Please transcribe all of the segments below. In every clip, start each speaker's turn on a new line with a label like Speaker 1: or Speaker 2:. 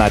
Speaker 1: À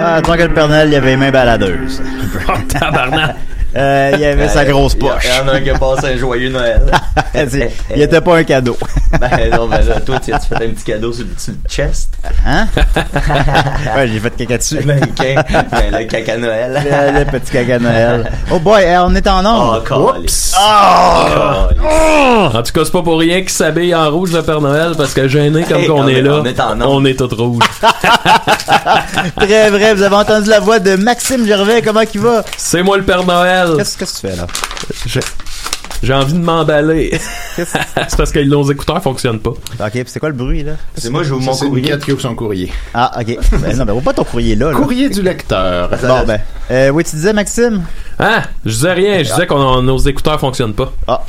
Speaker 2: Ah, tant que le Père Noël, il y avait les mains baladeuses.
Speaker 3: Tabarnak.
Speaker 2: Euh, il avait sa grosse poche.
Speaker 4: Il y en a un qui a passé un joyeux Noël. Euh,
Speaker 2: C'est- il était pas un cadeau.
Speaker 4: ben non, ben là, toi, tu tu fais un petit cadeau sur le, sur le chest.
Speaker 2: Hein? ouais, j'ai fait caca dessus.
Speaker 4: Ben, ok. ben le caca Noël.
Speaker 2: Le, le petit caca de Noël. Oh boy, eh, on est en
Speaker 4: Oh,
Speaker 2: nombre.
Speaker 4: calice.
Speaker 2: Oh!
Speaker 4: Calice.
Speaker 5: Ah. En tout cas, c'est pas pour rien qu'il s'habille en rouge le Père Noël parce que gêné comme
Speaker 4: Hey,
Speaker 5: qu'on
Speaker 4: on
Speaker 5: est,
Speaker 4: est-
Speaker 5: là,
Speaker 4: on est en or.
Speaker 5: on est tout rouge.
Speaker 2: Très vrai, vous avez entendu la voix de Maxime Gervais. Comment il va?
Speaker 5: c'est moi le Père Noël.
Speaker 2: Qu'est-ce qu'est-ce que tu fais là?
Speaker 5: J'ai- J'ai envie de m'emballer. c'est parce que nos écouteurs fonctionnent pas.
Speaker 2: Ok, puis c'est quoi le bruit là?
Speaker 4: C'est moi, j'ouvre
Speaker 6: Ça,
Speaker 4: mon
Speaker 6: c'est une
Speaker 4: courrier.
Speaker 6: quête qui ouvre son courrier.
Speaker 2: Ah, ok. Ben non, ben, ouvre pas ton courrier là. là.
Speaker 6: Courrier du lecteur.
Speaker 2: Bon, ben. Euh, oui, tu disais Maxime?
Speaker 5: Ah, je disais rien, je disais que nos écouteurs fonctionnent pas.
Speaker 2: Ah.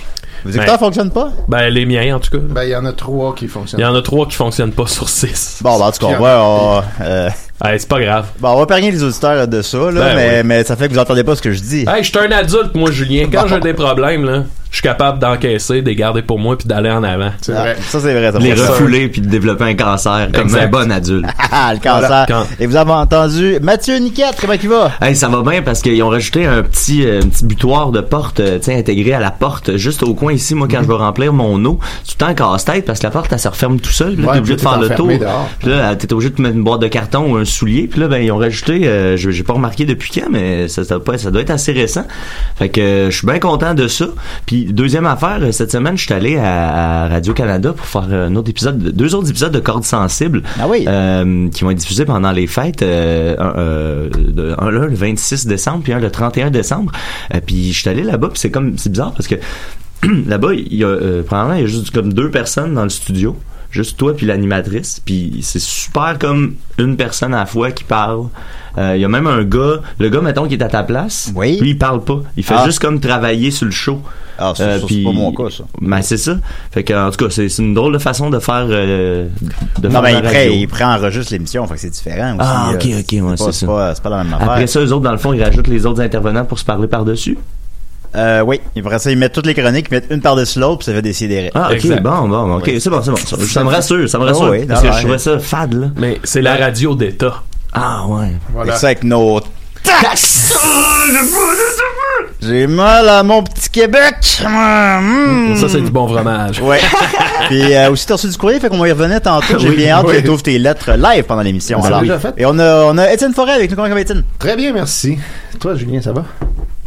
Speaker 2: Vos écouteurs
Speaker 5: Ouais.
Speaker 2: fonctionnent pas?
Speaker 5: Ben, les miens, en tout cas.
Speaker 6: Ben, il y en a trois qui
Speaker 5: Il y
Speaker 6: fonctionnent.
Speaker 5: en a trois qui fonctionnent pas sur six.
Speaker 2: Bon, ben, en tout cas, on va, on, euh,
Speaker 5: Hey, c'est pas grave.
Speaker 2: bon, on va épargner les auditeurs de ça, là,
Speaker 5: Ben
Speaker 2: mais,
Speaker 5: oui.
Speaker 2: mais ça fait que vous entendez pas ce que je dis.
Speaker 5: Hey, je suis un adulte, moi, Julien. Quand j'ai des problèmes, là, je suis capable d'encaisser, de les garder pour moi, puis d'aller en avant.
Speaker 6: C'est
Speaker 2: Ah,
Speaker 6: vrai.
Speaker 2: ça, c'est vrai. Ça
Speaker 4: Les
Speaker 2: fait ça.
Speaker 4: refouler puis de développer un cancer comme
Speaker 5: Exact.
Speaker 4: un bon adulte.
Speaker 2: Ah, le cancer.
Speaker 5: Voilà. Quand-
Speaker 2: Et vous avez entendu Mathieu Niquette, comment il va?
Speaker 4: Hey, ça va bien parce qu'ils ont rajouté un petit, euh, un petit butoir de porte euh, tu sais, intégré à la porte euh, juste au coin ici. Moi, quand
Speaker 6: Mhm.
Speaker 4: je veux remplir mon eau, tout le temps casse-tête parce que la porte, elle se referme tout seul. Puis là,
Speaker 6: Ouais,
Speaker 4: t'es obligé de
Speaker 6: puis t'es
Speaker 4: faire le tour.
Speaker 6: enfermé dehors.
Speaker 4: Puis là, euh, t'es obligé de te mettre une boîte de carton ou un soulier. Puis là, ben, ils ont rajouté, euh, je- j'ai pas remarqué depuis quand, mais ça, ça, doit pas- ça doit être assez récent. Fait que euh, je suis bien content de ça. Puis deuxième affaire, euh, cette semaine, je suis allé à, à Radio-Canada pour faire un autre épisode, de- deux autres épisodes de Cordes Sensibles.
Speaker 2: Ah oui.
Speaker 4: Euh, qui vont être diffusés pendant les fêtes, euh, un, euh, de- un là, le 26 décembre, puis un le 31 décembre. Euh, puis je suis allé là-bas, puis c'est comme c'est bizarre parce que là-bas, il y a euh, probablement il y a juste comme deux personnes dans le studio. juste toi puis l'animatrice. Puis c'est super comme une personne à la fois qui parle. Euh, Il y a même un gars, le gars, mettons, qui est à ta place.
Speaker 2: Oui.
Speaker 4: Lui, il parle pas. Il fait
Speaker 2: Ah.
Speaker 4: juste comme travailler sur le show.
Speaker 2: Ah, ça,
Speaker 4: Euh,
Speaker 2: ça, c'est
Speaker 4: puis-
Speaker 2: pas mon cas, ça.
Speaker 4: Ben, c'est ça. Fait que, en tout cas, c'est c'est une drôle de façon de faire. euh, de
Speaker 2: Non, ben,
Speaker 4: faire de la
Speaker 2: il, prend,
Speaker 4: radio.
Speaker 2: il prend enregistre l'émission, fait que c'est différent aussi.
Speaker 4: Ah, ok,
Speaker 2: euh,
Speaker 4: ok, ouais,
Speaker 2: pas-
Speaker 4: c'est ça.
Speaker 2: C'est pas, c'est pas la même affaire.
Speaker 4: Après ça, eux autres, dans le fond, ils rajoutent les autres intervenants pour se parler par-dessus.
Speaker 2: Euh, oui, après ça, ils mettent toutes les chroniques, ils mettent une par-dessus l'autre, puis ça fait décider.
Speaker 4: Ah, ok,
Speaker 5: Exact.
Speaker 4: bon, bon, ok,
Speaker 2: Oui.
Speaker 4: c'est bon, c'est bon. Ça, ça me rassure, ça me
Speaker 2: Ah
Speaker 4: rassure.
Speaker 2: oui,
Speaker 4: parce que
Speaker 2: non,
Speaker 4: je
Speaker 2: non,
Speaker 4: trouvais ça fade, là.
Speaker 5: Mais c'est la
Speaker 6: Ben-
Speaker 5: radio d'État.
Speaker 4: Ah, ouais.
Speaker 6: Voilà.
Speaker 2: C'est avec nos taxes. J'ai mal à mon petit Québec. Mm, mm.
Speaker 5: Ça, c'est du bon fromage.
Speaker 2: Ouais. Puis euh, aussi, t'as reçu du courrier, fait qu'on y revenait tantôt. J'ai
Speaker 6: Oui,
Speaker 2: bien hâte
Speaker 6: oui.
Speaker 2: que t'ouvres tes lettres live pendant l'émission.
Speaker 4: Ben
Speaker 6: Vous
Speaker 2: alors.
Speaker 6: l'avez déjà fait?
Speaker 2: Et on a, on a Étienne Forêt avec nous. Comment ça va, Étienne?
Speaker 6: Très bien, merci. Toi, Julien, ça va?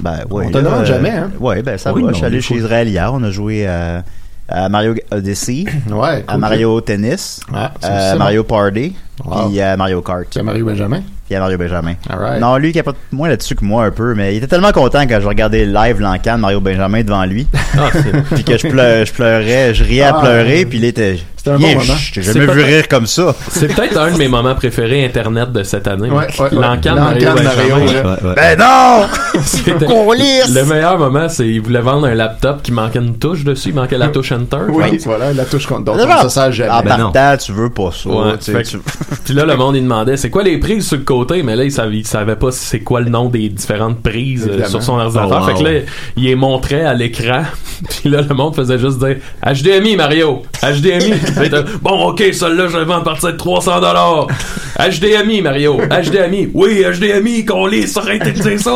Speaker 2: Ben, ouais,
Speaker 6: On te
Speaker 2: là,
Speaker 6: demande
Speaker 2: euh,
Speaker 6: jamais, hein?
Speaker 2: Ouais, ben ça
Speaker 4: Oui,
Speaker 2: va.
Speaker 4: non,
Speaker 2: Je suis allé
Speaker 4: des
Speaker 2: chez
Speaker 4: fois.
Speaker 2: Israël hier. On a joué euh, à Mario Odyssey,
Speaker 6: Ouais.
Speaker 2: à Mario Tennis,
Speaker 6: Ouais, c'est
Speaker 2: à
Speaker 6: ça,
Speaker 2: Mario Party,
Speaker 6: Wow.
Speaker 2: puis à Mario Kart.
Speaker 6: C'est Mario Benjamin.
Speaker 2: Puis à Mario Benjamin.
Speaker 6: All right.
Speaker 2: Non, lui, il capote moins là-dessus que moi un peu, mais il était tellement content quand je regardais live l'encan de Mario Benjamin devant lui.
Speaker 5: Ah,
Speaker 2: puis que je, pleu- je pleurais, je riais
Speaker 6: Ah,
Speaker 2: à pleurer, puis il était.
Speaker 6: c'était un
Speaker 2: Il
Speaker 6: bon
Speaker 2: est-
Speaker 6: moment.
Speaker 2: je t'ai
Speaker 5: C'est
Speaker 2: jamais vu
Speaker 5: peut-être-
Speaker 2: rire comme ça.
Speaker 5: C'est peut-être un de mes moments préférés Internet de cette année.
Speaker 6: Ouais, ouais, ouais.
Speaker 5: L'encan de Mario
Speaker 6: L'encan de Mario,
Speaker 5: Benjamin.
Speaker 6: là.
Speaker 4: ouais.
Speaker 2: Ben non!
Speaker 5: C'était-
Speaker 2: Colisse!
Speaker 5: Le meilleur moment, c'est qu'il voulait vendre un laptop qui manquait une touche dessus. Il manquait la touche Enter.
Speaker 6: Oui,
Speaker 5: je pense.
Speaker 6: voilà, la touche contre d'autres. Ça
Speaker 2: En
Speaker 6: sert
Speaker 2: en
Speaker 6: jamais.
Speaker 4: Ben non.
Speaker 2: partant, tu veux pas ça.
Speaker 5: Ouais,
Speaker 2: tu sais,
Speaker 5: fait que-
Speaker 2: tu-
Speaker 5: Puis là, le monde, il demandait c'est quoi les prises sur le côté, mais là, il savait, il savait pas c'est quoi le nom des différentes prises euh,
Speaker 6: Évidemment.
Speaker 5: sur son ordinateur.
Speaker 4: Oh, wow.
Speaker 5: Fait que là, il les montrait à l'écran. Puis là, le monde faisait juste dire HDMI, Mario HDMI Fait que, Bon, ok, celle-là, je la vends à partir de 300 HDMI, Mario HDMI Oui, HDMI, qu'on lisse, arrêtez de dire ça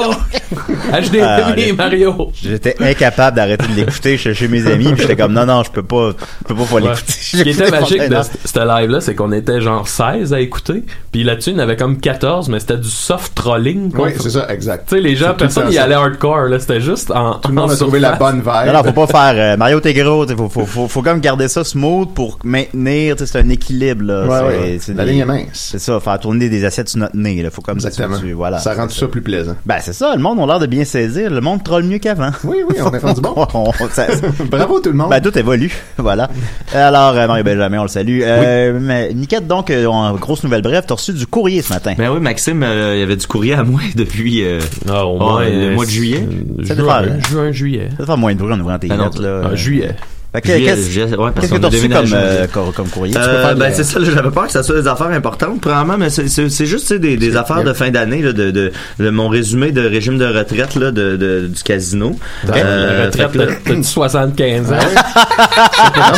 Speaker 2: Ah,
Speaker 5: HDMI,
Speaker 2: le-
Speaker 5: Mario
Speaker 2: J'étais incapable d'arrêter de l'écouter chez, chez mes amis, puis j'étais comme non, non, je peux pas, je peux pas faut
Speaker 5: Ouais.
Speaker 2: l'écouter.
Speaker 5: Ce qui était
Speaker 2: J'écoutais
Speaker 5: magique de
Speaker 2: Fontaine.
Speaker 5: ce ce live-là, c'est qu'on était genre 16 à écouter, puis là-dessus, il y en avait comme 14, mais c'était du soft trolling. quoi.
Speaker 6: Oui, c'est ça, exact.
Speaker 5: Tu sais, les gens,
Speaker 6: C'est tout le
Speaker 5: personne
Speaker 6: temps
Speaker 5: y
Speaker 6: ça.
Speaker 5: allait hardcore, là. C'était juste en.
Speaker 6: Tout le monde a trouvé la bonne vibe.
Speaker 2: Non, non, faut pas faire euh, Mario t'es gros, t'sais, faut, faut, faut, faut comme garder ça smooth pour maintenir, t'sais, c'est un équilibre là.
Speaker 6: Ouais,
Speaker 2: c'est,
Speaker 6: ouais.
Speaker 2: c'est
Speaker 6: La
Speaker 2: des-
Speaker 6: ligne est mince.
Speaker 2: C'est ça, faire tourner des assiettes sur notre nez, là. Faut comme
Speaker 6: Exactement.
Speaker 2: ça, tu- voilà.
Speaker 6: Ça rend tout
Speaker 2: C'est
Speaker 6: ça plus plaisant.
Speaker 2: Ben, c'est ça, le monde a l'air de bien saisir. Le monde troll mieux qu'avant.
Speaker 6: Oui, oui, on est rendu bon.
Speaker 2: On- ça-
Speaker 6: Bravo tout le monde.
Speaker 2: ben, tout évolue. voilà. Alors, euh, Mario Benjamin, on le salue. Euh, mais, Niquette, donc, euh, en grosse nouvelle brève, t'as reçu du courrier ce matin.
Speaker 4: Ben oui, Maxime, euh, il y avait du courrier à moi depuis. euh,
Speaker 5: Ah, au
Speaker 4: Ah,
Speaker 5: moins.
Speaker 4: le
Speaker 5: euh,
Speaker 4: mois de juillet?
Speaker 5: euh,
Speaker 2: Ça
Speaker 5: Juin, Ah,
Speaker 2: dépend, là.
Speaker 5: juin, juillet.
Speaker 2: Ça doit faire moins de bruit en ouvrant tes
Speaker 4: Ben non,
Speaker 2: lettres, là.
Speaker 5: Ah, juillet.
Speaker 2: Fait que,
Speaker 4: juillet,
Speaker 2: qu'est-ce
Speaker 4: juillet, ouais, parce
Speaker 2: qu'est-ce que
Speaker 4: qu'on
Speaker 2: t'as
Speaker 4: a
Speaker 2: reçu comme,
Speaker 4: déménagé.
Speaker 2: euh, co- comme courrier? Tu peux
Speaker 4: Euh,
Speaker 2: faire
Speaker 4: ben
Speaker 2: le-
Speaker 4: c'est ça, là, j'avais peur que ça soit des affaires importantes, premièrement, mais c'est- c'est c'est juste tu sais, des, des affaires de fin d'année, là, de, de, de mon résumé de régime de retraite là, de, de- du casino.
Speaker 5: Euh,
Speaker 4: Euh,
Speaker 5: retraite
Speaker 4: fait que là-
Speaker 5: de, de 75 ans.
Speaker 4: Non,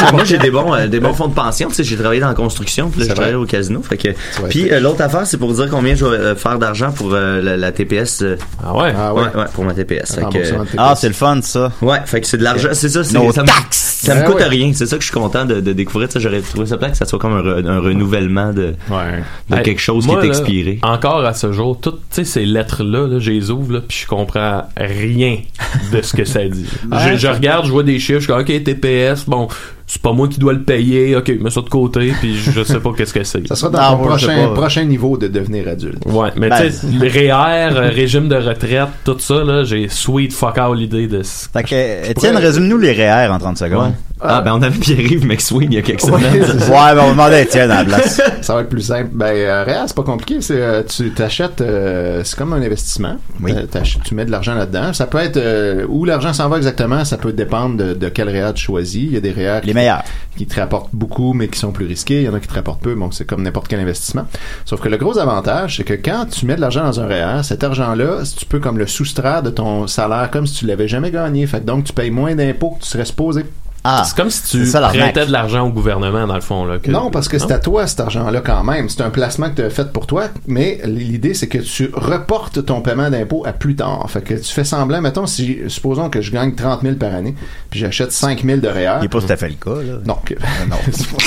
Speaker 4: mais moi j'ai des bons euh, des bons fonds de pension tu sais j'ai travaillé dans la construction puis là
Speaker 6: C'est
Speaker 4: je
Speaker 6: vrai.
Speaker 4: travaille au casino fait que
Speaker 6: vas
Speaker 4: puis
Speaker 6: être-
Speaker 4: euh, l'autre affaire c'est pour dire combien je vais euh, faire d'argent pour euh, la, la TPS euh,
Speaker 5: Ah ouais.
Speaker 6: Ah
Speaker 4: ouais.
Speaker 6: ouais.
Speaker 4: ouais, pour ma TPS fait que,
Speaker 6: Remboursement de tes
Speaker 2: Ah,
Speaker 6: taxes.
Speaker 2: c'est le fun, ça.
Speaker 4: ouais fait que c'est de l'argent c'est ça c'est
Speaker 2: Nos
Speaker 4: ça me, ça me
Speaker 6: Ah
Speaker 4: coûte
Speaker 6: ouais.
Speaker 4: rien c'est ça que je suis content de, de découvrir tu sais j'aurais trouvé ça peut-être que ça soit comme un, re- un renouvellement de
Speaker 6: Ouais.
Speaker 4: de
Speaker 5: Hey,
Speaker 4: quelque chose
Speaker 5: moi,
Speaker 4: qui est
Speaker 5: là,
Speaker 4: expiré
Speaker 5: encore à ce jour, toutes tu sais, ces lettres-là, là, je les ouvre, là, puis je comprends rien de ce que ça dit. je, je regarde, je vois des chiffres, je suis comme, OK, TPS, bon, c'est pas moi qui dois le payer, OK, mets ça de côté, puis je sais pas qu'est-ce que c'est.
Speaker 6: Ça sera dans
Speaker 2: Non,
Speaker 6: ton
Speaker 2: moi, Ah, je sais
Speaker 6: prochain,
Speaker 2: pas.
Speaker 6: prochain niveau de devenir adulte.
Speaker 5: Ouais, mais
Speaker 2: Ben-
Speaker 5: tu sais, le REER, euh, régime de retraite, tout ça, là, j'ai sweet fuck out l'idée de ce-
Speaker 2: Fait que, euh, Étienne, résume-nous les REER en 30 secondes.
Speaker 4: ah ben on avait Pierre-Yves McSween il y a quelques
Speaker 6: Ouais,
Speaker 4: semaines
Speaker 6: c'est
Speaker 2: Ouais,
Speaker 6: ça.
Speaker 2: ben, on demandait à Étienne à la place.
Speaker 6: Ça va être plus simple. Ben, euh, réel, c'est pas compliqué. C'est, euh, tu t'achètes, euh, c'est comme un investissement.
Speaker 2: Oui.
Speaker 6: T'a- t'achètes- tu mets de l'argent là-dedans. Ça peut être euh, où l'argent s'en va exactement. Ça peut dépendre de, de quel réel tu choisis. Il y a des réels
Speaker 2: Les meilleurs.
Speaker 6: qui te rapportent beaucoup, mais qui sont plus risqués. Il y en a qui te rapportent peu. Bon, c'est comme n'importe quel investissement. Sauf que le gros avantage, c'est que quand tu mets de l'argent dans un REER, cet argent-là, si tu peux comme le soustraire de ton salaire comme si tu l'avais jamais gagné. Fait que donc, tu payes moins d'impôts que tu serais supposé.
Speaker 2: Ah.
Speaker 5: C'est comme si tu
Speaker 2: c'est ça, l'arnaque.
Speaker 5: prêtais de l'argent au gouvernement, dans le fond. Là, que-
Speaker 6: Non, parce que c'est à toi cet argent-là quand même. C'est un placement que tu as fait pour toi, mais l'idée c'est que tu reportes ton paiement d'impôt à plus tard. Fait que tu fais semblant, mettons, si supposons que je gagne 30 000 par année, puis j'achète 5 000 de REER.
Speaker 2: Il est pas tout à fait le cas, là. Ah,
Speaker 6: Non, que-
Speaker 2: non.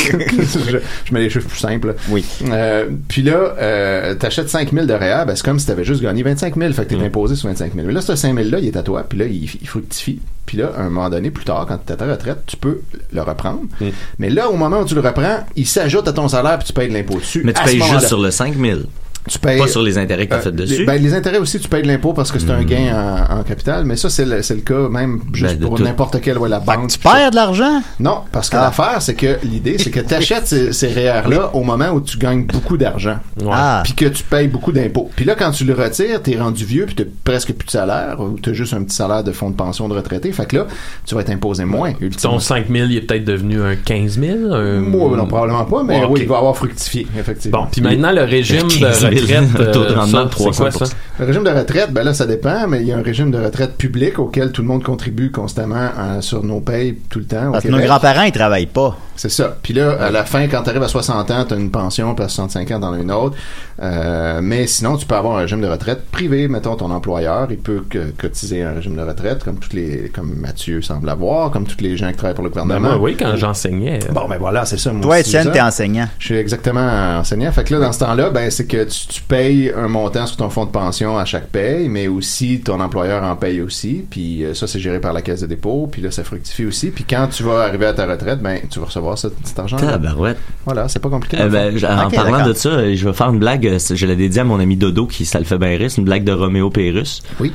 Speaker 6: je, je mets les chiffres plus simples. là.
Speaker 2: Oui.
Speaker 6: Euh, puis là, euh, t'achètes 5 000 de REER, ben c'est comme si t'avais juste gagné 25 000, fait que t'es imposé sur 25 000. Mais là, ce 5 000-là, il est à toi, puis là, il, il fructifie. Puis là, à un moment donné, plus tard, quand t'es à ta retraite, tu peux le reprendre.
Speaker 4: Mm.
Speaker 6: Mais là, au moment où tu le reprends, il s'ajoute à ton salaire, puis tu payes de l'impôt dessus.
Speaker 4: mais tu
Speaker 6: à ce
Speaker 4: payes
Speaker 6: moment-là.
Speaker 4: juste sur le 5000
Speaker 6: Tu payes.
Speaker 4: Pas sur les intérêts que t'as
Speaker 6: euh,
Speaker 4: fait
Speaker 6: les,
Speaker 4: dessus.
Speaker 6: ben, les intérêts aussi, tu payes de l'impôt parce que c'est un
Speaker 4: Hmm.
Speaker 6: gain en, en capital, mais ça, c'est le, c'est le cas même juste
Speaker 4: Ben, de
Speaker 6: pour
Speaker 4: tout.
Speaker 6: n'importe quelle, ouais, la
Speaker 2: Fait que
Speaker 6: banque.
Speaker 2: tu
Speaker 6: puis ça.
Speaker 2: perds de l'argent?
Speaker 6: Non, parce que
Speaker 2: Ah.
Speaker 6: l'affaire, c'est que l'idée, c'est que tu achètes ces, ces REER-là au moment où tu gagnes beaucoup d'argent.
Speaker 2: Ah.
Speaker 6: Puis que tu payes beaucoup d'impôts. Puis là, quand tu le retires, t'es rendu vieux, puis t'as presque plus de salaire, ou t'as juste un petit salaire de fonds de pension de retraité. Fait que là, tu vas t'imposer moins, ultimement.
Speaker 5: Ton 5000, il est peut-être devenu un 15 000. Un...
Speaker 6: Moi, non, probablement pas, mais
Speaker 5: Ouais,
Speaker 6: oui,
Speaker 5: ok.
Speaker 6: il va avoir fructifié, effectivement.
Speaker 5: Bon, puis maintenant, le régime de
Speaker 4: 15 000,
Speaker 5: retraite.
Speaker 4: le taux de
Speaker 5: euh,
Speaker 4: rendement
Speaker 5: ça,
Speaker 4: de
Speaker 5: c'est quoi
Speaker 4: 300%.
Speaker 5: ça?
Speaker 6: Le régime de retraite, ben là, ça dépend, mais il y a un régime de retraite public auquel tout le monde contribue constamment euh, sur nos payes tout le temps. au
Speaker 2: Parce que nos
Speaker 6: Québec.
Speaker 2: grands-parents, ils travaillent pas.
Speaker 6: C'est ça. Puis là, à la fin, quand t'arrives à 60 ans, t'as une pension, puis à 65 ans, t'en as une autre. Euh, mais sinon, tu peux avoir un régime de retraite privé. Mettons, ton employeur, il peut que- cotiser un régime de retraite, comme toutes les, comme Mathieu semble avoir, comme tous les gens qui travaillent pour le
Speaker 5: Ben,
Speaker 6: gouvernement.
Speaker 5: moi, oui, quand j'enseignais. euh,
Speaker 6: Bon, ben voilà, c'est ça. moi
Speaker 2: Toi,
Speaker 6: aussi,
Speaker 2: Étienne,
Speaker 6: ça.
Speaker 2: t'es enseignant.
Speaker 6: Je suis exactement enseignant. Fait que là, dans ce temps-là, ben, c'est que tu, tu payes un montant sur ton fonds de pension à chaque paye, mais aussi ton employeur en paye aussi. Puis euh, ça, c'est géré par la caisse de dépôt. Puis là, ça fructifie aussi. Puis quand tu vas arriver à ta retraite, ben, tu vas recevoir cet, cet argent.
Speaker 4: Tabarouette.
Speaker 6: Voilà, c'est pas compliqué.
Speaker 4: Eh ben, j- en
Speaker 2: Ok,
Speaker 4: parlant
Speaker 2: d'accord.
Speaker 4: de ça, euh, je vais faire une blague. euh, c'est- Je la dédie à mon ami Dodo qui, ça le fait bien rire. C'est une blague de Roméo Pérus.
Speaker 6: Oui.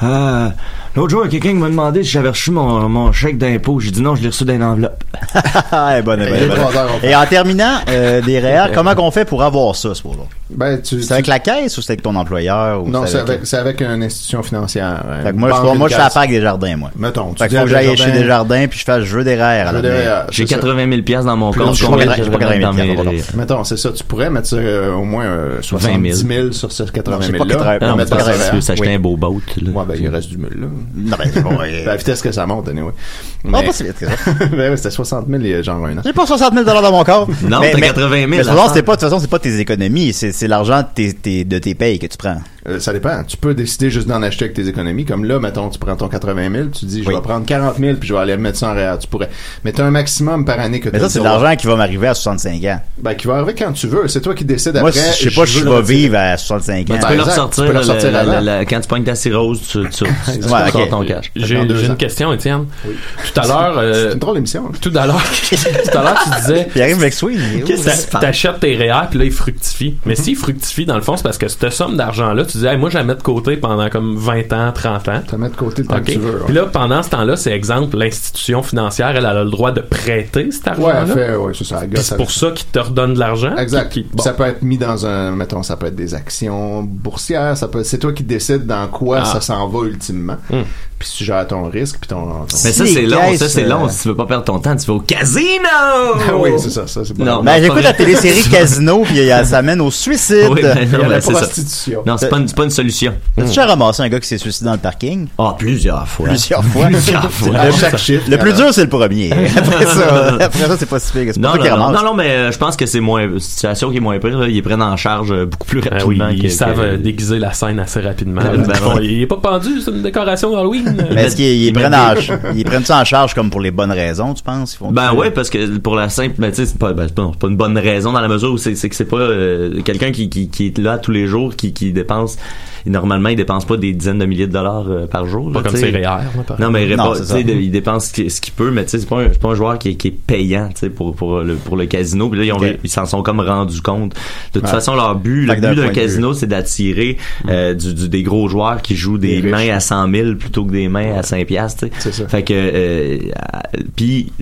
Speaker 4: Ah, L'autre jour, quelqu'un qui m'a demandé si j'avais reçu mon, mon chèque d'impôt. J'ai dit non, je l'ai reçu dans une enveloppe.
Speaker 2: Ah, bonne,
Speaker 6: Les trois heures, on fait.
Speaker 2: Et en terminant, euh, des REER, comment qu'on fait pour avoir ça, ce là
Speaker 6: Ben, tu,
Speaker 2: C'est
Speaker 6: tu-
Speaker 2: avec la caisse ou c'est avec ton employeur? Ou
Speaker 6: Non, c'est avec, c'est avec une institution financière.
Speaker 2: Fait que
Speaker 6: une
Speaker 2: moi, je,
Speaker 6: banque,
Speaker 2: moi,
Speaker 6: une
Speaker 2: je suis à la
Speaker 6: caisse.
Speaker 2: PAC des jardins, moi.
Speaker 6: Mettons, tu
Speaker 2: Fait
Speaker 6: dis
Speaker 2: qu'il
Speaker 6: à
Speaker 2: faut que j'aille chez
Speaker 6: Desjardins,
Speaker 2: Desjardins puis je fasse je veux des E REER.
Speaker 6: je veux
Speaker 2: à la
Speaker 6: des
Speaker 2: maison.
Speaker 6: REER, Ah,
Speaker 4: J'ai
Speaker 6: c'est ça.
Speaker 4: 80 000 piastres dans mon
Speaker 2: Plus
Speaker 4: compte.
Speaker 2: je
Speaker 4: Combien
Speaker 2: comprends-
Speaker 4: je
Speaker 2: je
Speaker 4: vais
Speaker 2: comprends
Speaker 4: mettre dans
Speaker 2: rien,
Speaker 4: mes-
Speaker 2: pardon.
Speaker 6: Mettons, c'est ça. Tu pourrais mettre ça, euh, au moins euh, 70 000, sur ce 80
Speaker 2: Non,
Speaker 6: 000
Speaker 2: c'est pas 80
Speaker 6: là.
Speaker 2: 000,
Speaker 4: Ah Non, mais
Speaker 6: Mettre
Speaker 4: c'est
Speaker 2: pas
Speaker 6: dans le
Speaker 4: parce que tu
Speaker 6: REER.
Speaker 4: veux s'acheter
Speaker 2: Oui.
Speaker 4: un beau boat. là.
Speaker 6: Ouais, ben, il reste du mule, là.
Speaker 2: Non, ben, bon, euh,
Speaker 6: La vitesse que ça monte, anyway.
Speaker 2: non,
Speaker 6: Mais-
Speaker 2: pas si vite que ça.
Speaker 6: ben oui, c'était 60 000 il y a genre un an.
Speaker 2: J'ai pas 60 000 dans mon corps.
Speaker 4: Non,
Speaker 2: mais,
Speaker 4: t'as
Speaker 2: mais-
Speaker 4: 80 000
Speaker 2: mais de toute
Speaker 4: à
Speaker 2: façon,
Speaker 4: faire.
Speaker 2: c'est pas, de toute façon, c'est pas tes économies, c'est, c'est l'argent de tes, tes- de tes payes que tu prends.
Speaker 6: Euh, ça dépend. Tu peux décider juste d'en acheter avec tes économies. Comme là, mettons, tu prends ton 80 000, tu dis, je
Speaker 2: Oui.
Speaker 6: vais prendre 40 000 puis je vais aller mettre ça en réel. Tu pourrais. Mais t'as un maximum par année que t'as
Speaker 2: Mais ça,
Speaker 6: le
Speaker 2: c'est de
Speaker 6: droit.
Speaker 2: l'argent qui va m'arriver à 65 ans.
Speaker 6: Ben, qui va arriver quand tu veux. C'est toi qui décides
Speaker 2: Moi,
Speaker 6: après.
Speaker 2: si je sais pas,
Speaker 6: veux
Speaker 2: je
Speaker 6: le
Speaker 2: vais
Speaker 6: retirer.
Speaker 2: vivre à 65 ans.
Speaker 4: Ben, Tu peux leur
Speaker 6: Exact,
Speaker 4: sortir,
Speaker 6: tu peux leur
Speaker 4: la-
Speaker 6: sortir
Speaker 4: la-
Speaker 6: avant.
Speaker 4: la- la- quand tu pognes ta cirrhose, tu, tu, tu, tu
Speaker 6: Ouais,
Speaker 4: sors
Speaker 2: ok.
Speaker 4: ton cash.
Speaker 6: Dans
Speaker 5: J'ai
Speaker 6: deux
Speaker 5: j'ai
Speaker 6: ans.
Speaker 5: une question, Étienne. Tout à l'heure, euh,
Speaker 6: C'est une drôle d'émission.
Speaker 5: tout à l'heure, tout à l'heure, tu disais,
Speaker 2: Puis il arrive avec Swing.
Speaker 4: Qu'est-ce qui se
Speaker 5: T'a-
Speaker 4: passe?
Speaker 5: T'achètes tes REER puis là ils fructifient. Mais
Speaker 6: Mm-hmm.
Speaker 5: s'ils fructifient dans le fond, c'est parce que cette somme d'argent là, tu dis Hey, moi je la mets de côté pendant comme 20 ans, 30 ans.
Speaker 6: Tu mets de côté le temps
Speaker 5: OK.
Speaker 6: que tu veux.
Speaker 5: Puis là pendant ce temps-là, c'est exemple l'institution financière, elle, elle a le droit de prêter cet
Speaker 6: ouais,
Speaker 5: argent
Speaker 6: elle
Speaker 5: là.
Speaker 6: fait, ouais, c'est ça. elle gosse
Speaker 5: c'est
Speaker 6: avec
Speaker 5: pour ça qu'ils te redonnent de l'argent.
Speaker 6: Exact.
Speaker 5: Qui- qui- bon.
Speaker 6: Ça peut être mis dans un, mettons, ça peut être des actions boursières, ça peut, c'est toi qui décides dans quoi
Speaker 5: Ah.
Speaker 6: ça s'en va ultimement.
Speaker 5: Hmm.
Speaker 6: Puis tu gères ton risque, puis ton. ton-
Speaker 4: Mais ça,
Speaker 2: Si
Speaker 4: c'est
Speaker 2: les
Speaker 4: long, ça,
Speaker 2: caisses,
Speaker 4: c'est
Speaker 2: euh,
Speaker 4: long. Si tu veux pas perdre ton temps, tu vas au casino!
Speaker 6: Ah oui, c'est ça, ça c'est pas. la
Speaker 4: Non,
Speaker 2: Ben, j'écoute
Speaker 4: pas
Speaker 2: la
Speaker 4: vrai.
Speaker 2: télésérie Casino, puis il y a- ça mène au suicide.
Speaker 4: Oui, ben, non,
Speaker 6: la
Speaker 4: ben, c'est ça.
Speaker 6: prostitution.
Speaker 4: Non, c'est pas, une- c'est pas une solution.
Speaker 2: T'as-tu déjà ramassé un gars qui s'est suicidé dans le parking?
Speaker 4: Ah, plusieurs fois.
Speaker 2: Plusieurs fois.
Speaker 4: Plusieurs fois.
Speaker 6: À chaque chiffre.
Speaker 2: Le plus dur, c'est le premier. Après ça, après ça c'est pas si pire. que ça. C'est pas
Speaker 4: Non,
Speaker 2: toi
Speaker 4: non,
Speaker 2: qui
Speaker 4: non,
Speaker 2: ramasse.
Speaker 4: non, non, mais euh, je pense que c'est moins une situation qui est moins pire. là. Ils prennent en charge euh, beaucoup plus
Speaker 5: Ah
Speaker 4: rapidement.
Speaker 5: oui, ils
Speaker 4: que-
Speaker 5: savent
Speaker 4: que-
Speaker 5: euh, déguiser la scène assez rapidement.
Speaker 4: Ben, ben,
Speaker 5: Bon,
Speaker 4: ouais.
Speaker 5: Il est pas pendu, c'est une décoration d'Halloween.
Speaker 2: Mais est-ce qu'ils ils
Speaker 4: Ils
Speaker 2: prennent, en,
Speaker 4: mettent
Speaker 2: ils prennent ça en charge comme pour les bonnes raisons, tu penses? Ils font-
Speaker 4: Ben ouais, parce que pour la simple, ben, tu sais, c'est pas, ben, c'est pas, c'est pas une bonne raison dans la mesure où c'est c'est que c'est pas euh, quelqu'un qui, qui, qui est là tous les jours, qui, qui dépense. Normalement, il dépense pas des dizaines de milliers de dollars euh, par jour.
Speaker 5: Pas
Speaker 4: là,
Speaker 5: comme
Speaker 4: tu sais.
Speaker 5: c'est REER. là, par
Speaker 4: Non, mais il,
Speaker 2: Non,
Speaker 4: répond-
Speaker 2: c'est
Speaker 4: tu
Speaker 2: ça.
Speaker 4: sais, de- il dépense ce qui- ce qu'il peut, mais tu sais, c'est pas, un- c'est pas un joueur qui est, qui est payant, tu sais, pour, pour, le, pour le casino. Puis là, ils ont-
Speaker 2: Ok.
Speaker 4: ils s'en sont comme rendus compte. De toute
Speaker 2: Ouais.
Speaker 4: façon, leur
Speaker 2: Fait
Speaker 4: but, le
Speaker 2: que d'un
Speaker 4: but d'un
Speaker 2: point de Mm.
Speaker 4: casino, c'est d'attirer euh, du, du- des gros joueurs qui jouent
Speaker 6: Des
Speaker 4: des,
Speaker 6: riches.
Speaker 4: mains à 100 000 plutôt que des mains à 5 piastres, tu sais.
Speaker 6: C'est ça.
Speaker 4: Fait que, euh, à- puis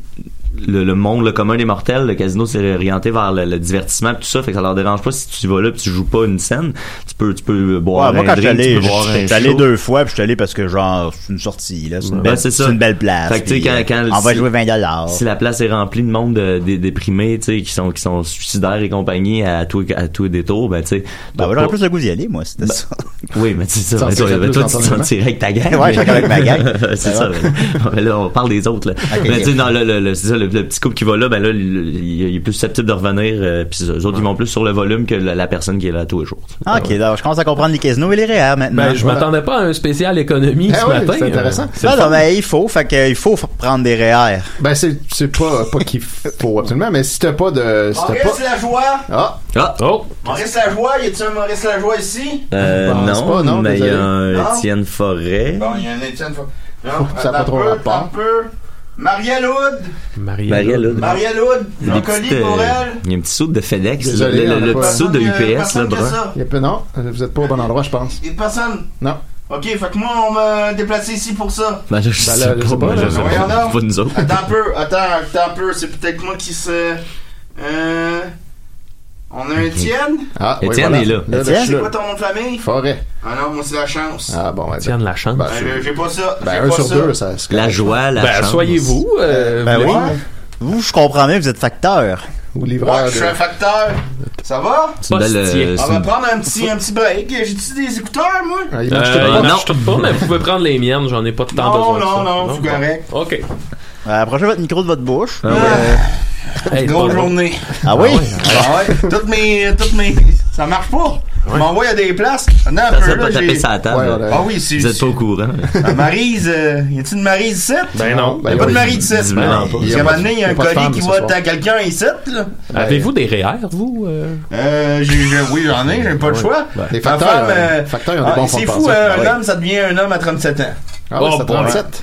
Speaker 4: le, le monde, le commun des mortels, le casino s'est orienté vers le, le divertissement pis tout ça, fait que ça leur dérange pas si tu y vas là pis tu joues pas une scène, tu peux, tu peux boire
Speaker 2: Ouais, moi,
Speaker 4: un
Speaker 2: quand je suis
Speaker 4: drink, tu
Speaker 2: allé,
Speaker 4: peux boire
Speaker 2: je
Speaker 4: un
Speaker 2: suis allé
Speaker 4: show.
Speaker 2: deux fois, puis je suis allé parce que, genre, c'est une sortie, là. C'est une,
Speaker 4: Ben,
Speaker 2: belle-
Speaker 4: c'est
Speaker 2: c'est
Speaker 4: ça.
Speaker 2: une belle place.
Speaker 4: Fait que, tu sais,
Speaker 2: puis,
Speaker 4: quand- quand
Speaker 2: euh,
Speaker 4: le-
Speaker 2: on va
Speaker 4: si-
Speaker 2: jouer 20 dollars.
Speaker 4: Si la place est remplie de monde euh, dé- déprimé, tu sais, qui sont qui sont suicidaires et compagnie à tout à tous les détours, ben tu sais,
Speaker 2: Ben,
Speaker 4: t'as
Speaker 2: j'aurais
Speaker 4: pas-
Speaker 2: plus le goût d'y aller, moi,
Speaker 4: Ben,
Speaker 2: c'était ça.
Speaker 4: oui, mais c'est ça,
Speaker 6: T'en
Speaker 4: ben, toi,
Speaker 6: tirais
Speaker 4: ben, toi,
Speaker 6: plus,
Speaker 4: tu te sentirais avec ta gang.
Speaker 2: Ouais, je suis avec ma gang.
Speaker 4: c'est
Speaker 2: Ouais.
Speaker 4: ça. ben, ben, là, on parle des autres là. Mais tu sais, non, le, le- le- c'est ça, le, le petit couple qui va là, ben là, il, il- il est plus susceptible de revenir, euh, puis les autres ils vont plus sur le volume que la, la personne qui est là tous les jours.
Speaker 2: Ah, ok, alors, je commence à comprendre les casinos et les réels, maintenant. Ah,
Speaker 5: Ben, je
Speaker 6: voilà.
Speaker 5: m'attendais pas à un spécial économie
Speaker 6: Ah
Speaker 5: ce
Speaker 6: oui,
Speaker 5: matin.
Speaker 6: c'est intéressant.
Speaker 5: Euh, c'est
Speaker 2: Non,
Speaker 5: le
Speaker 4: Ben
Speaker 2: non,
Speaker 5: fun.
Speaker 2: mais il faut, fait que, il faut f- prendre des REER.
Speaker 6: Ben c'est c'est pas pas qu'il faut absolument, mais si t'as pas de si t'as pas
Speaker 2: Lajoie!
Speaker 6: ah
Speaker 4: Ah,
Speaker 5: Oh,
Speaker 2: Maurice Lajoie, y a-tu un Maurice Lajoie ici?
Speaker 4: euh,
Speaker 6: Je pense
Speaker 4: non,
Speaker 6: pas, non,
Speaker 4: mais il y a
Speaker 6: désolé.
Speaker 4: un
Speaker 2: Non.
Speaker 4: Étienne Forêt.
Speaker 2: y a un Étienne.
Speaker 6: Ça a pas trop rapport.
Speaker 7: Marielle Hood.
Speaker 5: Marie.
Speaker 4: Marielle, là.
Speaker 7: Marielle Hood.
Speaker 4: Il y a
Speaker 7: Un
Speaker 4: des petites,
Speaker 7: colis pour
Speaker 4: euh,
Speaker 7: elle.
Speaker 4: Il y a un petit saut de FedEx,
Speaker 6: Désolé,
Speaker 4: le,
Speaker 6: on a
Speaker 4: le, le
Speaker 6: pas-
Speaker 4: petit saut de
Speaker 7: Personne que-
Speaker 4: UPS, là,
Speaker 7: personne que
Speaker 4: brun.
Speaker 7: ça.
Speaker 6: Il y a peu- Non, euh, vous êtes pas au bon endroit, je pense.
Speaker 7: Et personne.
Speaker 6: Non.
Speaker 7: Ok, fait que moi, on m'a déplacé ici pour ça.
Speaker 4: Ben, là, je
Speaker 6: Ben, là,
Speaker 4: sais
Speaker 6: je
Speaker 4: pas,
Speaker 6: sais pas,
Speaker 4: ben, je
Speaker 6: là,
Speaker 4: sais
Speaker 7: voyons
Speaker 4: pas.
Speaker 7: donc.
Speaker 4: Pas nous autres.
Speaker 7: Attends un peu, attends, attends un peu, c'est peut-être moi qui se. Euh. On a un Étienne
Speaker 6: Ah,
Speaker 4: Étienne
Speaker 6: oui, voilà.
Speaker 4: est là.
Speaker 6: là
Speaker 2: Étienne?
Speaker 6: je suis
Speaker 7: C'est
Speaker 6: là.
Speaker 7: quoi ton nom de famille
Speaker 6: Forêt.
Speaker 7: Ah non, moi c'est la chance.
Speaker 6: Ah bon, ben,
Speaker 5: Tiens de la chance.
Speaker 6: ben,
Speaker 7: Ben,
Speaker 6: je-
Speaker 7: j'ai- j'ai pas ça.
Speaker 6: ben,
Speaker 7: j'ai
Speaker 6: un
Speaker 7: pas
Speaker 6: sur
Speaker 7: ça.
Speaker 6: deux, ça. c'est
Speaker 4: La
Speaker 6: correct.
Speaker 4: joie, la
Speaker 5: Ben,
Speaker 4: chance.
Speaker 5: soyez-vous. euh,
Speaker 2: Ben
Speaker 5: voulez-
Speaker 2: oui. Vous, je comprends bien, vous êtes facteur.
Speaker 6: Ou
Speaker 7: Ouais,
Speaker 6: livreur.
Speaker 7: je suis
Speaker 6: de-
Speaker 7: un facteur. Ça va
Speaker 4: C'est une belle,
Speaker 5: Postier.
Speaker 4: euh,
Speaker 7: On
Speaker 4: c'est
Speaker 7: va
Speaker 4: une-
Speaker 7: prendre un petit, un petit break. J'ai-tu des écouteurs, moi
Speaker 6: Ah, il
Speaker 5: Euh,
Speaker 6: marche tout
Speaker 5: il
Speaker 6: droit.
Speaker 5: marche tout pas, mais vous pouvez prendre les miennes, j'en ai pas de temps
Speaker 7: Non,
Speaker 5: besoin. de
Speaker 7: non,
Speaker 5: ça.
Speaker 7: non, c'est
Speaker 5: bon.
Speaker 7: correct.
Speaker 5: Ok.
Speaker 2: Euh, approchez votre micro de votre bouche.
Speaker 4: Ah ouais.
Speaker 5: Hey,
Speaker 7: Grosse
Speaker 5: bon.
Speaker 7: journée.
Speaker 2: Ah oui?
Speaker 7: Ah ouais, toutes mes, toutes mes, ça marche pas. Je m'envoie à des places. Non, un
Speaker 4: Ça
Speaker 7: peu
Speaker 4: serait
Speaker 7: là,
Speaker 4: pas tapé
Speaker 7: j'ai.
Speaker 4: sa
Speaker 6: Ouais,
Speaker 4: table.
Speaker 6: ouais.
Speaker 7: Ah oui, c'est.
Speaker 4: Vous êtes pas au courant.
Speaker 7: Ah, Marise, euh, y a-t-il une Marise 7
Speaker 5: Ben non.
Speaker 7: Y a
Speaker 6: Ben
Speaker 7: pas de
Speaker 6: oui.
Speaker 7: Marie ici.
Speaker 4: Dis-moi non, pas.
Speaker 7: Parce qu'à un moment donné, il y a
Speaker 6: y
Speaker 7: un
Speaker 6: a pas de
Speaker 7: colis
Speaker 6: femme
Speaker 7: qui
Speaker 6: ce
Speaker 7: vote
Speaker 6: soir.
Speaker 7: à quelqu'un ici, là.
Speaker 5: Avez-vous des REER, vous euh?
Speaker 7: Euh, j'ai- j'ai- oui, j'en ai, j'ai pas le choix.
Speaker 6: Les
Speaker 7: Ma
Speaker 6: facteurs,
Speaker 7: femme,
Speaker 6: euh,
Speaker 7: euh,
Speaker 6: facteurs, ils ont
Speaker 7: ah,
Speaker 6: des bons fonds
Speaker 7: c'est
Speaker 6: de
Speaker 7: fou,
Speaker 6: pension.
Speaker 7: hein,
Speaker 6: Ah
Speaker 7: un
Speaker 6: oui.
Speaker 7: homme, ça devient un homme à 37 ans.
Speaker 6: Ah oui,
Speaker 5: Oh,
Speaker 6: c'est
Speaker 5: boy.
Speaker 6: 37.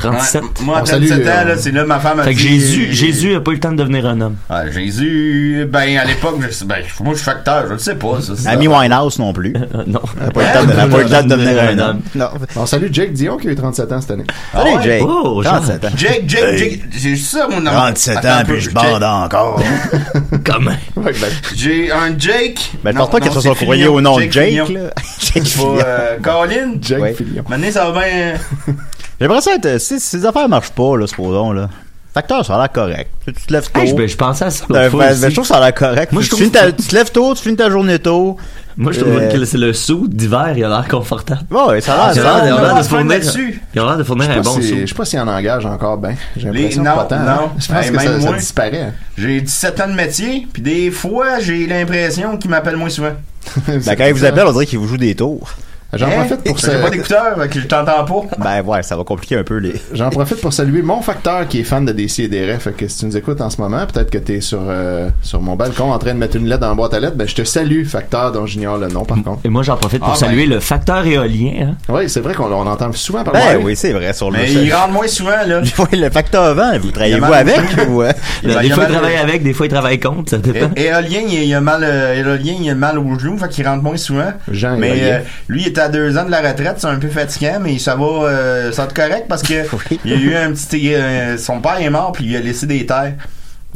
Speaker 4: 37.
Speaker 7: Ouais, moi, à
Speaker 6: On
Speaker 7: 37
Speaker 6: salue,
Speaker 7: ans,
Speaker 6: euh,
Speaker 7: là, c'est là ma femme a
Speaker 4: Fait que
Speaker 7: dit-
Speaker 4: Jésus, Jésus a pas eu le temps de devenir un homme.
Speaker 7: Ah, Jésus, ben, à l'époque, je sais- ben, moi, je suis facteur, je le sais pas, ça. c'est-
Speaker 2: Ami Winehouse non plus.
Speaker 4: Euh, non.
Speaker 2: Pas le temps de-
Speaker 4: Ah,
Speaker 2: pas le temps de devenir un homme. Non.
Speaker 6: On salue Jake Dion qui a eu 37 ans cette année.
Speaker 7: Ah ouais?
Speaker 2: Salut, Jake.
Speaker 4: Oh, Jean.
Speaker 2: 37 ans.
Speaker 7: Jake, Jake, Jake, j'ai ça, mon nom.
Speaker 2: 37
Speaker 7: Attends
Speaker 2: ans,
Speaker 7: un peu,
Speaker 2: puis je
Speaker 7: Jake.
Speaker 2: bande encore.
Speaker 4: Comment?
Speaker 6: Ouais, ben,
Speaker 7: J'ai un Jake.
Speaker 2: Ben, je
Speaker 7: Non,
Speaker 2: pense pas qu'il
Speaker 7: non,
Speaker 2: soit
Speaker 7: c'est
Speaker 2: son courrier
Speaker 7: Fillon.
Speaker 2: au nom de Jake,
Speaker 7: Fillon.
Speaker 2: là. Jake
Speaker 7: Faut,
Speaker 2: Fillon.
Speaker 7: euh, Colin.
Speaker 6: Jake
Speaker 2: Ouais.
Speaker 6: Fillion.
Speaker 7: Maintenant, ça va bien.
Speaker 2: J'aimerais ça être. euh, Si si les affaires marchent pas, là, supposons, là. Facteur, ça a l'air correct. Tu tu te lèves tôt.
Speaker 4: Hey, je, ben, je pensais à ça l'autre
Speaker 2: Euh,
Speaker 4: fois
Speaker 2: ben,
Speaker 4: aussi.
Speaker 2: ben, je trouve que ça a l'air correct.
Speaker 4: Moi,
Speaker 2: tu,
Speaker 4: je
Speaker 2: tu
Speaker 4: trouve-
Speaker 2: finis ta- tu te lèves tôt, tu finis ta journée tôt.
Speaker 4: Moi, je trouve
Speaker 2: Euh,
Speaker 4: que c'est le saut d'hiver, il a l'air confortable.
Speaker 2: Ouais, ça a l'air.
Speaker 4: Il
Speaker 2: ça a
Speaker 4: a l'air-
Speaker 2: l'air-
Speaker 4: il a l'air
Speaker 7: pas
Speaker 4: de
Speaker 7: Ah, de
Speaker 4: se
Speaker 7: problème
Speaker 4: fournir-
Speaker 7: là-dessus.
Speaker 4: il a l'air de fournir un
Speaker 6: Je sais
Speaker 4: bon
Speaker 6: pas si-
Speaker 4: saut.
Speaker 6: Je sais pas s'il en engage encore, ben. J'ai
Speaker 7: Les-
Speaker 6: l'impression que
Speaker 7: non,
Speaker 6: pas tant.
Speaker 7: non.
Speaker 6: hein. Je pense
Speaker 7: Hey,
Speaker 6: que ça,
Speaker 7: même
Speaker 6: ça
Speaker 7: moi.
Speaker 6: disparaît. hein.
Speaker 7: J'ai 17 ans de métier, puis des fois, j'ai l'impression qu'ils m'appellent moins souvent.
Speaker 2: Ben, quand ils vous appellent, on dirait qu'ils vous jouent des tours.
Speaker 6: J'en
Speaker 7: Hein?
Speaker 6: profite pour
Speaker 7: J'ai pas
Speaker 6: ça.
Speaker 7: d'écouteurs, fait que je t'entends pas.
Speaker 2: Ben, ouais, ça va compliquer un peu les.
Speaker 6: J'en profite pour saluer mon facteur qui est fan de DC et des Fait que si tu nous écoutes en ce moment, peut-être que t'es sur, euh, sur mon balcon en train de mettre une lettre dans la boîte à lettres, ben je te salue, facteur dont j'ignore le nom par contre.
Speaker 4: Et moi, j'en profite pour
Speaker 7: Ah, ben.
Speaker 4: saluer le facteur éolien. hein.
Speaker 6: Oui, c'est vrai qu'on on entend souvent parler.
Speaker 2: Ben, oui, c'est vrai, sur le.
Speaker 7: Mais ils rentrent moins souvent, là.
Speaker 2: Ouais, le facteur avant, vous travaillez-vous
Speaker 7: Il y a
Speaker 2: avec
Speaker 7: mal-
Speaker 2: ou.
Speaker 7: Ben,
Speaker 2: euh?
Speaker 4: Des
Speaker 7: il Eh, y a
Speaker 4: fois,
Speaker 7: mal-
Speaker 4: il travaille avec, des fois, il travaille contre, ça dépend.
Speaker 7: É- Éolien, il il a mal, euh, éolien, il a mal au genou, fait qu'il rentre moins souvent.
Speaker 6: Jean
Speaker 7: Mais
Speaker 6: Éolien.
Speaker 7: euh, lui, il est à deux ans de la retraite, c'est un peu fatigant, mais ça va, euh, ça va être correct parce que il y a eu un petit, euh, son père est mort puis il lui a laissé des terres.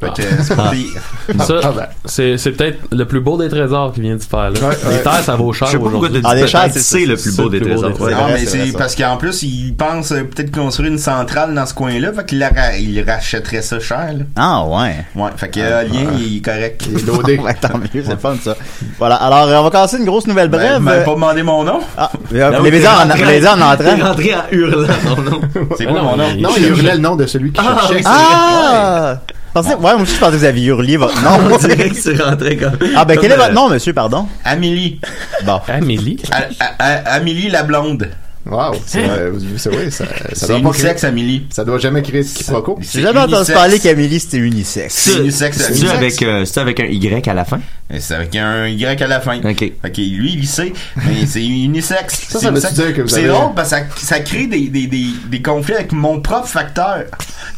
Speaker 7: Fait que euh, c'est pas pire.
Speaker 5: Ça,
Speaker 6: Ah, ben.
Speaker 5: c'est c'est peut-être le plus beau des trésors qui vient de se faire. Là.
Speaker 6: Ouais,
Speaker 5: Les terres, ça vaut cher
Speaker 4: Je sais pas pourquoi
Speaker 5: aujourd'hui.
Speaker 4: tu dis
Speaker 2: Ah, des
Speaker 4: peut-être
Speaker 2: chances,
Speaker 4: c'est le plus
Speaker 5: c'est
Speaker 4: beau
Speaker 5: le
Speaker 4: des
Speaker 5: plus beau
Speaker 4: trésors.
Speaker 5: des
Speaker 4: ouais.
Speaker 7: Ah,
Speaker 2: vrai,
Speaker 7: mais
Speaker 2: c'est vrai,
Speaker 7: c'est
Speaker 2: ça.
Speaker 7: parce qu'en plus, il pense euh, peut-être construire une centrale dans ce coin-là, fait qu'il la ra- il rachèterait ça cher. là.
Speaker 2: Ah, ouais.
Speaker 7: Ouais, fait que euh, Lien, il est correct. Il est
Speaker 6: loadé.
Speaker 2: Ben, tant mieux, c'est le fun, ça. Voilà, alors, euh, on va casser une grosse nouvelle
Speaker 7: Bref,
Speaker 2: brève.
Speaker 7: m'avez Ben, pas Ben, demandé mon nom.
Speaker 2: Ah, euh,
Speaker 4: Ah oui,
Speaker 2: les
Speaker 4: t'es
Speaker 2: médias en,
Speaker 4: rentré-
Speaker 2: les médias en
Speaker 4: t'es
Speaker 2: entrant.
Speaker 4: rentré en hurlant, non, non.
Speaker 7: C'est
Speaker 5: Ah
Speaker 7: quoi
Speaker 5: non,
Speaker 7: mon nom?
Speaker 5: mais-
Speaker 6: Non, il hurlait le nom de celui qui
Speaker 4: Ah,
Speaker 6: cherchait.
Speaker 4: oui.
Speaker 2: Ah! Pensez, ouais, moi aussi, je pensais que vous aviez hurlé votre
Speaker 4: On
Speaker 2: nom.
Speaker 4: dirait que c'est rentré comme.
Speaker 2: ah, ben,
Speaker 4: comme,
Speaker 2: quel est votre
Speaker 4: euh,
Speaker 2: nom, monsieur, pardon?
Speaker 7: Amélie. Ah,
Speaker 2: Bon.
Speaker 5: Amélie.
Speaker 7: A- A- A- Amélie la blonde.
Speaker 6: Wow,
Speaker 7: Hein?
Speaker 6: c'est euh, c'est vrai, ça, ça
Speaker 7: C'est
Speaker 6: doit pas créer,
Speaker 7: unisexe, Amélie.
Speaker 6: ça doit jamais créer de quiproquo.
Speaker 7: C'est
Speaker 2: J'ai jamais entendu
Speaker 7: unisexe.
Speaker 2: parler qu'Amélie, c'était unisexe.
Speaker 7: C'est
Speaker 4: C'est-
Speaker 7: unisexe,
Speaker 4: C'est-tu
Speaker 7: unisexe.
Speaker 4: avec, euh, c'est-tu avec un Y à la fin?
Speaker 7: Et C'est avec un Y à la fin.
Speaker 4: Ok.
Speaker 7: Ok, lui, il sait, mais c'est unisexe.
Speaker 6: Ça, ça
Speaker 7: C'est
Speaker 6: veut
Speaker 7: unisexe.
Speaker 6: dire que vous
Speaker 7: C'est
Speaker 6: avez-
Speaker 7: drôle parce que ça, ça crée des, des, des, des conflits avec mon propre facteur.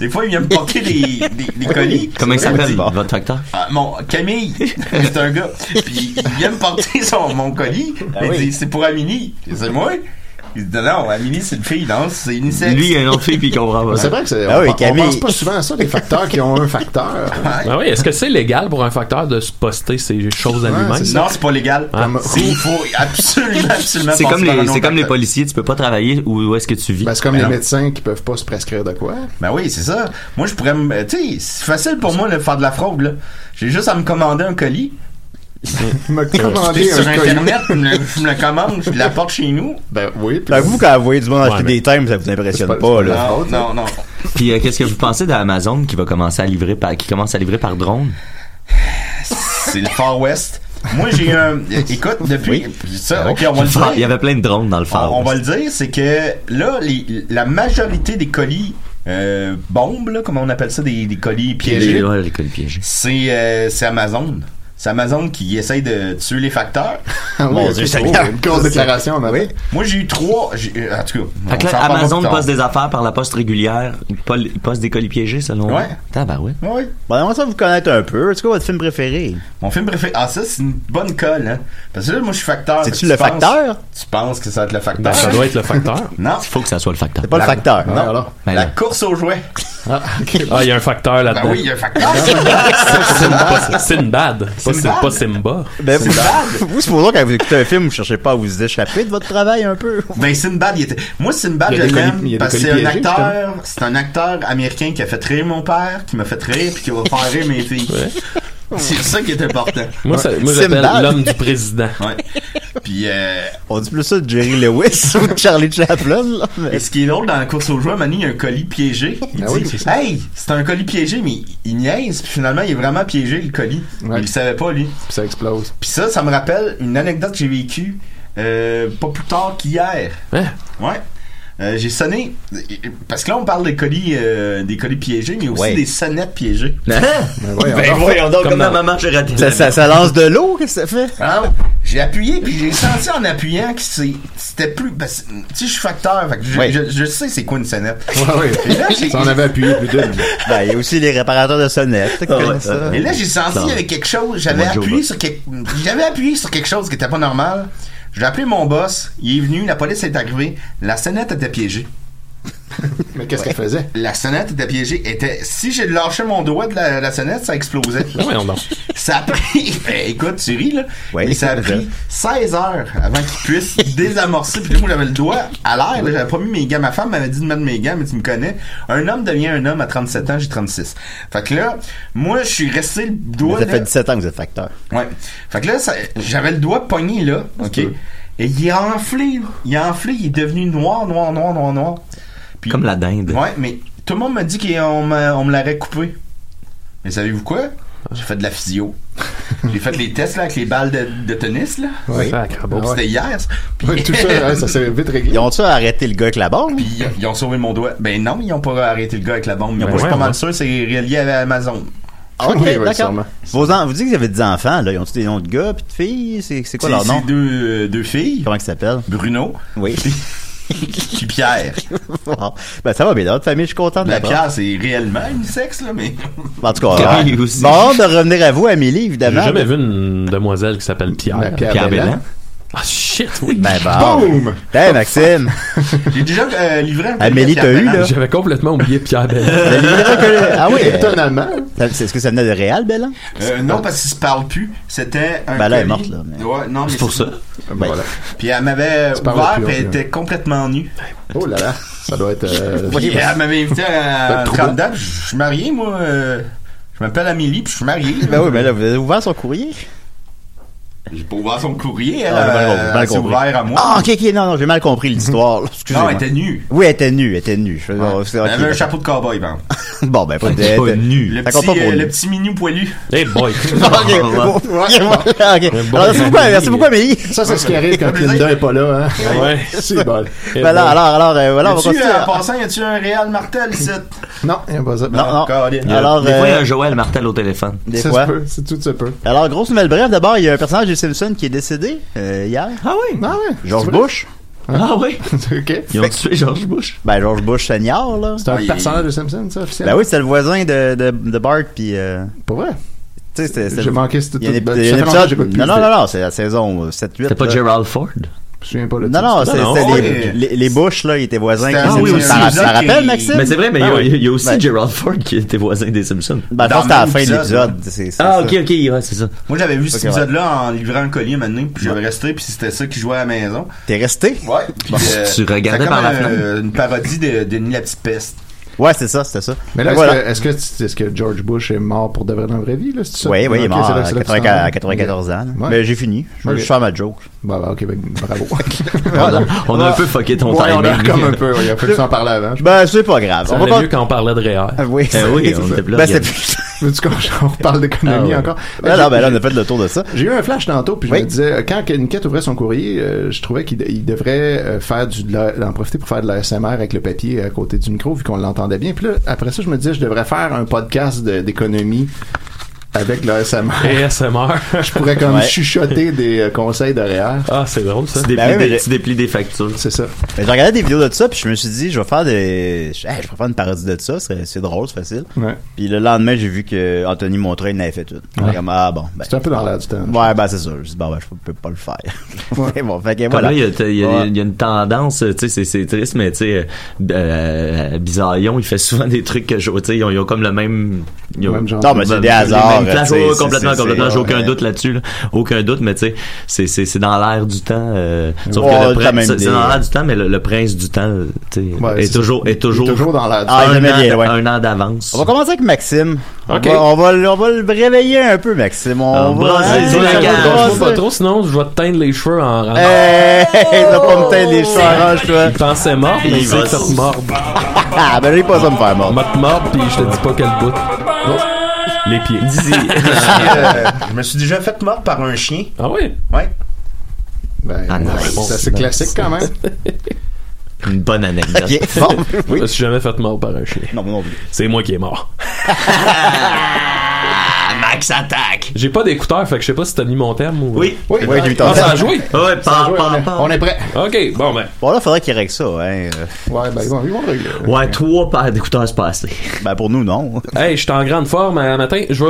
Speaker 7: Des fois, il vient me porter des, des, des colis.
Speaker 4: Comment il s'appelle,
Speaker 2: bon.
Speaker 4: votre facteur?
Speaker 7: Ah, mon Camille, c'est un gars. Puis il vient me porter son, mon colis.
Speaker 6: Ah
Speaker 7: il dit c'est pour Amélie. Je dis, C'est moi. Il dit non, Amélie c'est une fille, non, c'est unisexe.
Speaker 4: Lui, il y a une autre fille, puis il comprend pas.
Speaker 6: C'est vrai que c'est.
Speaker 2: Ah oui,
Speaker 6: on, on
Speaker 2: Camille.
Speaker 6: pense pas souvent à ça, les facteurs qui ont un facteur.
Speaker 5: Ah oui, est-ce que c'est légal pour un facteur de se poster ces choses à
Speaker 6: Ouais,
Speaker 5: lui-même? Ah,
Speaker 6: c'est ça.
Speaker 7: Non, c'est pas légal.
Speaker 6: Comme-
Speaker 7: C'est- Il faut absolument, absolument. passer
Speaker 4: C'est comme
Speaker 7: par un
Speaker 4: les,
Speaker 7: autre
Speaker 4: c'est comme les
Speaker 7: facteur.
Speaker 4: policiers, tu peux pas travailler où, où est-ce que tu vis.
Speaker 6: Ben, c'est comme
Speaker 7: Ben
Speaker 6: les
Speaker 7: non.
Speaker 6: médecins qui peuvent pas se prescrire de quoi.
Speaker 7: Ben oui, c'est ça. Moi, je pourrais me. Tu sais, c'est facile pour moi de faire de la fraude, là. J'ai juste à me commander un colis.
Speaker 6: Me
Speaker 7: Je
Speaker 6: commander
Speaker 7: vais sur
Speaker 6: un colis.
Speaker 7: Internet, je me je me le commande, je l'apporte chez nous.
Speaker 6: Ben oui. puis-
Speaker 2: Fait que vous, quand vous voyez du monde acheter
Speaker 5: Ouais, mais-
Speaker 2: des thèmes, ça vous impressionne
Speaker 6: C'est
Speaker 2: pas,
Speaker 6: pas- c'est
Speaker 2: là.
Speaker 6: pas-
Speaker 7: Non,
Speaker 6: fraude,
Speaker 7: non, non.
Speaker 4: Puis euh, qu'est-ce que vous pensez d'Amazon qui va commencer à livrer par, qui commence à livrer par drone
Speaker 7: C'est le Far West. Moi, j'ai un.
Speaker 6: Ah,
Speaker 7: Écoute, depuis. Ça, ok, on va
Speaker 4: Le Far-
Speaker 7: le
Speaker 4: Il y
Speaker 7: dire.
Speaker 4: avait plein de drones dans le phare.
Speaker 7: On, on va le dire, c'est que là, les- la majorité des colis euh, bombes, là, comment on appelle ça, des, des colis
Speaker 4: Les-
Speaker 7: piégés,
Speaker 4: ouais, les colis piégés.
Speaker 7: c'est euh, c'est Amazon. c'est Amazon qui essaye de tuer les facteurs.
Speaker 6: Mon Dieu, Seigneur. Oh, Une grosse déclaration, Amazon.
Speaker 7: Oui. Moi, j'ai eu trois. j'ai- euh, En tout cas,
Speaker 4: Fait que
Speaker 7: on
Speaker 4: là,
Speaker 7: s'en parle
Speaker 4: Amazon
Speaker 7: plus tard.
Speaker 4: poste des affaires par la poste régulière. Il pol- il poste des colis piégés, selon.
Speaker 7: Ouais.
Speaker 4: Tabarouette.
Speaker 7: Oui.
Speaker 2: Bon, on va vous connaître un peu. C'est quoi votre film préféré?
Speaker 7: Mon film préféré. Ah, ça, c'est une bonne colle, hein. Parce que là, moi, je suis facteur.
Speaker 2: C'est-tu
Speaker 7: Fait que
Speaker 2: le
Speaker 7: Ah, tu penses-
Speaker 2: facteur?
Speaker 7: Tu penses que ça va être le
Speaker 5: Ben,
Speaker 7: facteur?
Speaker 5: ça doit être le facteur.
Speaker 7: Non.
Speaker 4: Faut que ça soit le facteur.
Speaker 2: C'est pas le
Speaker 7: La-
Speaker 2: facteur.
Speaker 7: Non.
Speaker 2: Non.
Speaker 4: Ben
Speaker 7: la
Speaker 4: là.
Speaker 7: course aux jouets.
Speaker 5: Ah, il y a un facteur
Speaker 7: Ben
Speaker 5: là-dedans.
Speaker 7: oui, il y a un facteur.
Speaker 5: C'est pas Sinbad. Pas,
Speaker 7: Sinbad.
Speaker 5: pas Simba.
Speaker 2: Ben, vous, vous, supposons quand vous écoutez un film, vous cherchez pas à vous échapper de votre travail un peu.
Speaker 7: Ben Sinbad, il était. Moi Sinbad,
Speaker 6: Il y
Speaker 7: je
Speaker 6: a des colis- il y
Speaker 7: l'aime
Speaker 6: a des
Speaker 7: parce que
Speaker 6: colis
Speaker 7: c'est un
Speaker 6: piégés,
Speaker 7: acteur, c'est un acteur américain qui a fait rire mon père, qui m'a fait rire puis qui va faire rire mes filles. C'est ça qui est important.
Speaker 5: Moi, ça- moi
Speaker 2: Sinbad.
Speaker 5: j'appelle l'homme du président.
Speaker 7: Ouais. Puis euh,
Speaker 2: On dit plus ça de Jerry Lewis ou de Charlie Chaplin, là. mais- Ben
Speaker 7: et ce qui est drôle dans la course aux jouets, Manny, il y a un colis piégé. Il
Speaker 6: Ah
Speaker 7: dit
Speaker 6: oui, c'est ça.
Speaker 7: "Hey, c'est un colis piégé mais il- il niaise puis finalement il est vraiment piégé le colis.
Speaker 6: Ouais.
Speaker 7: Il le savait pas lui.
Speaker 6: Puis ça explose.
Speaker 7: Puis ça ça me rappelle une anecdote que j'ai vécue euh, pas plus tard qu'hier.
Speaker 5: Hein?
Speaker 7: Ouais. Euh, j'ai sonné parce que là on parle des colis euh, des colis piégés mais aussi
Speaker 2: Ouais.
Speaker 7: des sonnettes piégées.
Speaker 6: Ben voyons donc.
Speaker 4: voyons donc,
Speaker 5: comme
Speaker 4: comme
Speaker 5: dans-
Speaker 4: ma maman, j'ai raté.
Speaker 2: Ça, ça, ça lance de l'eau, qu'est-ce que ça fait?
Speaker 7: Ah non, j'ai appuyé puis j'ai senti en appuyant que c'est- c'était plus parce que, tu sais je suis facteur fait que je,
Speaker 2: Oui.
Speaker 7: je, je sais c'est quoi une sonnette.
Speaker 6: Ouais, ouais. Ça en avait appuyé plus d'une.
Speaker 2: Ben, il y a aussi les réparateurs de sonnettes. qui connaissent
Speaker 4: ouais,
Speaker 2: ça.
Speaker 7: Et là j'ai senti
Speaker 4: Non.
Speaker 7: il y avait quelque chose, j'avais
Speaker 4: Moi, Joe
Speaker 7: appuyé
Speaker 4: Bob.
Speaker 7: sur quelque j'avais appuyé sur quelque chose qui était pas normal. J'ai appelé mon boss, il est venu, la police est arrivée, la sonnette était piégée.
Speaker 6: Mais qu'est-ce qu'elle faisait?
Speaker 7: La sonnette était piégée, était si j'ai lâché mon doigt de la, la sonnette, ça explosait.
Speaker 5: Non, mais on en-
Speaker 7: Ça a pris. Ben, écoute, tu ris, là.
Speaker 2: Ouais.
Speaker 7: mais ça a pris 16 heures avant qu'il puisse désamorcer. Puis là, moi, j'avais le doigt à l'air. là. J'avais pas mis mes gants. Ma femme m'avait dit de mettre mes gants, mais tu me connais. Un homme devient un homme à 37 ans, j'ai 36. Fait que là, moi, je suis resté le
Speaker 2: Mais
Speaker 7: doigt.
Speaker 2: ça
Speaker 7: là.
Speaker 2: fait 17 ans que vous êtes facteur.
Speaker 7: Ouais. Fait que là, ça- j'avais le doigt pogné, là. OK. Et il a enflé. Il a enflé. Il est devenu noir, noir, noir, noir, noir. Puis-
Speaker 4: Comme la dinde.
Speaker 7: Ouais, mais tout le monde m'a dit qu'on m'a- on me l'aurait coupé. Mais savez-vous quoi? J'ai fait de la physio. J'ai fait les tests là, avec les balles de, de tennis. là.
Speaker 6: Oui.
Speaker 5: Sacre, Ben bon.
Speaker 6: Ah ouais.
Speaker 7: C'était hier. ça. Puis-
Speaker 6: Ouais, tout ça, ouais, ça s'est vite réglé.
Speaker 2: Ils ont-tu arrêté le gars avec la bombe?
Speaker 7: Puis ils ont- ils ont sauvé mon doigt. Ben non, ils ont pas arrêté le gars avec la bombe. Mais
Speaker 5: Ben
Speaker 7: moi, je suis
Speaker 5: ouais,
Speaker 7: pas mal
Speaker 5: ouais.
Speaker 7: sûr, c'est relié à Amazon.
Speaker 2: Ah, Ok,
Speaker 6: Oui, oui,
Speaker 2: d'accord.
Speaker 6: sûrement.
Speaker 2: Vos en- Vous dites que vous avez des enfants, là. Ils ont-tu des noms de gars puis de filles? C'est c'est quoi
Speaker 7: C'est
Speaker 2: leur nom?
Speaker 7: c'est deux, euh, deux filles,
Speaker 2: Comment ils s'appellent?
Speaker 7: Bruno
Speaker 2: Oui.
Speaker 7: puis Pierre.
Speaker 2: Bon. Ben, ça va bien. Dans votre famille, je suis content de
Speaker 7: Ben,
Speaker 2: la
Speaker 7: Pierre, c'est réellement unisexe, là, mais.
Speaker 2: En tout cas,
Speaker 4: Pierre,
Speaker 2: ouais.
Speaker 4: il est aussi.
Speaker 2: bon, hâte de revenir à vous, Amélie,
Speaker 5: J'ai
Speaker 2: évidemment.
Speaker 5: jamais vu une demoiselle qui s'appelle
Speaker 6: La
Speaker 5: Pierre.
Speaker 6: Ben, pierre,
Speaker 4: Pierre
Speaker 6: Bellan.
Speaker 4: Bellan.
Speaker 5: Ah, shit, oui.
Speaker 2: Ben, bon.
Speaker 6: Boum!
Speaker 2: Hey, Maxime.
Speaker 7: J'ai déjà euh, livré un
Speaker 2: Amélie, t'as eu, là.
Speaker 5: J'avais complètement oublié Pierre Bell.
Speaker 2: Ben, les livres que- Ah oui.
Speaker 6: Étonnamment.
Speaker 2: Ça- c'est- Est-ce que ça venait de Réal, Bellan?
Speaker 7: Euh, non, parce qu'ils se parlent plus. C'était un.
Speaker 2: Ben là, elle est
Speaker 7: colis.
Speaker 2: morte, là, mais-
Speaker 7: Ouais, non, mais
Speaker 4: C'est pour ça.
Speaker 2: Ben,
Speaker 6: Voilà.
Speaker 7: Puis elle m'avait
Speaker 6: Tu parles
Speaker 7: ouvert,
Speaker 6: plus,
Speaker 7: puis elle
Speaker 6: hein.
Speaker 7: était complètement nue.
Speaker 6: Oh là là, ça doit être. euh,
Speaker 7: Puis elle m'avait invité à
Speaker 6: T'as
Speaker 7: à
Speaker 6: trouvé?
Speaker 7: 30 dames. Je je suis marié, moi. euh, Je m'appelle Amélie, puis je suis marié.
Speaker 2: Ben oui, ben là, vous avez ouvert son courrier.
Speaker 7: J'ai pas ouvert son courrier, elle.
Speaker 2: Ah, mal
Speaker 7: euh,
Speaker 2: compris, mal
Speaker 7: elle s'est
Speaker 2: compris.
Speaker 7: ouvert à moi.
Speaker 2: Ah, ok, ok, non, non, j'ai mal compris l'histoire. là. Excusez-moi.
Speaker 7: non, elle était nue.
Speaker 2: Oui, elle était nue, elle était nue. Je- bon, c'est-
Speaker 7: Elle
Speaker 2: ok,
Speaker 7: avait un
Speaker 2: d'accord.
Speaker 7: chapeau de cowboy, par exemple.
Speaker 2: Bon, ben, pas de.
Speaker 4: Pas
Speaker 2: elle était-
Speaker 4: nu.
Speaker 7: Le
Speaker 2: Ça compte
Speaker 7: petit,
Speaker 2: pas pour
Speaker 7: euh, le
Speaker 2: nous.
Speaker 7: petit minou poilu.
Speaker 5: Hey boy.
Speaker 2: Ok, bon, ok, voilà, ok.
Speaker 5: bon,
Speaker 2: Alors, merci beaucoup,
Speaker 5: Amélie.
Speaker 2: merci beaucoup, Amélie.
Speaker 6: Ça, c'est ce qui arrive quand
Speaker 7: Je veux
Speaker 6: Linda est pas là, hein.
Speaker 5: Ouais.
Speaker 6: C'est bon.
Speaker 5: Eh
Speaker 2: Ben là,
Speaker 5: boy.
Speaker 2: alors, alors, euh, voilà, on va
Speaker 7: Y a-tu,
Speaker 2: continuer.
Speaker 7: euh, en passant, y a-tu un Réal Martel ici? Ah,
Speaker 6: Non, il n'y a pas ça.
Speaker 2: Non, non.
Speaker 7: Colin.
Speaker 2: Alors,
Speaker 4: Des fois, il y a
Speaker 2: euh,
Speaker 4: un Joël Martel au téléphone.
Speaker 2: des
Speaker 6: ça
Speaker 2: fois.
Speaker 6: se peut, c'est tout se peut.
Speaker 2: Alors, grosse nouvelle brève, d'abord, il y a un personnage des Simpsons qui est décédé euh, hier.
Speaker 4: Ah oui?
Speaker 6: Ah ouais.
Speaker 2: George Bush.
Speaker 4: Ah oui?
Speaker 6: ok.
Speaker 4: Ils ont tué George Bush.
Speaker 2: Ben, George Bush senior, là.
Speaker 6: C'est un
Speaker 7: Ah, il-
Speaker 6: personnage de Simpson, ça, officiel?
Speaker 2: Ben oui, c'est le voisin de, de, de Bart, puis... Euh,
Speaker 6: Pour vrai.
Speaker 2: tu sais, c'était- c'était-
Speaker 6: J'ai manqué ce tout.
Speaker 2: Il y a un
Speaker 6: ben,
Speaker 2: épisode...
Speaker 6: ça fait
Speaker 2: il y a un
Speaker 6: longtemps que j'ai pas
Speaker 2: épisode-
Speaker 6: pu
Speaker 2: Non,
Speaker 6: le
Speaker 2: non,
Speaker 6: faire.
Speaker 2: non, non, c'est la saison 7-8.
Speaker 4: C'était pas
Speaker 2: là.
Speaker 4: Gerald Ford.
Speaker 6: Je me souviens pas le
Speaker 2: Non,
Speaker 6: titre.
Speaker 2: non, c'est-
Speaker 5: non,
Speaker 2: c'était
Speaker 7: ouais.
Speaker 2: les, les, les Bush, là, ils étaient voisins.
Speaker 7: C'était-
Speaker 2: qui-
Speaker 7: ah oui,
Speaker 2: ça-
Speaker 7: oui,
Speaker 2: ça,
Speaker 7: oui.
Speaker 2: ça rappelle,
Speaker 7: Qui-
Speaker 2: Maxime?
Speaker 4: Mais c'est vrai, mais
Speaker 5: Ah
Speaker 4: il y a-
Speaker 5: oui.
Speaker 4: il y a aussi
Speaker 2: Ben-
Speaker 4: Gerald Ford qui était voisin des Simpsons.
Speaker 2: Ben, je pense que c'était
Speaker 7: Dans
Speaker 2: à la
Speaker 7: le
Speaker 2: fin de
Speaker 7: même
Speaker 2: l'épisode. c'est- c'est
Speaker 4: Ah,
Speaker 2: ça.
Speaker 4: ok, ok, ouais, c'est ça.
Speaker 7: Moi, j'avais vu cet
Speaker 2: Ok, ouais.
Speaker 7: épisode-là en livrant un collier maintenant, puis j'avais resté, puis c'était ça qui jouait à la maison.
Speaker 2: T'es resté?
Speaker 7: Ouais. Puis, euh,
Speaker 4: Tu regardais
Speaker 7: c'était
Speaker 4: par
Speaker 7: comme,
Speaker 4: la
Speaker 7: euh, Une parodie de Denis la petite peste.
Speaker 2: Ouais, c'est ça, c'était ça.
Speaker 6: Mais là,
Speaker 2: Ben,
Speaker 6: est-ce
Speaker 2: voilà.
Speaker 6: que- Euh, est-ce que, est-ce que George Bush est mort pour de vrai dans la vraie vie, là, c'est ça?
Speaker 2: Oui, oui, il est
Speaker 6: Ok,
Speaker 2: mort
Speaker 6: c'est là-
Speaker 2: à
Speaker 6: c'est là que tu
Speaker 2: 94
Speaker 6: t'en-
Speaker 2: à 94 ans. là.
Speaker 6: Ouais.
Speaker 2: Ben, j'ai fini. Je
Speaker 6: Ok.
Speaker 2: je fais ma joke.
Speaker 6: Bah, bah, ok, ben, bravo.
Speaker 2: Voilà.
Speaker 4: On a un peu fucké ton
Speaker 7: Ben,
Speaker 6: Ouais, on a
Speaker 4: timing.
Speaker 6: comme un peu, il a fallu s'en parler avant.
Speaker 2: Ben, c'est pas grave.
Speaker 5: Ça
Speaker 2: On va
Speaker 5: allait
Speaker 2: pas...
Speaker 5: mieux quand on parlait de E Réal.
Speaker 2: Ah Oui,
Speaker 4: Eh oui, on était plus
Speaker 2: Ben, c'est
Speaker 4: regardé.
Speaker 6: Veux-tu qu'on on parle d'économie
Speaker 4: Ah ouais.
Speaker 6: encore?
Speaker 2: Ben, non, ben là, on a fait le tour de ça.
Speaker 6: J'ai eu un flash tantôt, puis je
Speaker 2: Oui.
Speaker 6: me disais, euh, quand Niket ouvrait son courrier, euh, je trouvais qu'il de- il devrait euh, faire du, de la- en profiter pour faire de l'ASMR avec le papier à côté du micro, vu qu'on l'entendait bien. Puis là, après ça, je me disais, je devrais faire un podcast de- d'économie avec le
Speaker 5: E
Speaker 6: SMR.
Speaker 5: ASMR.
Speaker 6: Je pourrais comme
Speaker 2: Ouais.
Speaker 6: chuchoter des euh, conseils derrière.
Speaker 5: Ah, c'est drôle ça.
Speaker 4: Tu déplies,
Speaker 2: Ben oui, mais
Speaker 4: des,
Speaker 2: j'ai-
Speaker 4: tu déplies des factures.
Speaker 6: C'est ça.
Speaker 2: Mais Ben, j'ai regardé des vidéos de ça, puis je me suis dit, je vais faire des. Je, hey, je vais faire une parodie de ça, c'est c'est drôle, c'est facile.
Speaker 6: Ouais.
Speaker 2: Puis le lendemain, j'ai vu que Anthony Montreuil n'avait fait tout. J'étais Comme, ah bon, ben.
Speaker 6: C'est un peu dans l'air du temps.
Speaker 2: Ouais, ben c'est ça. Je me suis dit, bon, ben, je peux, peux pas le faire. Ouais. bon, fait que
Speaker 4: Comme
Speaker 2: voilà.
Speaker 4: là, il y a, il y a-
Speaker 2: Ouais.
Speaker 4: il y a une tendance, euh, tu sais, c'est- c'est triste, mais tu sais, euh, euh, Bizarillon, il fait souvent des trucs que je, tu sais, ils ont, ils ont comme le même, ils ont-
Speaker 6: Même genre.
Speaker 2: Non, mais c'est des
Speaker 4: les
Speaker 2: hasards.
Speaker 4: mêmes places.
Speaker 2: tu sais,
Speaker 4: Ouais,
Speaker 2: c'est-
Speaker 4: complètement,
Speaker 2: c'est-
Speaker 4: complètement, j'ai aucun
Speaker 2: ouais.
Speaker 4: doute là-dessus, là. aucun doute, mais tu sais, c'est- c'est c'est dans l'air du temps. euh, sauf
Speaker 2: Ouais,
Speaker 4: que le
Speaker 2: t'as
Speaker 4: prince-
Speaker 2: même
Speaker 4: c'est
Speaker 2: des-
Speaker 4: c'est dans l'air du temps, mais le, le prince du temps, euh, tu sais,
Speaker 6: Ouais,
Speaker 4: est,
Speaker 6: c'est
Speaker 4: toujours, est toujours,
Speaker 6: Toujours dans l'air du
Speaker 2: Ah,
Speaker 6: temps.
Speaker 2: il
Speaker 4: un,
Speaker 2: aimait
Speaker 4: an,
Speaker 2: bien, ouais.
Speaker 4: un an d'avance.
Speaker 2: On va commencer avec Maxime.
Speaker 5: Ok.
Speaker 2: On, va, on, va, on va le réveiller un peu, Maxime. On
Speaker 4: Ah,
Speaker 2: va.
Speaker 4: brasser
Speaker 2: Hey,
Speaker 4: sur la
Speaker 2: ça
Speaker 4: cage.
Speaker 2: va brasser.
Speaker 5: Danse pas trop, sinon je vais te teindre les cheveux en rang.
Speaker 2: Hey, il va pas me teindre les cheveux
Speaker 6: Oh,
Speaker 2: en orange, toi.
Speaker 5: Il pensait mort, mais il
Speaker 4: Il
Speaker 5: sait
Speaker 4: va
Speaker 5: que ça te
Speaker 4: s-
Speaker 5: morde.
Speaker 2: Ah, ben j'ai pas ça me faire
Speaker 5: On
Speaker 2: mordre.
Speaker 5: va te mordre, puis je te dis pas quel bout. Les pieds.
Speaker 7: Euh, je me suis déjà fait mordre par un chien.
Speaker 5: Ah oui?
Speaker 7: Ouais.
Speaker 6: Ben,
Speaker 4: Ah, nice.
Speaker 6: c'est assez classique quand même.
Speaker 4: Une bonne anecdote.
Speaker 2: Ok, bon.
Speaker 5: Je me suis jamais fait mordre par un chien.
Speaker 2: Non, moi non plus.
Speaker 5: C'est moi qui est mort.
Speaker 4: Ah, Max attaque!
Speaker 5: J'ai pas d'écouteurs, fait que je sais pas si t'as mis mon thème ou.
Speaker 4: Oui.
Speaker 6: Oui,
Speaker 2: Oui, j'ai eu
Speaker 5: Ah,
Speaker 2: tort.
Speaker 5: ça a joué?
Speaker 4: Ouais, par,
Speaker 6: Ouais,
Speaker 4: par,
Speaker 6: on est-
Speaker 4: par.
Speaker 6: On est prêt.
Speaker 5: Ok, bon ben.
Speaker 2: Bon, là, faudrait qu'il règle ça, hein. Euh,
Speaker 6: Ouais, ben ils vont, ils vont régler.
Speaker 4: Ouais, trois paires d'écouteurs, c'est pas assez.
Speaker 2: Ben, pour nous, non.
Speaker 5: Hey, je suis en grande forme à matin. Je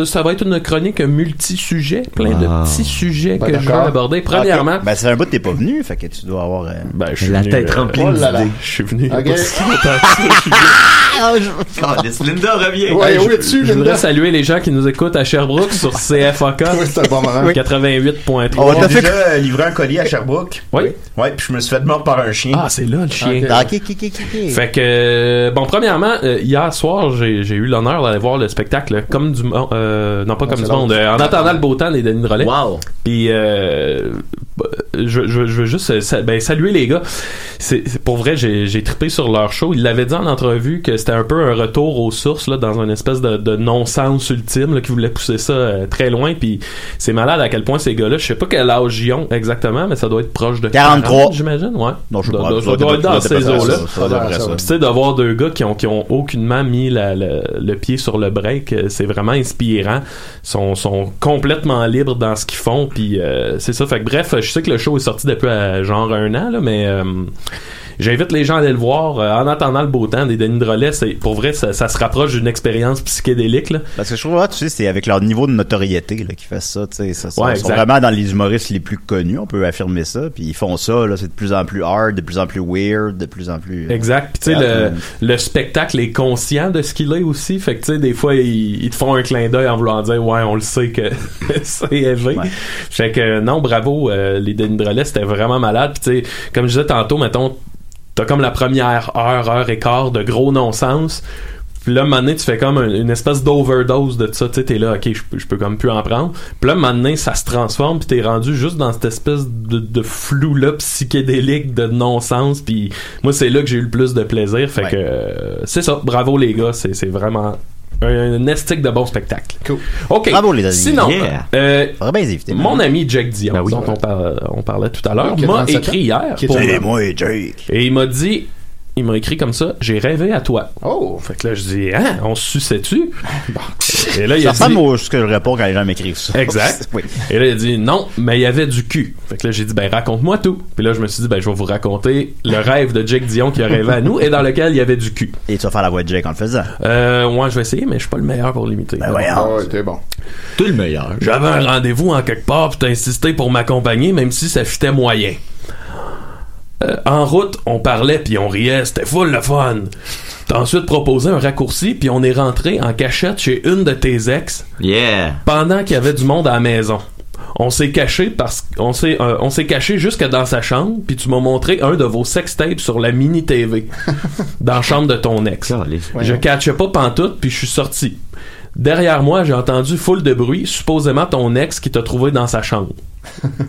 Speaker 5: vais... Ça va être une chronique multi-sujets, plein
Speaker 4: Wow.
Speaker 5: de petits sujets
Speaker 6: Ben,
Speaker 5: que je vais
Speaker 6: d'accord.
Speaker 5: aborder. Premièrement,
Speaker 2: Ok. Ben, ça fait un bout que t'es pas venu, fait que tu dois avoir. euh,
Speaker 5: ben, je suis
Speaker 4: La
Speaker 5: venu,
Speaker 4: tête
Speaker 5: euh,
Speaker 4: remplie
Speaker 6: oh là là.
Speaker 4: d'idées.
Speaker 5: Je suis venu. il y a
Speaker 6: Ok.
Speaker 5: pas si longtemps que ça.
Speaker 4: Calisse, Ah, Linda revient.
Speaker 6: Ouais,
Speaker 4: Hey,
Speaker 6: où es-tu,
Speaker 5: Je voudrais
Speaker 6: Linda?
Speaker 5: saluer les gens qui nous écoutent à Sherbrooke sur CFAK
Speaker 6: Oui, c'est un bon moment.
Speaker 5: 88.3.
Speaker 2: On va
Speaker 7: J'ai
Speaker 2: te faire.
Speaker 7: déjà euh, livré un colis à Sherbrooke.
Speaker 5: Oui.
Speaker 7: Ouais, puis je me suis fait mordre par un chien.
Speaker 5: Ah, c'est là le chien.
Speaker 6: Ok.
Speaker 2: Ah, ok, ok, ok, ok.
Speaker 5: Fait que, euh, bon, premièrement, euh, hier soir, j'ai j'ai eu l'honneur d'aller voir le spectacle Comme du monde. euh, non, pas Comme du
Speaker 6: Ah, c'est
Speaker 5: monde.
Speaker 6: l'autre.
Speaker 5: euh, en attendant le beau temps des Denis Drolet.
Speaker 4: Wow.
Speaker 5: Puis, euh, bah, je, je, je veux juste euh, sa- ben, saluer les gars. C'est c'est- Pour vrai, j'ai j'ai trippé sur leur show. Ils l'avaient dit en entrevue que c'était un peu un retour aux sources, là, dans une espèce de, de non-sens ultime, là, qui voulait pousser ça euh, très loin. Puis, c'est malade à quel point ces gars-là, je sais pas quel âge ils ont exactement, mais ça doit être proche de
Speaker 2: 43.
Speaker 5: 40, j'imagine, ouais.
Speaker 2: Non, je sais
Speaker 5: Doit-
Speaker 2: pas.
Speaker 5: doit-
Speaker 2: Ça
Speaker 5: doit être dans
Speaker 2: ça doit
Speaker 5: ces
Speaker 2: être
Speaker 5: eaux-là.
Speaker 2: ça, ça doit être
Speaker 6: Ça
Speaker 2: ça.
Speaker 6: va,
Speaker 5: Puis, tu sais, d'avoir deux gars qui ont, qui ont aucunement mis la- la- le pied sur le break, euh, c'est vraiment inspirant. Ils sont, sont complètement libres dans ce qu'ils font, puis euh, c'est ça. Fait que bref, je sais que le show est sorti depuis euh, genre un an, là, mais euh, j'invite les gens à aller le voir. Euh, en attendant le beau temps des Denis Drolet, c'est, pour vrai, ça, ça se rapproche d'une expérience psychédélique. Là.
Speaker 2: Parce que je trouve, ah, tu sais, c'est avec leur niveau de notoriété là, qu'ils fassent ça. Tu sais, ça, ça
Speaker 5: Ouais,
Speaker 2: ils sont
Speaker 5: exact.
Speaker 2: vraiment dans les humoristes les plus connus, on peut affirmer ça. Puis ils font ça, là, c'est de plus en plus hard, de plus en plus weird, de plus en plus.
Speaker 5: Exact. Puis tu sais,
Speaker 2: hein. Euh,
Speaker 5: le, le spectacle est conscient de ce qu'il est aussi. Fait que tu sais, des fois, ils, ils te font un clin d'œil en voulant dire Ouais, on le sait que c'est élevé.
Speaker 2: Ouais.
Speaker 5: Fait que non, bravo, euh, les Denis Drolet, c'était vraiment malade. Puis tu sais, comme je disais tantôt, mettons, t'as comme la première heure, heure et quart de gros non-sens. Puis là, un moment donné, tu fais comme un- une espèce d'overdose de ça. Tu sais, t'es là, ok, je peux- je peux comme plus en prendre. Puis là, un moment donné, ça se transforme, puis t'es rendu juste dans cette espèce de, de flou-là psychédélique de non-sens. Puis moi, c'est là que j'ai eu le plus de plaisir. Fait
Speaker 2: Ouais.
Speaker 5: que euh, c'est ça. Bravo, les gars. C'est c'est vraiment un, un estique de bon spectacle.
Speaker 6: Cool.
Speaker 5: OK.
Speaker 2: Bravo, les amis.
Speaker 5: Sinon,
Speaker 4: Yeah.
Speaker 5: euh,
Speaker 2: Faudrait bien les éviter. hein.
Speaker 5: mon ami Jack Dion,
Speaker 4: Ben oui.
Speaker 5: dont on, parle- on parlait tout à l'heure,
Speaker 6: Qui a
Speaker 5: m'a
Speaker 6: 37 ans.
Speaker 5: écrit hier.
Speaker 6: Qui est
Speaker 5: pour-
Speaker 6: un-
Speaker 2: Et moi et Jake.
Speaker 5: et il m'a dit... Il m'a écrit comme ça, j'ai rêvé à toi.
Speaker 6: Oh!
Speaker 5: Fait que là, je dis, hein, on se suçait-tu? Et là, il
Speaker 2: Ça
Speaker 5: a dit,
Speaker 2: ressemble au ce que je réponds quand les gens m'écrivent ça.
Speaker 5: Exact.
Speaker 2: oui.
Speaker 5: et là, il a dit, non, mais il y avait du cul. Fait que là, j'ai dit, ben, raconte-moi tout. Puis là, je me suis dit, ben, je vais vous raconter le rêve de Jake Dion qui a rêvé à nous et dans lequel il y avait du cul.
Speaker 2: Et tu vas faire la voix de Jake en le faisant.
Speaker 5: Euh, ouais, je vais essayer, mais je suis pas le meilleur pour l'imiter.
Speaker 2: Ben voyons.
Speaker 6: Oh, t'es bon.
Speaker 4: T'es le meilleur.
Speaker 5: J'avais un rendez-vous en quelque part, puis t'as insisté pour m'accompagner, même si ça fitait moyen. Euh, en route, on parlait puis on riait, c'était full le fun. T'as ensuite proposé un raccourci puis on est rentré en cachette chez une de tes ex
Speaker 4: Yeah.
Speaker 5: pendant qu'il y avait du monde à la maison. On s'est caché parce qu'on s'est euh, on s'est caché jusque dans sa chambre puis tu m'as montré un de vos sex tapes sur la mini TV dans la chambre de ton ex.
Speaker 4: Calisse.
Speaker 5: Je catchais pas pantoute, puis je suis sorti. Derrière moi, j'ai entendu foule de bruit, supposément ton ex qui t'a trouvé dans sa chambre,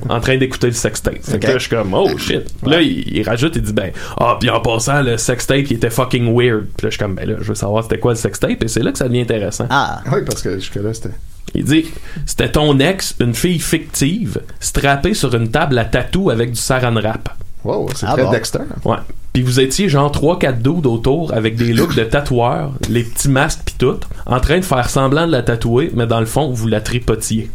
Speaker 5: en train d'écouter le sextape. Fait que là, je suis comme, oh shit. Puis Là, il, il rajoute, il dit, ben, ah, puis en passant, le sextape, il était fucking weird. Puis là, je suis comme, ben là, je veux savoir c'était quoi le sextape, et c'est là que ça devient intéressant.
Speaker 2: Ah.
Speaker 6: Oui, parce que jusque-là, c'était.
Speaker 5: Il dit C'était ton ex, une fille fictive, strappée sur une table à tatou avec du saran wrap.
Speaker 6: Wow, c'est
Speaker 2: Ah
Speaker 6: très
Speaker 2: bon.
Speaker 6: Dexter.
Speaker 5: Ouais. Puis vous étiez genre 3-4 dudes autour avec des looks de tatoueurs, les petits masques pis tout, en train de faire semblant de la tatouer, mais dans le fond, vous la tripotiez.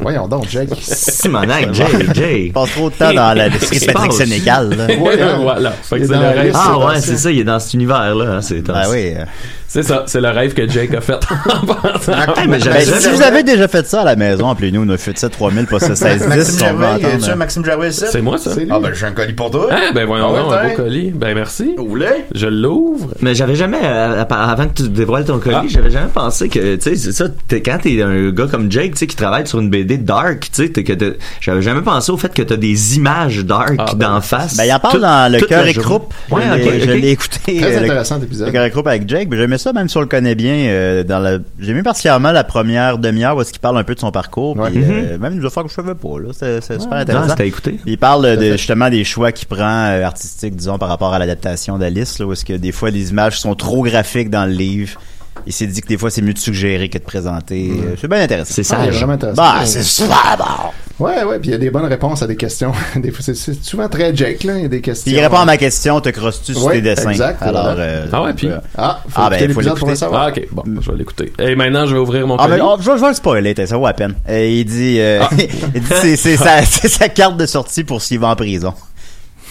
Speaker 6: Voyons donc, Jake.
Speaker 4: Simonac, Jay, Jay.
Speaker 2: Il passe trop de temps dans la
Speaker 4: Qu'est-ce qui
Speaker 2: district
Speaker 4: se
Speaker 2: Patrick
Speaker 4: passe?
Speaker 2: Sénégal. là.
Speaker 5: voilà. Fait que
Speaker 6: Il est
Speaker 5: c'est
Speaker 6: dans
Speaker 5: le
Speaker 6: la
Speaker 5: rêve.
Speaker 6: liste.
Speaker 4: Ah
Speaker 6: c'est
Speaker 4: ouais,
Speaker 6: dans
Speaker 4: c'est
Speaker 6: ça.
Speaker 4: ça, il est dans cet univers-là. hein, C'est
Speaker 2: Ben oui. euh.
Speaker 5: C'est ça, c'est le rêve que Jake a fait en pensant.
Speaker 4: Ah, mais j'avais
Speaker 2: Ben, si
Speaker 4: jamais-
Speaker 2: vous avez déjà fait ça à la maison, appelez-nous, on a fait ça 3000 pas ça 16
Speaker 7: Maxime
Speaker 2: 10 on va
Speaker 7: Gervais, tu as
Speaker 2: entendre.
Speaker 7: Maxime Gervais ici?
Speaker 5: C'est moi, ça?
Speaker 6: C'est lui.
Speaker 7: Ah, ben, j'ai un colis pour toi.
Speaker 5: Ah, ben voyons
Speaker 7: Ah ouais,
Speaker 5: donc, un
Speaker 7: t'as
Speaker 5: beau
Speaker 7: un?
Speaker 5: colis. Ben merci.
Speaker 7: Vous voulez?
Speaker 5: Je l'ouvre.
Speaker 4: Mais j'avais jamais, euh, appa- avant que tu dévoiles ton colis,
Speaker 5: Ah.
Speaker 4: j'avais jamais pensé que, tu sais, c'est ça, t'es- quand t'es un gars comme Jake, tu sais, qui travaille sur une BD dark, tu sais, t'es que t'as- j'avais jamais pensé au fait que t'as des images dark
Speaker 5: Ah, ben,
Speaker 4: d'en face.
Speaker 2: Ben, il en parle
Speaker 4: Tout-
Speaker 2: dans Le
Speaker 4: toute la
Speaker 2: cœur et
Speaker 4: journée.
Speaker 2: croupe. Je
Speaker 4: Ouais,
Speaker 2: l'ai-
Speaker 4: ok,
Speaker 2: je
Speaker 4: ok.
Speaker 2: l'ai écouté.
Speaker 6: Très
Speaker 2: euh, le-
Speaker 6: intéressant
Speaker 2: Le
Speaker 6: épisode.
Speaker 2: Carré Croup avec Jake, mais j'aimais ça même si on le connaît bien. euh, dans la... J'aimais particulièrement la première demi-heure où est-ce qu'il parle un peu de son parcours.
Speaker 6: Ouais.
Speaker 2: puis, euh, même des affaires que je savais pas. là. C'est c'est super
Speaker 4: Mm-hmm. Non,
Speaker 2: intéressant.
Speaker 4: c'était écouté.
Speaker 2: Il parle euh, de, justement des choix qu'il prend euh, artistiques, disons, par rapport à l'adaptation d'Alice, là, où est-ce que des fois les images sont trop graphiques dans le livre. Il s'est dit que des fois c'est mieux de suggérer que de présenter. Euh, C'est bien intéressant.
Speaker 4: C'est
Speaker 6: Ah, il est
Speaker 4: sage.
Speaker 6: vraiment intéressant.
Speaker 2: Bah, c'est super bon!
Speaker 6: Ouais, ouais, puis il y a des bonnes réponses à des questions. Des fois, c'est- C'est souvent très Jake, là. Il y a des questions.
Speaker 2: S'il répond à ma question, te crosses-tu sur
Speaker 6: Ouais,
Speaker 2: tes dessins?
Speaker 6: exact,
Speaker 2: Alors,
Speaker 6: voilà.
Speaker 2: euh,
Speaker 5: Ah ouais, puis-
Speaker 6: Ah, faut
Speaker 2: Ah, ben,
Speaker 6: écouter
Speaker 2: faut
Speaker 6: l'épisode pour le
Speaker 2: l'écouter.
Speaker 6: savoir.
Speaker 5: Ah, ok, bon, je vais l'écouter. Et maintenant, je vais ouvrir mon
Speaker 2: Ah,
Speaker 5: colis.
Speaker 2: mais oh, je, vais- je vais le spoiler, t'as, ça vaut à peine. Euh, il dit,
Speaker 6: Ah.
Speaker 2: euh, il dit c'est, c'est sa, c'est sa carte de sortie pour s'il va en prison.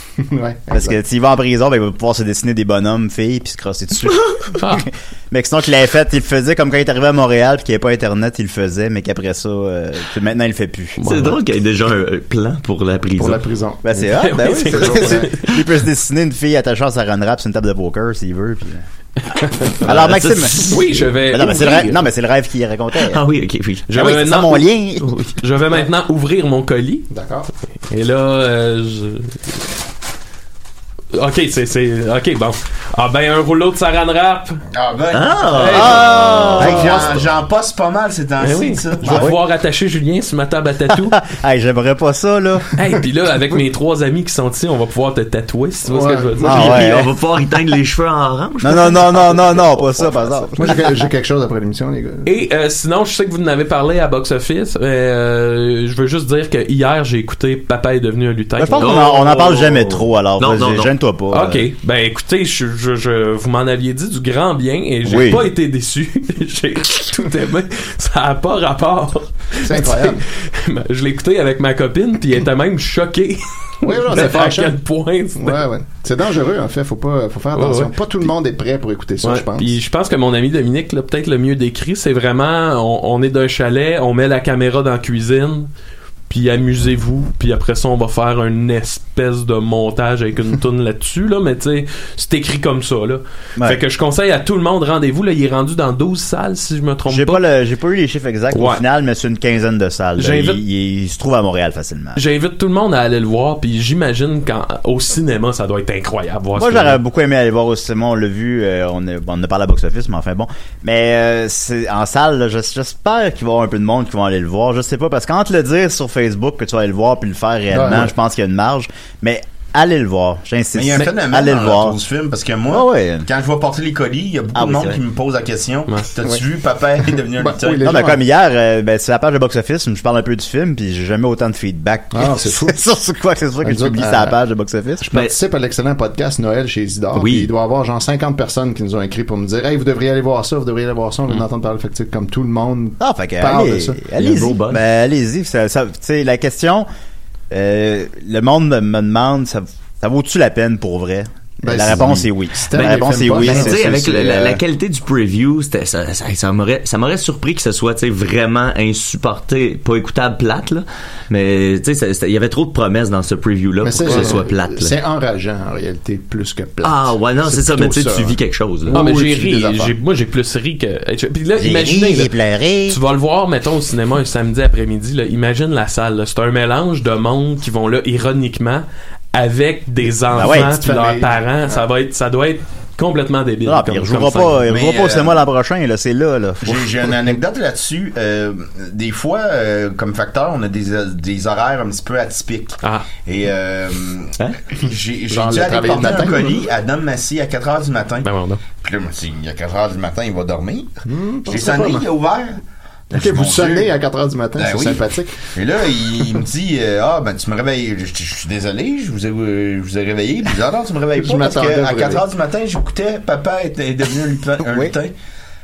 Speaker 6: Ouais,
Speaker 2: Parce
Speaker 6: exact.
Speaker 2: que s'il va en prison, ben, il va pouvoir se dessiner des bonhommes, filles, puis se crosser dessus.
Speaker 5: Ah.
Speaker 2: mais que sinon, qu'il l'avait fait, il le faisait comme quand il est arrivé à Montréal, puis qu'il n'y avait pas Internet, il le faisait, mais qu'après ça, euh, que maintenant, il le fait plus.
Speaker 4: C'est drôle qu'il y ait déjà un euh, plan pour la prison.
Speaker 6: pour la prison.
Speaker 2: Ben, c'est hot, ben
Speaker 5: Oui,
Speaker 2: oui,
Speaker 5: c'est
Speaker 2: c'est-
Speaker 6: drôle,
Speaker 2: c'est-
Speaker 6: ouais.
Speaker 2: Il peut se dessiner une fille attachée à sa run rap sur une table de poker, s'il veut, puis... Alors,
Speaker 4: Ah, ça,
Speaker 2: Maxime...
Speaker 4: c'est-
Speaker 5: Euh, Oui, je vais.
Speaker 2: Ben non, mais c'est le
Speaker 5: ouvrir.
Speaker 2: rêve, non, mais c'est le rêve qu'il racontait.
Speaker 4: Ah oui, ok, oui.
Speaker 5: Je
Speaker 2: Ah oui,
Speaker 7: Euh,
Speaker 5: vais
Speaker 2: c'est ça
Speaker 5: maintenant.
Speaker 2: mon lien.
Speaker 7: Oh,
Speaker 5: Je vais maintenant ouvrir mon colis.
Speaker 6: D'accord.
Speaker 5: Et là, euh, je... Ok, c'est, c'est... Ok, bon. Ah ben, un rouleau de saran wrap.
Speaker 7: Ah, ben.
Speaker 4: Ah!
Speaker 7: Hey, j'en- j'en passe pas mal ces
Speaker 2: Ah,
Speaker 7: temps-ci,
Speaker 5: Ben oui. Je
Speaker 7: ça.
Speaker 5: vais pouvoir attacher Julien sur ma table à tatou.
Speaker 2: Hey, j'aimerais pas ça, là.
Speaker 5: hey, puis là, avec mes trois amis qui sont ici, on va pouvoir te tatouer, si tu vois ce que je veux dire.
Speaker 2: Ah,
Speaker 4: Puis-
Speaker 2: ouais,
Speaker 4: puis
Speaker 2: hein.
Speaker 4: on va pouvoir éteindre les cheveux en orange.
Speaker 2: Non, non, non, non, non, non, pas ça, par exemple.
Speaker 6: Moi, j'ai- j'ai quelque chose après l'émission, les gars.
Speaker 5: Et euh, sinon, je sais que vous en avez parlé à Box Office. Euh, je veux juste dire que hier, j'ai écouté Papa est devenu un lutin.
Speaker 2: Ben, je pense qu'on en, on en parle
Speaker 4: Oh.
Speaker 2: jamais trop, alors
Speaker 4: Non,
Speaker 2: vas-y,
Speaker 4: non, non.
Speaker 2: gêne-toi
Speaker 6: euh,
Speaker 2: pas. euh,
Speaker 5: Ok, ben écoutez, je, je, je- vous m'en aviez dit du grand bien et j'ai
Speaker 2: Oui.
Speaker 5: pas été déçu. j'ai tout aimé. Ça a pas rapport.
Speaker 6: C'est incroyable.
Speaker 5: Ben, Je l'ai écouté avec ma copine, puis elle était même choquée.
Speaker 6: Oui, genre,
Speaker 5: de
Speaker 6: c'est
Speaker 5: à
Speaker 6: fâchant.
Speaker 5: quel point. c'était-
Speaker 6: Ouais, ouais. C'est dangereux, en fait. Faut pas, faut faire
Speaker 5: Ouais,
Speaker 6: attention.
Speaker 5: ouais.
Speaker 6: Pas tout le monde est prêt pour écouter ça,
Speaker 5: Ouais,
Speaker 6: je pense.
Speaker 5: Puis je pense que mon ami Dominique l'a peut-être le mieux décrit. C'est vraiment, on, on est d'un chalet, on met la caméra dans la cuisine, puis amusez-vous. Puis après ça, on va faire une espèce de montage avec une toune là-dessus. Là, mais tu sais, c'est écrit comme ça. Là.
Speaker 2: Ouais.
Speaker 5: Fait que je conseille à tout le monde, rendez-vous. Là, il est rendu dans 12 salles, si je me trompe
Speaker 2: J'ai
Speaker 5: pas.
Speaker 2: pas, le- j'ai pas eu les chiffres exacts au
Speaker 5: Ouais.
Speaker 2: final, mais c'est une quinzaine de salles. là.
Speaker 5: J'invite-
Speaker 2: Il, il- il se trouve à Montréal facilement.
Speaker 5: J'invite tout le monde à aller le voir, puis j'imagine qu'au cinéma, ça doit être incroyable. voir
Speaker 2: Moi,
Speaker 5: ce film-là.
Speaker 2: j'aurais beaucoup aimé aller voir au cinéma, on l'a vu, euh, on, a, on a parlé à box-office, mais enfin bon. Mais euh, c'est en salle, là, j'es- j'espère qu'il va y avoir un peu de monde qui vont aller le voir. Je sais pas, parce qu'entre le dire sur Facebook que tu vas aller le voir puis le faire réellement,
Speaker 6: Ouais, ouais.
Speaker 2: je pense qu'il y a une marge. Mais allez le voir, j'insiste.
Speaker 7: Mais il y a un phénomène
Speaker 2: allez
Speaker 7: dans
Speaker 2: le voir.
Speaker 7: du film parce que
Speaker 2: Ah
Speaker 7: moi,
Speaker 2: ouais.
Speaker 7: quand je vais porter les colis, il y a beaucoup
Speaker 2: Ah
Speaker 7: de
Speaker 2: oui,
Speaker 7: monde
Speaker 2: c'est
Speaker 7: qui me pose la question
Speaker 5: Ouais.
Speaker 7: T'as-tu vu papa est devenu un
Speaker 6: Bah,
Speaker 7: lutin
Speaker 6: oui, les
Speaker 2: Non, mais
Speaker 6: gens-
Speaker 2: comme hier, euh, ben, c'est la page de box-office, je parle un peu du film, puis j'ai jamais autant de feedback.
Speaker 6: Ah, c'est fou.
Speaker 2: sur ce quoi que ce soit que
Speaker 6: Nous
Speaker 2: je publie
Speaker 6: autres,
Speaker 2: sur la
Speaker 6: euh,
Speaker 2: page de box-office.
Speaker 6: Je participe à l'excellent podcast Noël chez Isidore.
Speaker 4: Oui.
Speaker 6: puis Il doit y avoir genre 50 personnes qui nous ont écrit pour me dire Hey, vous devriez aller voir ça, vous devriez aller voir ça, on vient d'entendre parler. Fait que, tu sais, comme tout le monde.
Speaker 2: Ah, fait que,
Speaker 6: Parle de
Speaker 2: allez,
Speaker 6: ça.
Speaker 4: Il y a un
Speaker 2: allez-y.
Speaker 4: gros buzz.
Speaker 2: Ben, allez-y. Ça, ça- tu sais, la question, euh, le monde me, me demande, ça, ça vaut-tu la peine pour vrai?
Speaker 6: Ben,
Speaker 2: la
Speaker 6: si-
Speaker 2: réponse est oui.
Speaker 6: Ben,
Speaker 2: la
Speaker 6: les
Speaker 2: réponse est
Speaker 6: films
Speaker 2: oui.
Speaker 6: pas,
Speaker 4: Ben,
Speaker 6: ben,
Speaker 2: c'est
Speaker 4: tu sais,
Speaker 2: sûr,
Speaker 4: avec
Speaker 2: c'est,
Speaker 4: la, la-
Speaker 2: euh,
Speaker 4: la qualité du preview, c'était- ça, ça, ça m'aurait, ça m'aurait surpris que ce soit, tu sais, vraiment insupporté, pas écoutable, plate, là. Mais, tu sais, ça- c'était- il y avait trop de promesses dans ce preview-là pour que ce soit plate, là.
Speaker 6: C'est enrageant, en réalité, plus que plate.
Speaker 4: Ah, ouais, non, c'est ça, mais tu sais,
Speaker 6: plutôt
Speaker 4: tu
Speaker 6: ça. hein. Ah,
Speaker 4: vis quelque chose, là.
Speaker 5: Non, mais
Speaker 6: Oui,
Speaker 5: j'ai
Speaker 6: tu vis
Speaker 5: ri.
Speaker 6: des affaires.
Speaker 5: J'ai- Moi, j'ai plus ri que. Puis là,
Speaker 2: j'ai
Speaker 5: imaginez.
Speaker 2: ri,
Speaker 5: là,
Speaker 2: j'ai pleuré.
Speaker 5: Tu vas le voir, mettons, au cinéma un samedi après-midi. là. Imagine la salle. là. C'est un mélange de monde qui vont là, ironiquement, avec des enfants
Speaker 2: Ben ouais,
Speaker 5: puis
Speaker 2: petite
Speaker 5: leurs
Speaker 6: famille.
Speaker 5: parents. Ça, va être, ça doit être complètement débile.
Speaker 2: Non, Ah. puis il
Speaker 5: comme-
Speaker 2: rejouera
Speaker 5: comme scène.
Speaker 2: pas, il
Speaker 7: Mais,
Speaker 2: rejouera pas au
Speaker 7: euh,
Speaker 2: cinéma l'an prochain, là. C'est là, là.
Speaker 7: J'ai- J'ai une anecdote là-dessus. Euh, des fois, euh, comme facteur, on a des, euh, des horaires un petit peu atypiques.
Speaker 5: Ah.
Speaker 7: Et euh,
Speaker 4: Hein?
Speaker 7: j'ai j'ai dû
Speaker 6: Genre le
Speaker 7: aller
Speaker 6: travail
Speaker 7: porter
Speaker 6: le
Speaker 7: un
Speaker 6: matin.
Speaker 7: colis à Dom Massy à 4h du matin.
Speaker 5: Ben, bon, non.
Speaker 7: Puis là, je me suis dit, il y a 4 heures du matin, il va dormir.
Speaker 6: Hmm, je
Speaker 7: J'ai
Speaker 6: sais pas,
Speaker 7: sonné,
Speaker 6: moi.
Speaker 7: il a ouvert.
Speaker 6: Ok,
Speaker 7: Mon
Speaker 6: vous sonnez
Speaker 7: Dieu.
Speaker 6: à 4h du matin,
Speaker 7: Ben
Speaker 6: c'est
Speaker 7: oui.
Speaker 6: sympathique.
Speaker 7: Et là, il, il me dit euh, Ah, ben, tu me réveilles. Je, je- je suis désolé, je vous ai, euh, je vous ai réveillé. Puis je dis Ah, non, tu me réveilles
Speaker 6: Je
Speaker 7: pas. Parce
Speaker 6: m'attendais à
Speaker 7: que
Speaker 6: vous
Speaker 7: à 4
Speaker 6: réveiller.
Speaker 7: h du matin, j'écoutais Papa est, est devenu un lutin. un
Speaker 2: Oui.
Speaker 7: lutin.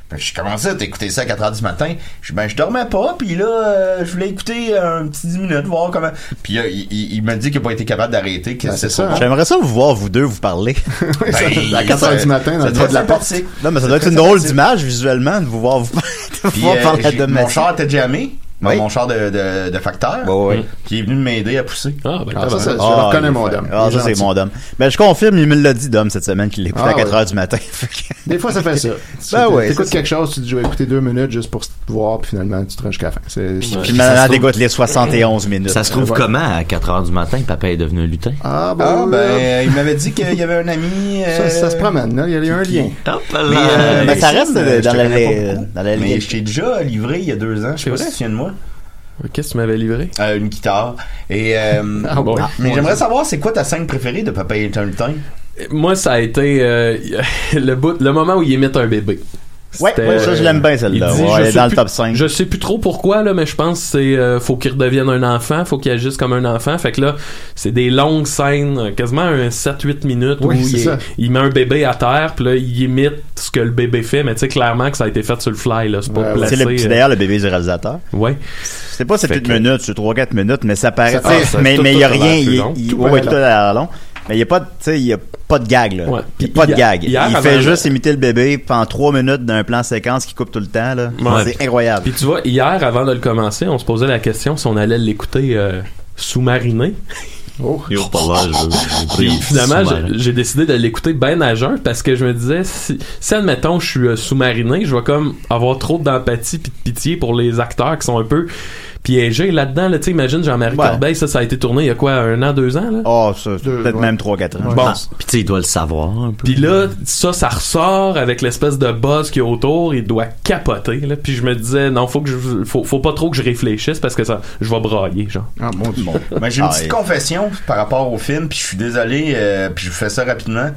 Speaker 7: Fait que Ben, je commençais à t'écouter ça à 4 h du matin. Je dis, ben, je dormais pas. Puis là, euh, je voulais écouter un petit 10 minutes, voir comment. Puis là, il, il- il me dit qu'il n'a pas été capable
Speaker 4: Ah,
Speaker 7: d'arrêter. que
Speaker 6: Ben, c'est
Speaker 7: c'est
Speaker 6: ça,
Speaker 7: ça.
Speaker 6: hein.
Speaker 2: J'aimerais ça vous voir, vous deux, vous parler.
Speaker 7: Ben,
Speaker 6: à 4 heures du matin, dans le bas de la porte.
Speaker 2: Non, mais ça doit être
Speaker 7: très
Speaker 2: une drôle
Speaker 7: sympathique.
Speaker 2: d'image visuellement de vous voir, vous de vous
Speaker 7: Puis,
Speaker 2: voir
Speaker 7: euh,
Speaker 2: parler
Speaker 7: j'ai-
Speaker 2: de
Speaker 7: mon
Speaker 2: Messi.
Speaker 7: char était jammé. Mon-
Speaker 2: Oui. Bah
Speaker 7: Mon char de, de, de facteur.
Speaker 2: oui.
Speaker 7: Puis il est venu m'aider à pousser.
Speaker 5: Ah, ben,
Speaker 6: Ah, ça, ça, je
Speaker 2: Ah,
Speaker 6: le reconnais,
Speaker 2: il est
Speaker 6: mon
Speaker 2: fin.
Speaker 6: dame.
Speaker 2: Ah,
Speaker 6: Il est
Speaker 2: ça, c'est
Speaker 6: gentil.
Speaker 2: mon dame. Ben, je confirme, il me l'a dit, Dom, cette semaine, qu'il l'écoutait
Speaker 6: Ah,
Speaker 2: à 4
Speaker 6: ouais.
Speaker 2: heures du matin. Fait que-
Speaker 6: Des fois, ça fait ça.
Speaker 2: Ben
Speaker 6: Tu-
Speaker 2: ouais,
Speaker 6: T'écoutes
Speaker 2: c'est
Speaker 6: quelque chose, tu te dis, je vais écouter deux minutes juste pour voir, puis finalement, tu te rends jusqu'à la fin. C'est- c'est-
Speaker 2: Puis maintenant, dégoûte les 71 minutes.
Speaker 4: Ça se trouve
Speaker 6: Ouais.
Speaker 4: comment à 4 heures du matin, papa est devenu un lutin?
Speaker 6: Ah,
Speaker 7: Ah,
Speaker 6: bon, là,
Speaker 7: ben, il m'avait dit qu'il y avait un ami.
Speaker 6: ça, ça se
Speaker 7: prend
Speaker 6: promène, là. Il y a- il y a un lien.
Speaker 4: Hop là!
Speaker 7: Mais, euh,
Speaker 2: Ben, ça reste
Speaker 7: Mais
Speaker 2: de-
Speaker 7: je
Speaker 2: dans
Speaker 7: te
Speaker 2: la,
Speaker 7: connais
Speaker 2: les-
Speaker 7: pas beaucoup.
Speaker 2: dans la
Speaker 7: Mais
Speaker 2: ligne.
Speaker 7: je t'ai déjà livré il y a deux ans, je sais
Speaker 5: C'est
Speaker 7: pas
Speaker 5: vrai?
Speaker 7: si tu te souviens de moi,
Speaker 5: Qu'est-ce que tu m'avais livré?
Speaker 7: Euh, une guitare. Et, euh,
Speaker 6: Ah, bon.
Speaker 7: ah, mais j'aimerais savoir, c'est quoi ta scène préférée de Papa et le Lutin?
Speaker 5: Moi, ça a été euh, le, bout, le moment où il émite un bébé.
Speaker 2: Ouais,
Speaker 5: C'était,
Speaker 2: ouais, ça, je l'aime bien, celle-là.
Speaker 5: il dit,
Speaker 2: Ouais,
Speaker 5: je
Speaker 2: elle est
Speaker 5: sais
Speaker 2: dans le
Speaker 5: plus-
Speaker 2: top 5.
Speaker 5: Je sais plus trop pourquoi, là, mais je pense que c'est euh, faut qu'il redevienne un enfant, faut qu'il agisse comme un enfant. Fait que là, c'est des longues scènes, euh, quasiment un 7-8 minutes
Speaker 6: Oui,
Speaker 5: où
Speaker 6: c'est
Speaker 5: il,
Speaker 6: ça.
Speaker 5: il met un bébé à terre, puis là, il imite ce que le bébé fait, mais tu sais, clairement que ça a été fait sur le fly, là. C'est pas
Speaker 6: Ouais,
Speaker 5: placé.
Speaker 2: C'est le- c'est
Speaker 5: euh,
Speaker 2: d'ailleurs le bébé du réalisateur.
Speaker 5: ouais.
Speaker 2: C'est pas cette
Speaker 5: Fait
Speaker 2: petite
Speaker 5: que-
Speaker 2: minute, c'est 3-4 minutes, mais ça paraît.
Speaker 6: Ça
Speaker 2: tu sais,
Speaker 6: passe,
Speaker 2: mais
Speaker 6: tout-
Speaker 2: mais il
Speaker 6: tout
Speaker 2: n'y a
Speaker 6: a l'air
Speaker 2: rien.
Speaker 6: plus
Speaker 2: il-
Speaker 6: long.
Speaker 2: il-
Speaker 6: Tout
Speaker 2: ouais,
Speaker 6: paraît
Speaker 2: tout a l'air long. Mais il n'y a pas de, tu sais, il y a pas de gag, là.
Speaker 5: Ouais.
Speaker 2: Il n'y a pas de
Speaker 5: Hier-
Speaker 2: gag.
Speaker 5: hier,
Speaker 2: il
Speaker 5: avant
Speaker 2: fait
Speaker 5: le-
Speaker 2: juste imiter le bébé pendant 3 minutes d'un plan séquence qui coupe tout le temps, là.
Speaker 5: Ouais.
Speaker 2: C'est incroyable.
Speaker 5: Puis tu vois, hier, avant de le commencer, on se posait la question si on allait l'écouter euh, sous-mariné.
Speaker 6: Oh.
Speaker 4: Yo, pas mal, je- je-
Speaker 5: Puis finalement,
Speaker 4: sous-marin.
Speaker 5: j'ai- j'ai décidé de l'écouter ben à jeun parce que je me disais, si, si admettons, je suis euh, sous-mariné, je vais comme avoir trop d'empathie puis de pitié pour les acteurs qui sont un peu piégés là-dedans. Là, tu sais, imagine Jean-Marie
Speaker 2: Ouais.
Speaker 5: Corbeil, ça, ça a été tourné il y a quoi, un an, deux ans, là?
Speaker 2: Oh, ça, peut-être
Speaker 6: ouais.
Speaker 2: même 3-4 ans.
Speaker 6: Ouais.
Speaker 5: Bon.
Speaker 4: Ah, Puis tu sais, il doit le savoir un peu.
Speaker 5: Puis là, ça, ça ressort avec l'espèce de buzz qu'il y a autour, il doit capoter, là. Puis je me disais, non, faut que je, faut, faut pas trop que je réfléchisse parce que ça, je vais brailler, genre.
Speaker 6: Ah, mon Dieu.
Speaker 7: Ben, j'ai une
Speaker 2: Ah,
Speaker 7: petite
Speaker 2: et-
Speaker 7: confession par rapport au film, puis je suis désolé, euh, puis je vous fais ça rapidement.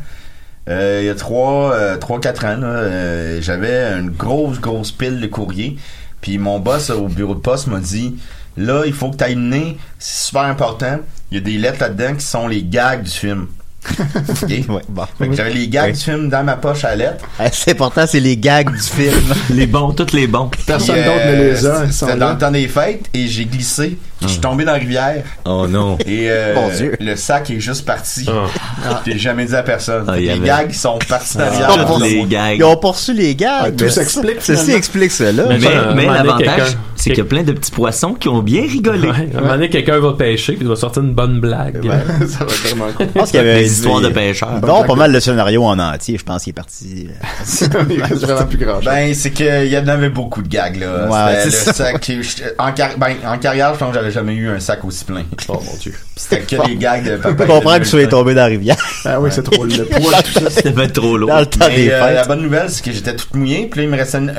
Speaker 7: Euh, il y a 3 4 ans, là, euh, j'avais une grosse grosse pile de courrier, puis mon boss euh, au bureau de poste m'a dit "Là, il faut que tu mener, c'est super important, il y a des lettres là-dedans qui sont les gags du film." Ok?
Speaker 2: Ouais, bon.
Speaker 7: Fait que j'avais les gags
Speaker 2: Oui.
Speaker 7: du film dans ma poche à lettres.
Speaker 2: Eh, C'est important, c'est les gags du film.
Speaker 4: Les bons, tous les bons.
Speaker 6: Personne
Speaker 7: Puis,
Speaker 6: d'autre ne
Speaker 7: euh,
Speaker 6: les a. ils sont
Speaker 7: C'était dans
Speaker 6: là.
Speaker 7: le temps des fêtes et j'ai glissé, puis je suis tombé dans la rivière.
Speaker 4: Oh non.
Speaker 7: Et euh,
Speaker 2: Mon Dieu.
Speaker 7: le sac est juste parti.
Speaker 6: Ah.
Speaker 7: Je l'ai jamais dit à personne.
Speaker 4: Ah, il y
Speaker 7: euh, les
Speaker 4: avait-
Speaker 7: gags sont partis derrière.
Speaker 2: Ah,
Speaker 4: Toutes
Speaker 2: pour-
Speaker 4: les gags.
Speaker 2: Ils ont poursu les gags.
Speaker 6: Ah, tout
Speaker 2: mais
Speaker 6: s'explique,
Speaker 2: ça- Ceci
Speaker 6: finalement.
Speaker 2: explique cela.
Speaker 5: Mais-
Speaker 4: Mais,
Speaker 5: Ça,
Speaker 4: mais
Speaker 5: un moment donné,
Speaker 4: l'avantage,
Speaker 5: quelqu'un-
Speaker 4: c'est qu'il y a plein de petits poissons qui ont bien rigolé.
Speaker 5: Ouais, à un moment donné, quelqu'un va pêcher, puis il va sortir une bonne blague.
Speaker 6: Ça va être vraiment cool.
Speaker 2: Je pense qu'il y avait
Speaker 4: Des histoires de pêcheurs.
Speaker 2: Non, pas mal le scénario en entier. Je pense qu'il est parti.
Speaker 6: Il reste vraiment plus grand.
Speaker 7: Ben, c'est qu'il y en avait beaucoup de gags, là.
Speaker 2: Ouais,
Speaker 7: Ah, C'était
Speaker 2: c'est
Speaker 7: le
Speaker 2: ça.
Speaker 7: sac qui- je- en, car- ben, en carrière, je pense que j'avais jamais eu un sac aussi plein. Oh mon dieu. C'était que des gags de
Speaker 2: Je
Speaker 7: papa.
Speaker 2: comprends que tu es tombé dans la rivière.
Speaker 6: Ah oui, c'est trop le poids. tout ça.
Speaker 4: Ça va être trop lourd.
Speaker 2: Dans le temps des
Speaker 7: Mais, euh, la
Speaker 2: fêtes.
Speaker 7: bonne nouvelle, c'est que j'étais toute mouillée, puis là, il me restait une,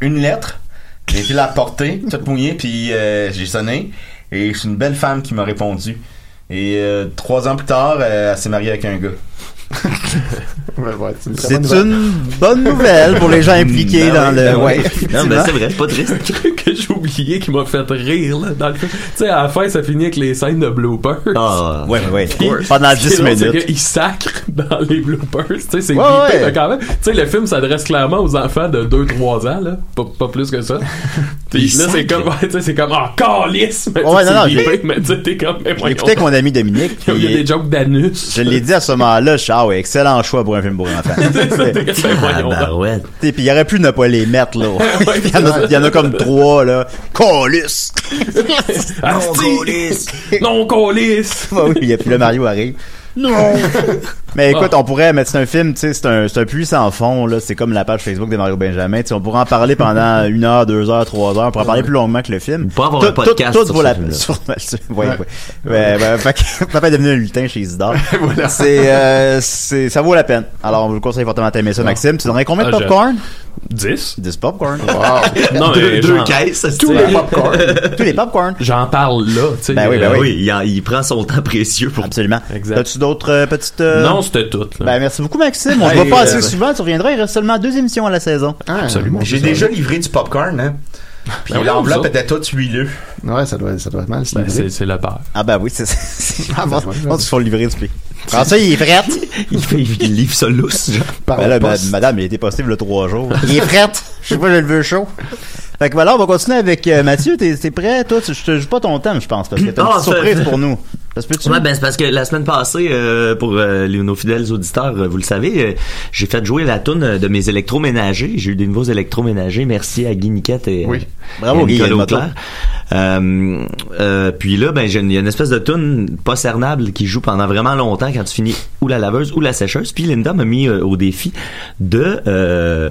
Speaker 7: une lettre. J'ai été la porter, toute mouillée, puis euh, j'ai sonné. Et c'est une belle femme qui m'a répondu. Et euh, trois ans plus tard, euh, elle s'est mariée avec un gars.
Speaker 6: Ouais, ouais, c'est une très bonne
Speaker 2: C'est
Speaker 6: nouvelle.
Speaker 2: une bonne nouvelle pour les gens
Speaker 7: Ben
Speaker 2: impliqués dans le. Ouais,
Speaker 4: Non, mais
Speaker 2: effectivement.
Speaker 4: c'est vrai, c'est pas triste.
Speaker 5: que j'ai oublié qui m'a fait rire là, dans le film. Tu sais, à la fin, ça finit avec les scènes de bloopers.
Speaker 4: Ah,
Speaker 2: Ouais, ouais,
Speaker 5: Puis,
Speaker 2: ouais. Pendant
Speaker 5: ce qui est
Speaker 2: 10
Speaker 5: drôle, c'est
Speaker 2: minutes.
Speaker 5: qu'il sacre dans les bloopers. Tu sais, c'est
Speaker 2: Ouais,
Speaker 5: bipé,
Speaker 2: ouais.
Speaker 5: mais quand même. Tu sais, le film s'adresse clairement aux enfants de 2-3 ans, là. Pas, pas plus que ça. Puis
Speaker 4: Il
Speaker 5: là, c'est
Speaker 4: sacre.
Speaker 5: comme, ouais, tu sais, c'est comme, ah, calice! Mais tu
Speaker 2: Ouais,
Speaker 5: sais,
Speaker 2: non, non,
Speaker 5: c'est
Speaker 2: j'ai-
Speaker 5: bipé, mais tu sais, t'es comme, mais voyons.
Speaker 2: J'écoutais avec mon ami Dominique.
Speaker 5: Il y a
Speaker 2: puis-
Speaker 5: des jokes d'anus.
Speaker 2: Je l'ai dit à ce moment-là, je suis, ah ouais, excellent choix pour un film pour enfants.
Speaker 5: T'es comme, mais
Speaker 4: ah
Speaker 2: ben,
Speaker 5: voyons.
Speaker 4: bah ouais.
Speaker 2: T'sais, Puis il aurait pu ne pas les mettre, là. il, y en a, il y en a comme trois, là. Colis!
Speaker 5: Asti! Non, calice!
Speaker 2: Bah oui, et puis là, Mario arrive. Non! Mais écoute, on pourrait mettre, c'est un film, tu sais, c'est un, c'est un puits sans fond, là. C'est comme la page Facebook de Mario Benjamin. Tu sais, on pourrait en parler pendant une heure, deux heures, trois heures. On pourrait en parler plus longuement que le film.
Speaker 4: pourrait avoir
Speaker 2: Tout-
Speaker 4: un podcast
Speaker 2: tout- tout
Speaker 4: sur
Speaker 2: vaut
Speaker 4: ce
Speaker 2: la-
Speaker 4: film-là.
Speaker 2: sur- sur- ouais, ouais. Ouais, ben, fait que papa est devenu un lutin chez Isidore. C'est, euh, c'est, ça vaut la peine. Alors, on vous conseille fortement d'aimer ça, Maxime. Tu donnerais combien de
Speaker 5: Ah, je-
Speaker 2: popcorn?
Speaker 5: 10?
Speaker 2: 10 popcorn.
Speaker 5: Non, mais
Speaker 4: Deux
Speaker 5: j'en-
Speaker 4: caisses, ça se
Speaker 6: Tous
Speaker 4: tient.
Speaker 6: les popcorn.
Speaker 2: Tous les popcorn.
Speaker 5: j'en parle là, tu sais.
Speaker 2: Ben oui, ben
Speaker 5: Euh,
Speaker 4: Ah, Oui, il, en- il prend son temps précieux pour.
Speaker 2: Absolument.
Speaker 5: Exact.
Speaker 2: As-tu d'autres euh, petites. euh,
Speaker 5: Non, c'était tout. là.
Speaker 2: Ben, merci beaucoup, Maxime. On ne
Speaker 7: Hey,
Speaker 2: voit pas
Speaker 7: euh,
Speaker 2: assez souvent. Tu reviendras. Il reste seulement deux émissions à la saison.
Speaker 6: Ah,
Speaker 5: Absolument.
Speaker 6: mon
Speaker 7: J'ai
Speaker 6: Dieu.
Speaker 7: déjà livré du popcorn, hein. Puis
Speaker 5: Ben oui,
Speaker 7: l'enveloppe
Speaker 5: vous autres.
Speaker 7: était toute huileuse.
Speaker 6: Ouais, ça doit, ça doit être mal. c'est
Speaker 5: Ben,
Speaker 6: livré.
Speaker 5: c'est c'est le père.
Speaker 2: Ah ben oui, c'est ça.
Speaker 6: Ah,
Speaker 2: Je
Speaker 6: ben
Speaker 2: pense
Speaker 6: ouais,
Speaker 2: je
Speaker 6: ouais.
Speaker 2: pense qu'ils font livrer du pays. François, il est prête.
Speaker 4: Il, fait, il livre ça lousse, genre.
Speaker 6: Par
Speaker 2: Ben là, ma-
Speaker 6: poste.
Speaker 2: madame, il était posté il y a trois jours. Il est prête. Je sais pas, je le veux chaud. Fait que voilà, on va continuer avec euh, Mathieu. T'es t'es prêt? Toi, tu- je te joue pas ton thème, je pense, parce que t'as une
Speaker 4: Ah,
Speaker 2: petite
Speaker 4: ça-
Speaker 2: surprise pour nous. Ça se peut-tu?
Speaker 4: Ouais, ben c'est parce que la semaine passée, euh, pour euh, les- nos fidèles auditeurs, euh, vous le savez, euh, j'ai fait jouer la toune euh, de mes électroménagers. J'ai eu des nouveaux électroménagers. Merci à Guy Niquette et, euh,
Speaker 6: Oui.
Speaker 2: Bravo,
Speaker 4: et
Speaker 2: Guy,
Speaker 4: Nicolas
Speaker 2: le
Speaker 4: Auclair. Euh, euh, puis là, ben j'ai une- il y a une espèce de toune pas cernable qui joue pendant vraiment longtemps quand tu finis ou la laveuse ou la sécheuse. Puis Linda m'a mis euh, au défi de... euh,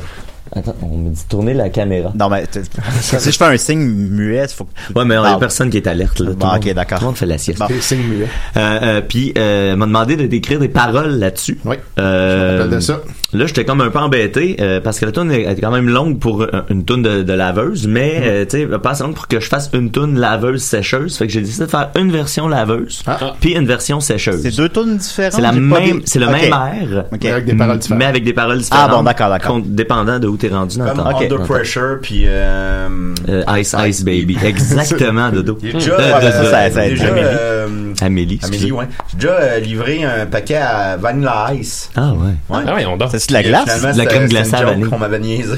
Speaker 4: Attends, on me dit tourner la caméra.
Speaker 2: Non, mais t'es- si je fais un signe muet, faut que.
Speaker 4: Ouais, mais il y a
Speaker 2: Parle.
Speaker 4: personne qui est alerte. Là.
Speaker 2: Bon,
Speaker 4: Tout le
Speaker 2: ok,
Speaker 4: monde-
Speaker 2: d'accord.
Speaker 4: Tout le monde fait la sieste.
Speaker 2: Bon.
Speaker 6: Des signes muets.
Speaker 4: Euh, euh, puis euh, elle m'a demandé de décrire des paroles là-dessus.
Speaker 6: Oui,
Speaker 4: Euh,
Speaker 6: je me rappelle de ça.
Speaker 4: Là, j'étais comme un peu embêté euh, parce que la tune est quand même longue pour euh, une tune de, de laveuse, mais
Speaker 6: Mhm.
Speaker 4: euh, tu sais, pas assez longue pour que je fasse une tune laveuse sécheuse. Fait que j'ai décidé de faire une version laveuse,
Speaker 6: Ah.
Speaker 4: puis une version sécheuse.
Speaker 2: C'est deux tonnes différentes.
Speaker 4: C'est la
Speaker 2: J'ai pas
Speaker 4: même,
Speaker 2: vu.
Speaker 4: c'est le
Speaker 2: Ok.
Speaker 4: même air,
Speaker 2: Ok. Ah,
Speaker 6: Mais avec des paroles différentes.
Speaker 4: mais avec des paroles différentes.
Speaker 2: bon, d'accord, d'accord.
Speaker 4: con- Dépendant de où t'es rendu dans le
Speaker 7: Comme
Speaker 4: temps.
Speaker 7: Under
Speaker 4: Dans le temps.
Speaker 7: Pressure, puis... Euh,
Speaker 4: Euh, ice, ice baby. Exactement, Dodo.
Speaker 7: j'ai
Speaker 4: Euh,
Speaker 7: déjà,
Speaker 2: ben, ça,
Speaker 4: de-
Speaker 2: ça- ça-
Speaker 7: déjà,
Speaker 4: Amélie.
Speaker 7: euh,
Speaker 4: Amélie. excusez.
Speaker 7: Amélie, ouais. J'ai déjà euh, livré un paquet à Vanilla Ice.
Speaker 4: Ah ouais.
Speaker 7: Ouais.
Speaker 5: Ah oui, on dort.
Speaker 2: C'est-tu de la
Speaker 7: Et
Speaker 2: glace?
Speaker 7: finalement,
Speaker 4: De la
Speaker 7: c'était-
Speaker 4: crème
Speaker 7: c'était
Speaker 4: glacée à
Speaker 7: une joke
Speaker 4: vanille.
Speaker 7: qu'on m'avait niaisé.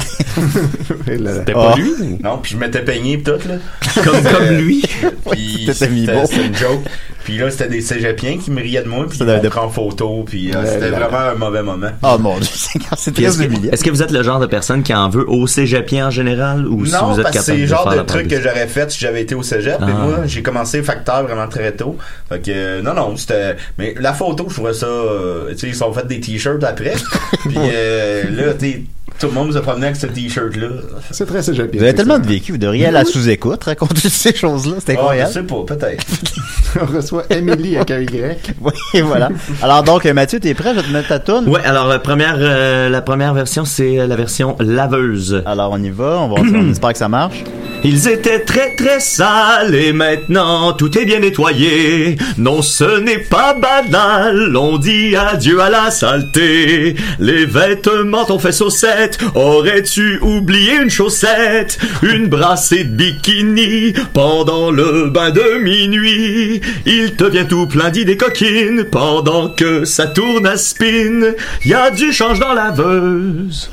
Speaker 6: Et là, là.
Speaker 5: C'était pas
Speaker 2: Ah.
Speaker 5: lui. ou-
Speaker 7: non, puis je m'étais peigné pis tout, là.
Speaker 4: Comme, comme lui.
Speaker 7: Puis
Speaker 2: t'étais
Speaker 7: c'était
Speaker 2: mis beau.
Speaker 7: c'était une joke. Puis là, c'était des cégepiens qui me riaient de moi, puis
Speaker 2: Ça
Speaker 7: ils
Speaker 2: devait
Speaker 7: m'ont
Speaker 2: être-
Speaker 7: pris en photo, puis euh,
Speaker 6: Là,
Speaker 7: c'était
Speaker 6: là, là.
Speaker 7: vraiment un mauvais moment.
Speaker 2: Oh mon dieu, Seigneur, c'est
Speaker 4: Puis
Speaker 2: très
Speaker 4: Est-ce
Speaker 2: humiliant.
Speaker 4: que, est-ce que vous êtes le genre de personne qui en veut au cégepien en général ou si
Speaker 7: non,
Speaker 4: vous êtes
Speaker 7: parce que
Speaker 4: capable
Speaker 7: c'est
Speaker 4: de
Speaker 7: le genre
Speaker 4: faire
Speaker 7: de
Speaker 4: la part
Speaker 7: truc
Speaker 4: des-
Speaker 7: que j'aurais fait si j'avais été au cégep.
Speaker 4: Ah.
Speaker 7: Mais moi, j'ai commencé facteur vraiment très tôt. Fait que, euh, non, non, c'était. Mais la photo, je trouvais ça. euh, tu sais, ils sont fait des t-shirts après. puis euh, là, tu sais, tout le monde se promenait avec ce t-shirt-là.
Speaker 6: C'est très cégepien.
Speaker 2: Vous avez tellement de vécu, vous devriez aller à la sous-écoute, raconter ces choses-là, c'est
Speaker 7: Ah, je
Speaker 2: incroyable.
Speaker 7: sais pas, peut-être.
Speaker 6: On reçoit Emily avec un Y.
Speaker 2: Oui, voilà. Alors donc, euh, Mathieu, t'es prêt, je vais te mettre ta toune.
Speaker 4: Ouais, alors la première, euh, la première version, c'est la version laveuse.
Speaker 2: Alors on y va, on, va, on espère que ça marche.
Speaker 4: Ils étaient très très sales et maintenant tout est bien nettoyé. Non, ce n'est pas banal, on dit adieu à la saleté. Les vêtements ont fait saucette, aurais-tu oublié une chaussette Une brassée de bikini pendant le bain de minuit. Il te vient tout plein d'idées coquines pendant que ça tourne à spin. Y a du change dans la veuse.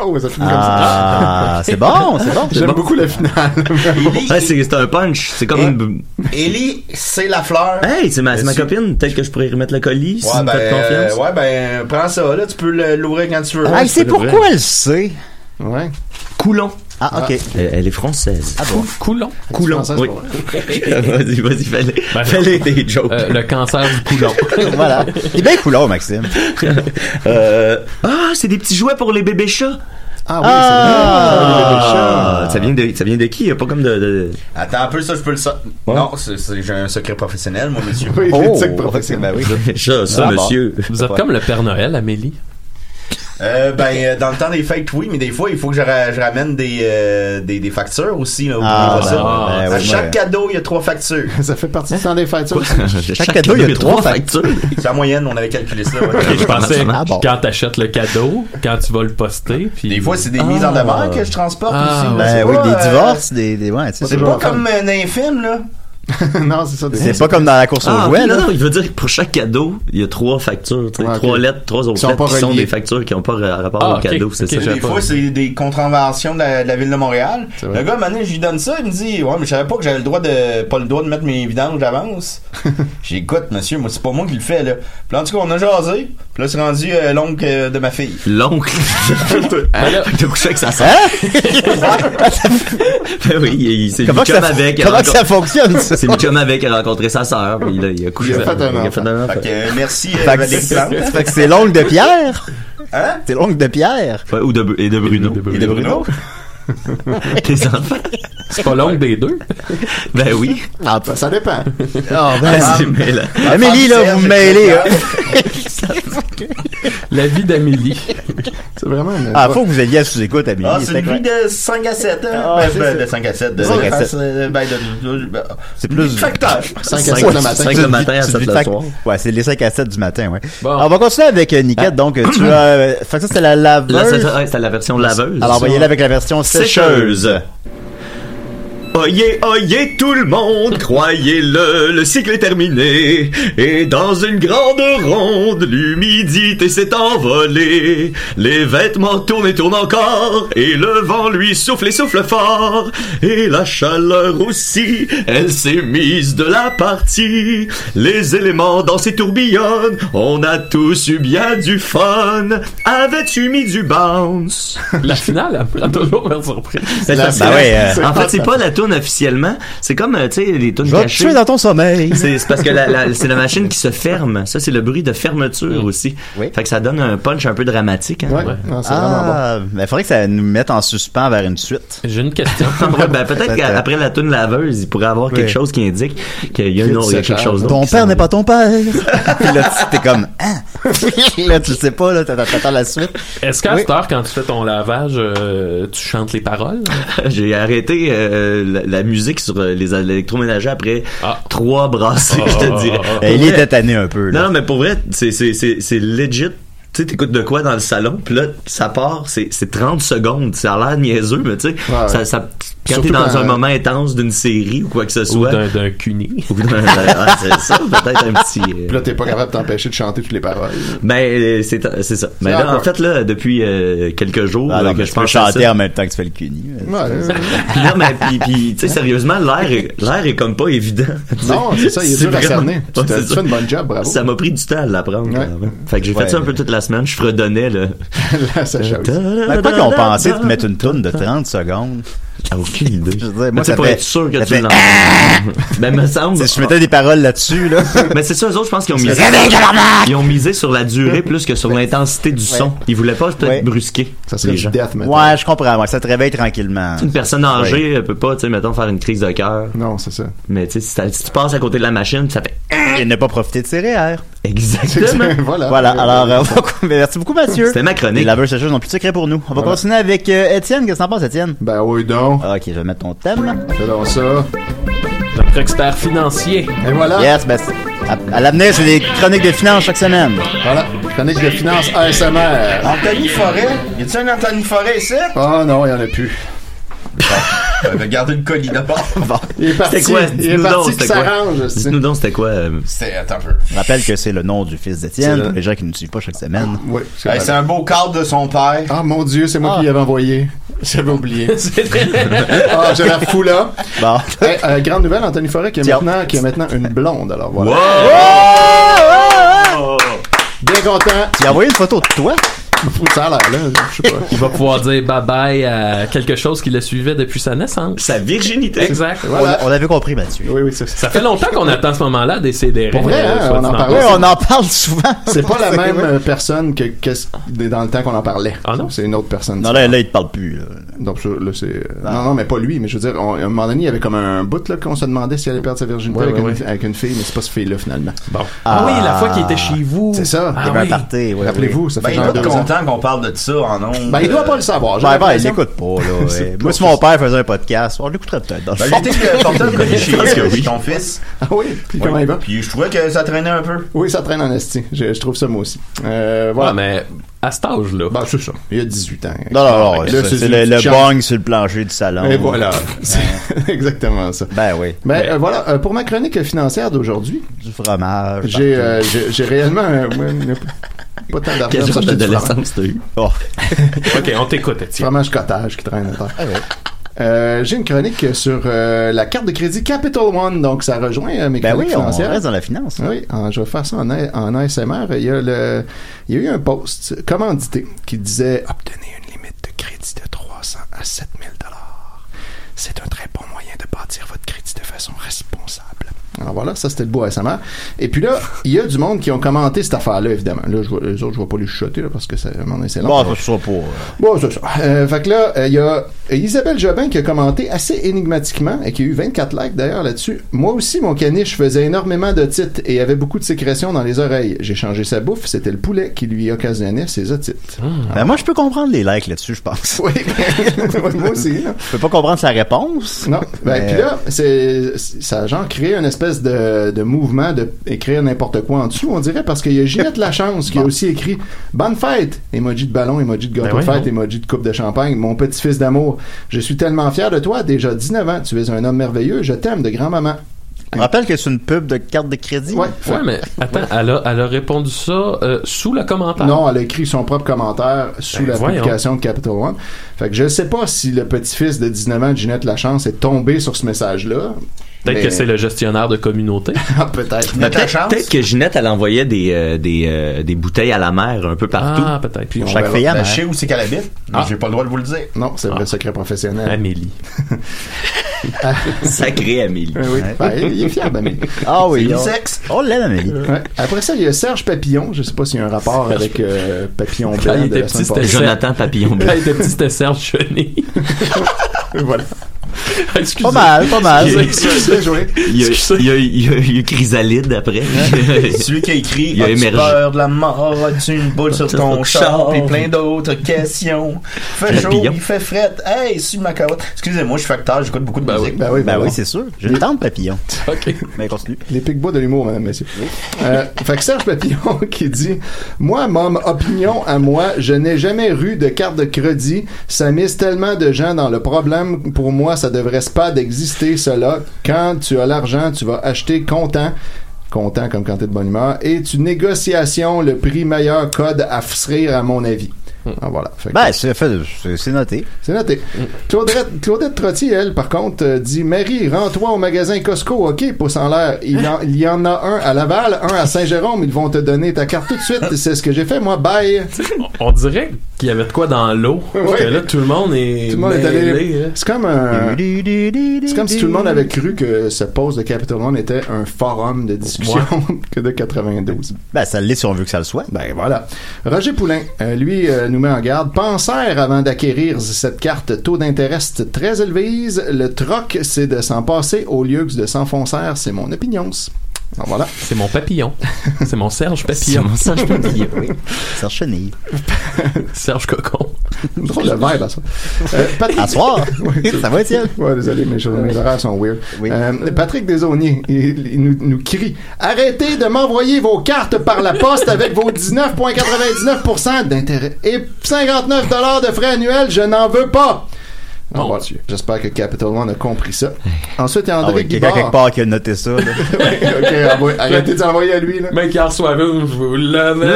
Speaker 6: Oh, ça finit
Speaker 2: Ah, c'est bon, c'est bon.
Speaker 6: comme ça. J'aime beaucoup la finale.
Speaker 7: Ellie,
Speaker 4: Ouais, c'est c'est un punch, c'est comme une...
Speaker 7: Ellie, c'est la fleur.
Speaker 4: Hey, c'est ma, c'est ma
Speaker 7: Monsieur.
Speaker 4: copine. Peut-être que je pourrais y remettre le colis si
Speaker 7: Ouais
Speaker 4: vous me faites
Speaker 7: ben, euh,
Speaker 4: confiance.
Speaker 7: ouais, ben, prends ça, là, tu peux le- l'ouvrir quand tu veux.
Speaker 2: Ah, c'est pourquoi elle sait.
Speaker 6: ouais.
Speaker 4: Coulon.
Speaker 2: Ah, ok.
Speaker 4: Elle, elle est française.
Speaker 2: Ah bon.
Speaker 5: Coulon.
Speaker 4: Coulon.
Speaker 6: Française,
Speaker 4: Oui.
Speaker 6: pour vrai.
Speaker 4: vas-y, vas-y, fais-les.
Speaker 5: Ben,
Speaker 4: fais-les tes jokes.
Speaker 5: Euh, le cancer du coulon.
Speaker 4: Ah.
Speaker 2: voilà. Il est bien couleur, Maxime.
Speaker 4: Euh, Ah, c'est des petits jouets pour les bébés chats.
Speaker 6: Ah oui, c'est vrai.
Speaker 4: Ah, ça vient de, ça vient de qui? Il y a pas comme de, de-
Speaker 7: Ah. Attends un peu, ça, je peux le sortir. Non, c'est- c'est- j'ai un secret professionnel, moi, monsieur. Oh.
Speaker 6: Oui, l'éthique
Speaker 2: ok, ben
Speaker 6: professionnelle.
Speaker 2: oui.
Speaker 4: Ça, ça,
Speaker 2: Ah, bon.
Speaker 4: monsieur.
Speaker 5: Vous êtes comme le Père Noël, Amélie.
Speaker 7: Euh, ben, euh, dans le temps des fêtes, oui, mais des fois, il faut que je, ra- je ramène des, euh, des, des factures aussi. Là,
Speaker 2: Ah,
Speaker 7: oubliez pas ça.
Speaker 5: ben,
Speaker 2: ben,
Speaker 7: à
Speaker 2: ouais,
Speaker 7: chaque
Speaker 2: ouais.
Speaker 7: cadeau, il y a trois factures.
Speaker 6: Ça fait partie du temps des fêtes, ça aussi.
Speaker 4: Chaque
Speaker 2: cadeau, il y a
Speaker 4: cadeau,
Speaker 2: trois
Speaker 7: C'est la moyenne, on avait calculé ça. ouais.
Speaker 5: je pensais
Speaker 2: Ah, bon.
Speaker 5: quand t'achètes le cadeau, quand tu vas le poster, puis
Speaker 7: Des fois, c'est
Speaker 6: Ah.
Speaker 7: des mises en demeure que je transporte
Speaker 5: Ah,
Speaker 7: aussi. là. C'est
Speaker 2: Ben oui,
Speaker 7: pas,
Speaker 2: des
Speaker 7: euh,
Speaker 2: divorces, des, des ouais, tu sais,
Speaker 7: C'est pas comme euh, un infime, là.
Speaker 6: non, c'est ça. des-
Speaker 2: c'est pas comme dans la course aux
Speaker 4: Ah,
Speaker 2: jouets,
Speaker 4: non,
Speaker 2: là.
Speaker 4: non, il veut dire que pour chaque cadeau, il y a trois factures, tu sais,
Speaker 6: Ouais, ok.
Speaker 4: trois lettres, trois autres
Speaker 6: Qui sont
Speaker 4: lettres
Speaker 6: pas
Speaker 4: qui sont
Speaker 6: reliées.
Speaker 4: des factures qui n'ont pas ra- rapport
Speaker 5: Ah,
Speaker 4: au
Speaker 5: ok,
Speaker 4: cadeau, c'est
Speaker 5: ok,
Speaker 4: ça.
Speaker 5: j'ai-
Speaker 7: Des
Speaker 5: pas.
Speaker 7: fois, c'est des contraventions de la, de la ville de Montréal.
Speaker 6: C'est vrai.
Speaker 7: Le gars, à un moment donné, je lui donne ça, il me dit Ouais, mais je savais pas que j'avais le droit de. pas le droit de mettre mes vidanges d'avance. J'écoute, monsieur, moi, c'est pas moi qui le fais, là. Puis là, en tout cas, on a jasé. Puis là, c'est rendu euh, l'oncle euh, de ma fille.
Speaker 4: L'oncle.
Speaker 5: là-
Speaker 4: T'as couché avec sa sœur. Ben oui, il, il- c'est
Speaker 2: Comment
Speaker 4: une
Speaker 2: que
Speaker 4: chum
Speaker 2: ça,
Speaker 4: avec. elle
Speaker 2: comment que
Speaker 4: rencontre-
Speaker 2: ça fonctionne, ça?
Speaker 4: C'est une chum avec, elle a rencontré sa sœur, puis là, il a couché
Speaker 6: Il a
Speaker 4: avec-
Speaker 6: fait un
Speaker 4: il a
Speaker 6: enfant.
Speaker 4: un enfant.
Speaker 7: Fait que euh, merci, euh,
Speaker 2: Fait que
Speaker 7: Valérie Plante.
Speaker 2: c'est- fait que c'est l'ongle de Pierre.
Speaker 7: Hein?
Speaker 2: C'est l'ongle de Pierre.
Speaker 4: Ouais, ou de, et de Bruno.
Speaker 7: Et de Bruno?
Speaker 4: Tes enfants?
Speaker 5: c'est pas l'oncle des deux.
Speaker 4: Ben oui.
Speaker 6: Ah, bah, ça dépend.
Speaker 2: Ah, ben,
Speaker 4: Vas-y, mais là.
Speaker 2: Amélie, là, vous me mêlez. hein.
Speaker 5: La vie d'Amélie.
Speaker 6: C'est vraiment. une-
Speaker 2: Ah, faut que vous alliez à sous-écoute, Amélie.
Speaker 7: Ah, c'est
Speaker 2: c'est
Speaker 7: une vie
Speaker 2: incroyable.
Speaker 7: de 5 à 7,
Speaker 2: Ah,
Speaker 7: hein?
Speaker 2: c'est
Speaker 7: Ben, ben,
Speaker 2: ça.
Speaker 7: de 5 à 7, de
Speaker 2: Cinq à
Speaker 7: 5 à
Speaker 2: sept.
Speaker 7: 7. Ben, de. ben,
Speaker 2: C'est plus...
Speaker 7: Facteur!
Speaker 6: Cinq à
Speaker 4: Cinq-
Speaker 6: sept le matin.
Speaker 4: cinq-
Speaker 2: C'est
Speaker 4: le
Speaker 2: une
Speaker 4: matin
Speaker 2: vie-
Speaker 4: à
Speaker 2: c'est une
Speaker 4: sept
Speaker 2: vie
Speaker 4: le
Speaker 2: tac-
Speaker 4: soir.
Speaker 2: Ouais, c'est les 5 à 7 du matin, ouais.
Speaker 5: Bon.
Speaker 2: Alors, on va continuer avec euh,
Speaker 4: Ah.
Speaker 2: Niquette. Donc, euh, tu as... euh, Fait que ça, c'est la
Speaker 4: Là,
Speaker 2: laveuse.
Speaker 4: c'est ouais, c'était la version laveuse.
Speaker 2: Alors, on va y aller avec la version sécheuse.
Speaker 4: sécheuse. Oyez, oyez tout le monde, croyez-le, le cycle est terminé. Et dans une grande ronde, l'humidité s'est envolée. Les vêtements tournent et tournent encore, et le vent lui souffle et souffle fort. Et la chaleur aussi, elle s'est mise de la partie. Les éléments dans ces tourbillonnent, on a tous eu bien du fun. Avais-tu mis du bounce?
Speaker 5: La finale, elle pourra toujours me surprise.
Speaker 4: C'est
Speaker 2: la- bah ouais, euh,
Speaker 4: en fait, c'est pas la toune officiellement. C'est comme, euh, tu sais, les tounes
Speaker 2: Je vais te
Speaker 4: cachées.
Speaker 2: tuer dans ton sommeil.
Speaker 4: C'est c'est parce que la, la- c'est la machine qui se ferme. Ça, c'est le bruit de
Speaker 5: Mm.
Speaker 4: fermeture aussi.
Speaker 2: Oui.
Speaker 4: Fait que ça donne un punch un peu dramatique. Hein.
Speaker 6: Ouais, non, c'est vraiment
Speaker 2: Ah, mais faudrait que ça nous mette en suspens vers une suite.
Speaker 5: J'ai une question.
Speaker 4: Ouais, ben, peut-être
Speaker 2: Peut-être,
Speaker 4: qu'après la toune laveuse, il pourrait avoir quelque
Speaker 2: Oui.
Speaker 4: chose qui indique qu'il y a, une
Speaker 6: Vite,
Speaker 4: autre- il y a quelque
Speaker 6: séchage.
Speaker 4: chose d'autre.
Speaker 2: Ton
Speaker 4: qui
Speaker 2: père
Speaker 4: s'en
Speaker 2: n'est pas ton père. Puis là, tu- t'es comme, hein? là, tu le sais pas, là, t'attends- t'attends la suite.
Speaker 5: Est-ce qu'à
Speaker 2: Oui.
Speaker 5: cette heure, quand tu fais ton lavage, euh, tu chantes les paroles?
Speaker 4: vient. J'ai arrêté euh, la, la musique sur euh, les électroménagers après
Speaker 5: Ah.
Speaker 4: trois brassées,
Speaker 5: Ah,
Speaker 4: je
Speaker 5: ah,
Speaker 4: te dirais.
Speaker 5: ah,
Speaker 2: Eh, Il est tanné un peu,
Speaker 4: Non,
Speaker 2: là.
Speaker 4: non, mais pour vrai, c'est, c'est, c'est, c'est legit. Tu sais, t'écoutes de quoi dans le salon, puis là, ça part, c'est, c'est 30 secondes. Ça a l'air niaiseux, mais tu sais,
Speaker 6: Ouais, ouais.
Speaker 4: ça, ça, quand
Speaker 6: Surtout
Speaker 4: t'es dans
Speaker 6: quand- euh,
Speaker 4: un moment intense d'une série ou quoi que ce
Speaker 5: Ou
Speaker 4: soit.
Speaker 5: d'un, d'un cuni?
Speaker 4: ou d'un- ah, c'est ça, peut-être un petit. euh,
Speaker 6: Puis là, t'es pas capable de t'empêcher de chanter toutes les paroles.
Speaker 4: Ben, euh, c'est, c'est ça. Mais là, en
Speaker 6: awkward.
Speaker 4: fait, là, depuis euh, quelques jours,
Speaker 2: Ah,
Speaker 4: euh,
Speaker 2: non,
Speaker 4: que
Speaker 2: mais
Speaker 4: je
Speaker 2: tu peux
Speaker 4: pense à
Speaker 2: chanter
Speaker 4: ça,
Speaker 2: en même temps que tu fais le cuni.
Speaker 6: Ouais, ouais.
Speaker 4: Puis là, mais, puis, puis, tu sais, sérieusement, l'air est, l'air est comme pas évident.
Speaker 6: Non, c'est ça, il est
Speaker 4: C'est
Speaker 6: dur à
Speaker 4: vraiment-
Speaker 6: cerner. Tu
Speaker 4: Ouais,
Speaker 6: t'as-
Speaker 4: c'est
Speaker 6: tu
Speaker 4: ça.
Speaker 6: fais une bonne job, bravo.
Speaker 4: Ça m'a pris du temps à l'apprendre.
Speaker 6: Ouais.
Speaker 4: quand même. Fait que j'ai
Speaker 2: Ouais.
Speaker 4: fait ça un peu toute la semaine. Je fredonnais le. Euh,
Speaker 6: Là, ça chauffe.
Speaker 2: Mais quoi qu'on pensait de mettre une toune de 30 secondes?
Speaker 4: T'as aucune idée.
Speaker 2: Je veux dire, moi,
Speaker 4: Mais c'est
Speaker 2: ça
Speaker 4: pour
Speaker 2: fait-
Speaker 4: être sûr que
Speaker 2: ça
Speaker 4: tu
Speaker 2: fait-
Speaker 4: l'entends. Ben, me semble.
Speaker 2: Si je mettais des paroles là-dessus, là.
Speaker 4: Mais c'est ça, eux autres, je pense qu'ils ont misé. Ils ont misé sur la durée plus que sur l'intensité du son. Ils voulaient pas peut-être
Speaker 2: Ouais.
Speaker 4: brusquer.
Speaker 6: Ça serait
Speaker 4: les
Speaker 6: du
Speaker 4: gens.
Speaker 6: death metal.
Speaker 2: Ouais, je comprends. Ouais, ça te réveille tranquillement.
Speaker 4: Une personne âgée, elle peut pas, tu sais, mettons, faire une crise de cœur.
Speaker 6: Non, c'est ça.
Speaker 4: Mais tu sais, si t'as- si tu passes à côté de la machine, ça fait
Speaker 2: Et ne pas profiter de ses REER.
Speaker 4: exactement.
Speaker 6: voilà.
Speaker 2: Voilà. Alors, euh, on va cou- merci beaucoup, Mathieu.
Speaker 4: C'était ma
Speaker 2: Les
Speaker 4: chronique.
Speaker 2: laveurs sécheuses n'ont plus de secret pour nous. On va
Speaker 6: Voilà.
Speaker 2: continuer avec euh, Étienne. Qu'est-ce que t'en penses, Étienne?
Speaker 6: Ben oui, donc.
Speaker 2: Ok, je vais mettre ton thème.
Speaker 6: Fais donc ça.
Speaker 5: Notre expert financier.
Speaker 6: Et voilà.
Speaker 2: Yes, ben, c'est- à, à l'avenir, c'est des chroniques de finances chaque semaine.
Speaker 6: Voilà. Chronique de finances ASMR.
Speaker 7: Anthony Forêt? Y a-tu un Anthony Forêt ici?
Speaker 6: Oh non, il y en a plus.
Speaker 7: Euh, ben, gardez le colis d'abord.
Speaker 6: Il est parti.
Speaker 4: C'était quoi?
Speaker 6: Il est
Speaker 4: Dis-nous donc,
Speaker 6: parti qui
Speaker 4: c'était quoi?
Speaker 6: s'arrange. c'est-
Speaker 4: Dites-nous donc, c'était quoi? euh,
Speaker 7: C'est, attends un peu.
Speaker 2: Je rappelle que c'est le nom du fils
Speaker 6: C'est
Speaker 2: d'Étienne
Speaker 6: le-
Speaker 2: pour les gens qui ne suivent pas chaque semaine.
Speaker 6: Oui, c'est
Speaker 7: Hey,
Speaker 6: vrai.
Speaker 7: c'est un beau cadre de son père.
Speaker 6: Ah mon dieu, c'est moi qui l'avais envoyé. J'avais oublié. Ah, j'ai la fou là.
Speaker 2: Bon.
Speaker 6: Hey, euh, grande nouvelle, Anthony Forêt qui a,
Speaker 2: Tiens.
Speaker 6: maintenant, qui a maintenant une blonde. Alors Ah, voilà.
Speaker 2: Oh!
Speaker 6: Bien content.
Speaker 2: Il a envoyé une photo de toi?
Speaker 6: Ça a l'air là, je sais pas.
Speaker 5: Il va pouvoir dire bye-bye à quelque chose qui le suivait depuis sa naissance.
Speaker 4: Sa virginité.
Speaker 5: Exact.
Speaker 2: On, on avait compris, Mathieu.
Speaker 6: Ah. Oui, oui, c'est ça.
Speaker 5: Ça fait longtemps qu'on attend ce moment-là des CDR.
Speaker 6: Pour vrai, hein, on en
Speaker 2: Oui,
Speaker 6: parlait.
Speaker 2: on en parle souvent.
Speaker 6: C'est pas la même euh, personne que qu'est-ce- dans le temps qu'on en parlait.
Speaker 5: Ah non?
Speaker 6: C'est une autre personne.
Speaker 2: Non, là, là, il te parle plus. là.
Speaker 6: Donc ça, là, c'est. euh, Non, non, mais pas lui, mais je veux dire, on- à un moment donné, il y avait comme un bout là qu'on se demandait si elle allait perdre sa virginité
Speaker 5: Ouais,
Speaker 6: avec,
Speaker 5: ouais,
Speaker 6: une, avec une fille, mais c'est pas ce fille-là finalement.
Speaker 5: Bon. Ah oui, la fois qu'il était chez vous.
Speaker 6: C'est ça.
Speaker 5: Ah
Speaker 2: Il y avait un
Speaker 5: oui.
Speaker 2: party, oui,
Speaker 6: Rappelez-vous,
Speaker 2: oui.
Speaker 6: ça
Speaker 7: Ben,
Speaker 6: fait
Speaker 7: il
Speaker 6: genre
Speaker 7: doit être
Speaker 6: deux ans.
Speaker 7: content qu'on parle de ça en ondes.
Speaker 6: Ben, il doit pas le savoir. j'ai
Speaker 2: Ben, ben, il
Speaker 6: l'impression.
Speaker 2: l'écoute pas, là.
Speaker 6: C'est
Speaker 2: ouais.
Speaker 6: pas
Speaker 2: Moi, si
Speaker 6: ça.
Speaker 2: mon père faisait un podcast, on l'écouterait peut-être. dans le
Speaker 7: Ben,
Speaker 2: fond.
Speaker 7: j'étais que portait le colis chez
Speaker 4: pense que oui.
Speaker 7: ton fils.
Speaker 6: Ah oui, puis comment
Speaker 7: Ouais.
Speaker 6: il va?
Speaker 7: Puis je trouvais que ça traînait un peu.
Speaker 6: Oui, ça traîne en esti. Je, je trouve ça moi aussi. Euh, voilà.
Speaker 7: Ah,
Speaker 5: Ouais, mais à cet âge-là.
Speaker 6: Ben, c'est ça. Il y a 18 ans.
Speaker 2: Non, non, non.
Speaker 6: Là,
Speaker 2: ça,
Speaker 6: c'est
Speaker 2: C'est
Speaker 6: une
Speaker 2: le,
Speaker 6: petite
Speaker 2: le
Speaker 6: chance.
Speaker 2: bang sur le plancher du salon.
Speaker 6: Et voilà. C'est exactement ça.
Speaker 2: Ben oui.
Speaker 6: Ben, euh, voilà, euh, pour ma chronique financière d'aujourd'hui,
Speaker 2: Du fromage.
Speaker 6: j'ai euh, j'ai- j'ai réellement... euh, ouais, mais pas tant d'argent.
Speaker 4: Quel
Speaker 6: ça,
Speaker 4: genre
Speaker 6: j'ai du fromage.
Speaker 4: d'adolescence t'as eu?
Speaker 2: Oh.
Speaker 5: OK, on t'écoute,
Speaker 6: Du
Speaker 5: Étienne.
Speaker 6: fromage cottage qui traîne à terre.
Speaker 2: Ah ouais.
Speaker 6: Euh, j'ai une chronique sur euh, la carte de crédit Capital One, donc ça rejoint euh, mes
Speaker 2: Ben
Speaker 6: chroniques
Speaker 2: oui, on
Speaker 6: financières.
Speaker 2: reste dans la finance.
Speaker 6: Oui, en- ah, je vais faire ça en, A- en ASMR. Il y, a le, il y a eu un post commandité qui disait Obtenez une limite de crédit de 300 à 7000 C'est un très bon moyen de bâtir votre crédit de façon responsable. Alors voilà, ça c'était le beau ASMR. Et puis là, il y a du monde qui ont commenté cette affaire-là, évidemment. Là, je vois, les autres, je ne vais pas les chuchoter là, parce que ça, à un moment donné, c'est long.
Speaker 2: Bon, ça, je sais pas. euh,
Speaker 6: Bon, c'est ça. Euh, fait que là, euh, il y a Isabelle Jobin qui a commenté assez énigmatiquement et qui a eu 24 likes d'ailleurs là-dessus. Moi aussi, mon caniche faisait énormément de titres et avait beaucoup de sécrétions dans les oreilles. J'ai changé sa bouffe, c'était le poulet qui lui occasionnait ses otites.
Speaker 2: Ben moi, je peux comprendre les likes là-dessus, je pense.
Speaker 6: Oui, ben, moi aussi. là.
Speaker 2: Je peux pas comprendre sa réponse.
Speaker 6: Non. Ben,
Speaker 2: Mais-
Speaker 6: Puis là, c'est, ça a genre créé une espèce de, de mouvement de écrire n'importe quoi en dessous, on dirait, parce qu'il y a Ginette Lachance qui a aussi écrit Bonne fête! Emoji de ballon, emoji de gâteau
Speaker 5: Ben
Speaker 6: de
Speaker 5: ouais,
Speaker 6: fête, emoji de coupe de champagne, mon petit-fils d'amour.
Speaker 7: Je suis tellement fier de toi, déjà 19 ans, tu es un homme merveilleux, je t'aime de grand-maman.
Speaker 2: On euh, rappelle que c'est une pub de carte de crédit.
Speaker 7: Ouais,
Speaker 5: Ouais, mais attends, elle a, elle a répondu ça euh, sous le commentaire.
Speaker 7: Non, elle a écrit son propre commentaire sous
Speaker 5: Ben,
Speaker 7: la
Speaker 5: voyons.
Speaker 7: publication de Capital One. Fait que je sais pas si le petit-fils de 19 ans de Ginette Lachance est tombé sur ce message-là.
Speaker 5: Peut-être
Speaker 7: mais-
Speaker 5: que c'est le gestionnaire de communauté.
Speaker 7: Ah, peut-être.
Speaker 8: Mais ta
Speaker 4: Peut-être
Speaker 8: chance.
Speaker 4: peut-être que Ginette, elle envoyait des, euh, des, euh, des bouteilles à la mer un peu partout.
Speaker 5: Ah, peut-être.
Speaker 7: Puis on
Speaker 2: Chaque
Speaker 7: verra.
Speaker 2: fille hein. a
Speaker 8: Ben,
Speaker 2: mère.
Speaker 8: je sais où c'est qu'elle habite, mais
Speaker 7: Ah.
Speaker 8: j'ai pas le droit de vous le dire.
Speaker 7: Non, c'est un vrai secret professionnel.
Speaker 5: Amélie.
Speaker 4: Sacré Amélie.
Speaker 7: Oui, oui. Ben, il est fier d'Amélie.
Speaker 2: Ah oui.
Speaker 8: C'est Euh,
Speaker 2: on-
Speaker 8: unisexe.
Speaker 2: On l'aime, Amélie.
Speaker 7: Ouais. Après ça, il y a Serge Papillon. Je sais pas s'il y a un rapport avec euh, Papillon
Speaker 5: Quand
Speaker 7: Blanc
Speaker 5: il
Speaker 7: de
Speaker 5: était
Speaker 7: la
Speaker 5: petit,
Speaker 7: semaine
Speaker 5: c'était
Speaker 7: passée.
Speaker 4: Jonathan Papillon
Speaker 5: Quand
Speaker 4: Blanc.
Speaker 5: il était petit, c'était Serge Ah, Chenet.
Speaker 7: Voilà.
Speaker 5: Excusez.
Speaker 2: Pas mal, pas mal.
Speaker 7: Bien joué.
Speaker 4: Il y a, il y a- il y a- il y a eu Chrysalide après.
Speaker 8: Celui qui a écrit
Speaker 4: Il a
Speaker 8: As-tu
Speaker 4: émergé.
Speaker 8: peur de la mort, as-tu une boule sur ton
Speaker 4: Ton
Speaker 8: char,
Speaker 4: char.
Speaker 8: puis plein d'autres questions. Fait chaud,
Speaker 4: Papillon.
Speaker 8: il fait fret. Hey, suis ma carotte. Excusez-moi, je suis facteur, j'écoute beaucoup de
Speaker 5: Ben
Speaker 8: musique.
Speaker 7: Ben oui,
Speaker 2: Ben oui,
Speaker 7: c'est
Speaker 2: c'est sûr. J'ai une tente papillon.
Speaker 5: Ok.
Speaker 2: Mais Ben, continue.
Speaker 7: les pique-bois de l'humour, madame, messieurs. Euh, fait que Serge Papillon qui dit « Moi, mom, opinion à moi, je n'ai jamais eu de carte de crédit. Ça mise tellement de gens dans le problème. Pour moi, ça devrait pas d'exister, cela. Quand tu as l'argent, tu vas acheter content. » Content comme quand t'es de bonne humeur. Et tu négociation le prix meilleur code à frire, à mon avis. Ah, voilà. Fait que-
Speaker 2: Ben, c'est fait, c'est- c'est noté.
Speaker 7: c'est noté. Claudette, Claudette Trottier, elle, par contre, euh, dit Marie, rends-toi au magasin Costco, OK, pouce en l'air. Il, en- il y en a un à Laval, un à Saint-Jérôme. Ils vont te donner ta carte tout de suite. C'est ce que j'ai fait, moi. Bah, Bye.
Speaker 5: On dirait qu'il y avait de quoi dans l'eau. Parce que
Speaker 7: Ouais.
Speaker 5: là, tout le monde est.
Speaker 7: Tout le monde est
Speaker 5: mêlé,
Speaker 7: allé.
Speaker 5: hein.
Speaker 7: C'est comme un. Euh, C'est
Speaker 2: C'est
Speaker 7: comme si tout le monde avait cru que ce poste de Capitol One était un forum de discussion que de 92.
Speaker 2: Ben, ça l'est si on veut que ça le soit.
Speaker 7: Ben voilà. Roger Poulain, euh, lui, euh, nous met en garde. Pensez avant d'acquérir cette carte. Taux d'intérêt très élevé. Le troc, c'est de s'en passer au lieu que de s'enfoncer. C'est mon opinion. Alors voilà.
Speaker 5: C'est mon papillon. C'est mon Serge
Speaker 4: C'est
Speaker 5: Papillon.
Speaker 4: mon Serge Papillon.
Speaker 2: Ça chenille.
Speaker 5: Serge Cocon.
Speaker 7: Une Drôle de vibe à ça. Euh, Patrick-
Speaker 2: À soir.
Speaker 7: Ouais, c'est-
Speaker 2: ça va, Étienne?
Speaker 7: Ouais, désolé, mes, choses- euh, mes horaires sont weird.
Speaker 2: Oui.
Speaker 7: Euh, Patrick Desaunier, il, il nous, nous crie Arrêtez de m'envoyer vos cartes par la poste avec vos 19,99% d'intérêt et 59 de frais annuels, je n'en veux pas. Ah,
Speaker 5: Mon
Speaker 7: voilà.
Speaker 5: Dieu.
Speaker 7: J'espère que Capital One a compris ça. Ensuite, il y a
Speaker 2: Ah
Speaker 7: André
Speaker 2: oui, quelqu'un
Speaker 7: Guibard.
Speaker 2: quelque part qui a noté ça. là.
Speaker 7: Ouais, ok, envoie- arrêtez de l'envoyer à lui. Là.
Speaker 5: Mais qu'hier soir, je vous l'avais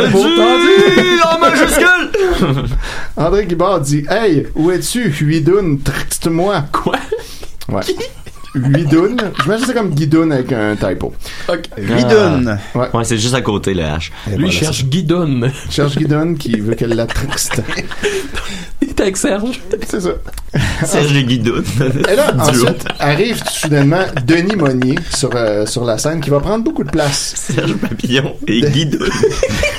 Speaker 4: en majuscule!
Speaker 7: André Guibard dit Hey, où es-tu Huidoun, traite-moi.
Speaker 5: Quoi?
Speaker 7: Ouais. Huidoun. Je m'imagine que c'est comme Guidoun avec un typo.
Speaker 8: Ah.
Speaker 2: Vidun.
Speaker 4: Ouais, c'est juste à côté, le H.
Speaker 7: Et
Speaker 5: Lui,
Speaker 7: voilà,
Speaker 5: il cherche Guidon.
Speaker 7: ça. Cherche Guidoun qui veut qu'elle la triste.
Speaker 5: Il était avec Serge.
Speaker 7: C'est ça.
Speaker 4: Serge de Guidoune.
Speaker 7: Et là, ensuite, arrive tout soudainement Denis Monnier sur, euh, sur la scène qui va prendre beaucoup de place.
Speaker 4: Serge Papillon et Guidoune.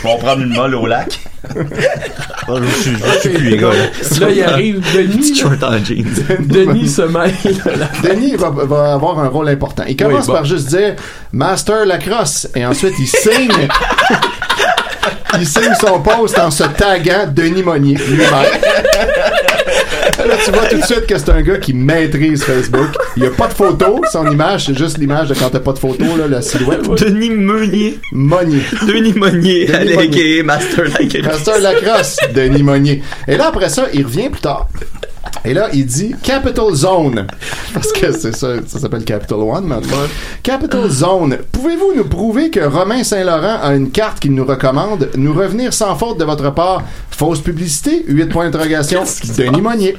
Speaker 8: On prend une molle au lac.
Speaker 2: Oh, Ah, Je suis je suis plus, les gars. là.
Speaker 5: Là, il arrive
Speaker 4: Petit
Speaker 5: Denis.
Speaker 4: short en jeans.
Speaker 5: Denis se mêle. là.
Speaker 7: Denis va, va avoir un rôle important. Il commence
Speaker 5: Oui, bon.
Speaker 7: par juste dire Master Lacrosse et ensuite il signe. il signe son poste en se taguant Denis Monnier lui-même. Là, tu vois tout de suite que c'est un gars qui maîtrise Facebook. Il n'y a pas de photo. Son image, c'est juste l'image de quand t'as pas de photo, là, la silhouette.
Speaker 4: Denis Meunier.
Speaker 7: Monnier.
Speaker 4: Denis Meunier.
Speaker 7: Denis
Speaker 4: Allez,
Speaker 7: Meunier.
Speaker 4: aka Master Lager.
Speaker 7: Master Lacrosse, Denis Monnier. Et là, après ça, il revient plus tard. Et là, il dit Capital Zone. Parce que c'est ça, ça s'appelle Capital One, mais en tout cas. Capital Zone. Pouvez-vous nous prouver que Romain Saint-Laurent a une carte qu'il nous recommande Nous revenir sans faute de votre part. Fausse publicité 8 points d'interrogation. Denis Monnier.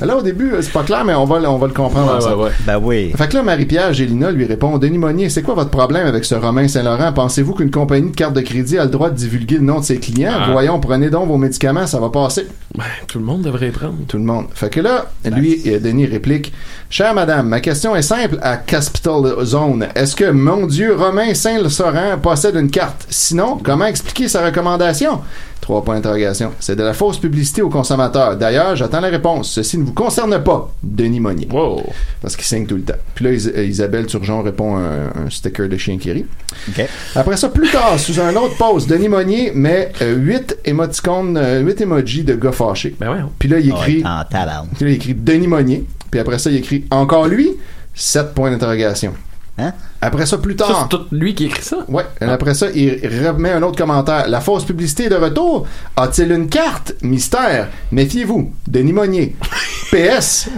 Speaker 7: Là, au début, euh, c'est pas clair, mais on va, le- on va le comprendre ensemble.
Speaker 2: Ben oui.
Speaker 7: Fait que là, Marie-Pierre Gélina lui répond Denis Monnier, c'est quoi votre problème avec ce Romain Saint-Laurent Pensez-vous qu'une compagnie de carte de crédit a le droit de divulguer le nom de ses clients
Speaker 5: Ah.
Speaker 7: Voyons, prenez donc vos médicaments, ça va passer.
Speaker 5: Ben, tout le monde devrait y prendre.
Speaker 7: Tout le monde. Fait que là, lui, euh, Denis réplique Chère madame, ma question est simple à Capital Zone. Est-ce que mon Dieu Romain Saint-Laurent possède une carte Sinon, comment expliquer sa recommandation Trois points d'interrogation. C'est de la fausse publicité aux consommateurs. D'ailleurs, j'attends la réponse. Ceci ne vous concerne pas, Denis Monnier
Speaker 5: Wow.
Speaker 7: parce qu'il signe tout le temps. Puis là, Is- euh, Isabelle Turgeon répond un, un sticker de chien qui rit.
Speaker 2: OK.
Speaker 7: Après ça, plus tard, sous un autre post, Denis Monnier met 8 émoticônes, 8 emojis de gars fâchés.
Speaker 5: Ben, ouais.
Speaker 7: Puis là, il écrit,
Speaker 2: Ah Ouais, En talent.
Speaker 7: puis là, il écrit Denis Monnier. Puis après ça, il écrit encore lui, 7 points d'interrogation.
Speaker 2: Hein?
Speaker 7: Après ça,
Speaker 4: Ah.
Speaker 7: plus
Speaker 5: Ça,
Speaker 7: tard.
Speaker 5: c'est tout lui qui écrit ça.
Speaker 7: Ouais,
Speaker 2: Ah.
Speaker 7: et après ça, il remet un autre commentaire. La fausse publicité est de retour. A-t-il une carte? Mystère. Méfiez-vous. Denis Monnier. PS.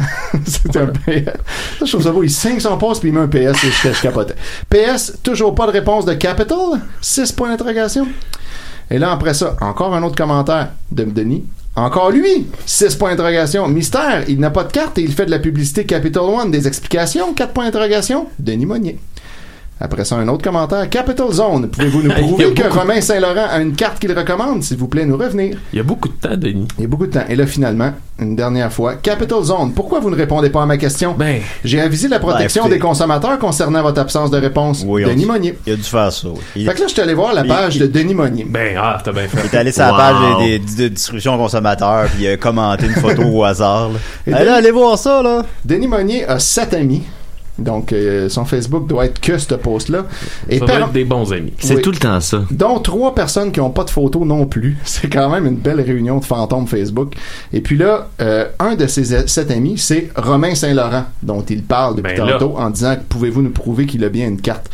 Speaker 7: C'était un PS. Ça, je trouve ça beau. Il signe son poste puis il met un PS et je, je capotais. PS, toujours pas de réponse de Capital. 6 points d'interrogation. Et là, après ça, encore un autre commentaire de Denis. Encore lui! 6 points d'interrogation. Mystère, il n'a pas de carte et il fait de la publicité Capital One. Des explications? 4 points d'interrogation. Denis Monnier. Après ça, un autre commentaire. Capital Zone, pouvez-vous nous
Speaker 5: Il y
Speaker 7: prouver
Speaker 5: a
Speaker 7: que
Speaker 5: beaucoup.
Speaker 7: Romain Saint-Laurent a une carte qu'il recommande? S'il vous plaît, nous revenir.
Speaker 5: Il y a beaucoup de temps, Denis.
Speaker 7: Il y a beaucoup de temps. Et là, finalement, une dernière fois, Capital Zone, pourquoi vous ne répondez pas à ma question?
Speaker 5: Ben.
Speaker 7: J'ai avisé la protection
Speaker 2: Ben, écoutez.
Speaker 7: des consommateurs concernant votre absence de réponse.
Speaker 2: Oui, on-
Speaker 7: Denis Monnier.
Speaker 2: Il a dû faire ça, oui. Il,
Speaker 7: Fait que là, je suis allé voir la
Speaker 2: Il-
Speaker 7: page
Speaker 2: il-
Speaker 7: de Denis Monnier.
Speaker 5: Ben, ah, t'as bien
Speaker 2: il
Speaker 5: fait.
Speaker 2: est allé sur la
Speaker 9: Wow.
Speaker 2: page des, des- de distribution aux consommateurs, puis il a commenté une photo au hasard. Là.
Speaker 7: Et
Speaker 2: Allez,
Speaker 7: Denis-
Speaker 2: allez voir ça, là.
Speaker 7: Denis Monnier a sept amis. Donc, euh, son Facebook doit être que ce post-là. Et
Speaker 5: Ça va
Speaker 7: par-
Speaker 5: être des bons amis.
Speaker 9: C'est
Speaker 7: Oui.
Speaker 9: tout le temps ça.
Speaker 7: dont trois personnes qui n'ont pas de photos non plus. C'est quand même une belle réunion de fantômes Facebook. Et puis là, euh, un de ses a- sept amis, c'est Romain Saint-Laurent, dont il parle depuis
Speaker 5: Ben là.
Speaker 7: tantôt en disant « Pouvez-vous nous prouver qu'il a bien une carte ?»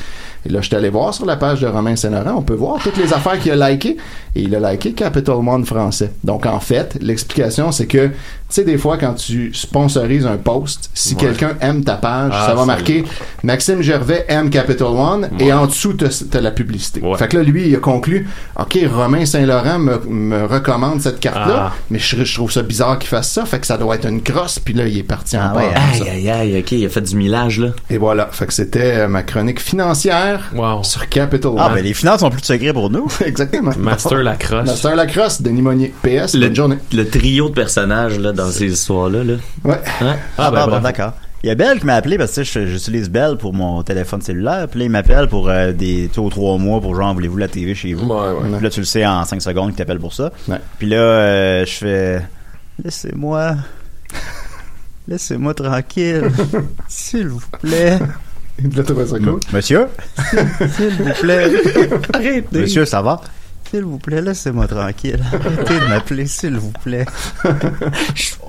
Speaker 7: Et là, je suis allé voir sur la page de Romain Saint-Laurent, on peut voir toutes les affaires qu'il a likées. Et il a liké Capital One français. Donc, en fait, l'explication, c'est que, tu sais, des fois, quand tu sponsorises un post, si quelqu'un aime ta page,
Speaker 5: Ah,
Speaker 7: ça va
Speaker 5: ça-
Speaker 7: marquer Maxime Gervais aime Capital One et en dessous, t'as t'as la publicité.
Speaker 5: Ouais.
Speaker 7: Fait que là, lui, il a conclu OK, Romain Saint-Laurent me, me recommande cette carte-là,
Speaker 5: Ah.
Speaker 7: mais je, je trouve ça bizarre qu'il fasse ça. Fait que ça doit être une crosse, puis là, il est parti en
Speaker 2: Ah ouais,
Speaker 7: bas.
Speaker 9: Aïe, aïe, aïe, ok, il a fait du millage, là.
Speaker 7: Et voilà. Fait que c'était euh, ma chronique financière
Speaker 5: Wow.
Speaker 7: sur Capital
Speaker 2: Ah,
Speaker 7: One.
Speaker 2: ben les finances sont plus de secret pour nous.
Speaker 7: Exactement.
Speaker 5: Master Lacrosse.
Speaker 7: Master Lacrosse, Denis Monnier. PS, bonne journée.
Speaker 9: le trio de personnages là, dans ces histoires-là. Là.
Speaker 7: Ouais.
Speaker 9: Hein?
Speaker 2: Ah,
Speaker 5: ben,
Speaker 2: bah, bon,
Speaker 5: bravo.
Speaker 2: d'accord. Il y a Belle qui m'a appelé parce que tu sais, je- j'utilise Belle pour mon téléphone cellulaire. Puis là, il m'appelle pour euh, des taux trois mois pour genre, voulez-vous la TV chez vous? Puis là, tu le sais en 5 secondes qu'il t'appelle pour ça.
Speaker 7: Ouais.
Speaker 2: Puis là, euh, je fais Laissez-moi. Laissez-moi tranquille. S'il vous plaît.
Speaker 7: Il devait trouver ça cool.
Speaker 2: Monsieur? S'il vous plaît. Arrêtez. Monsieur, ça va? S'il vous plaît, laissez-moi tranquille. Arrêtez de m'appeler, s'il vous plaît.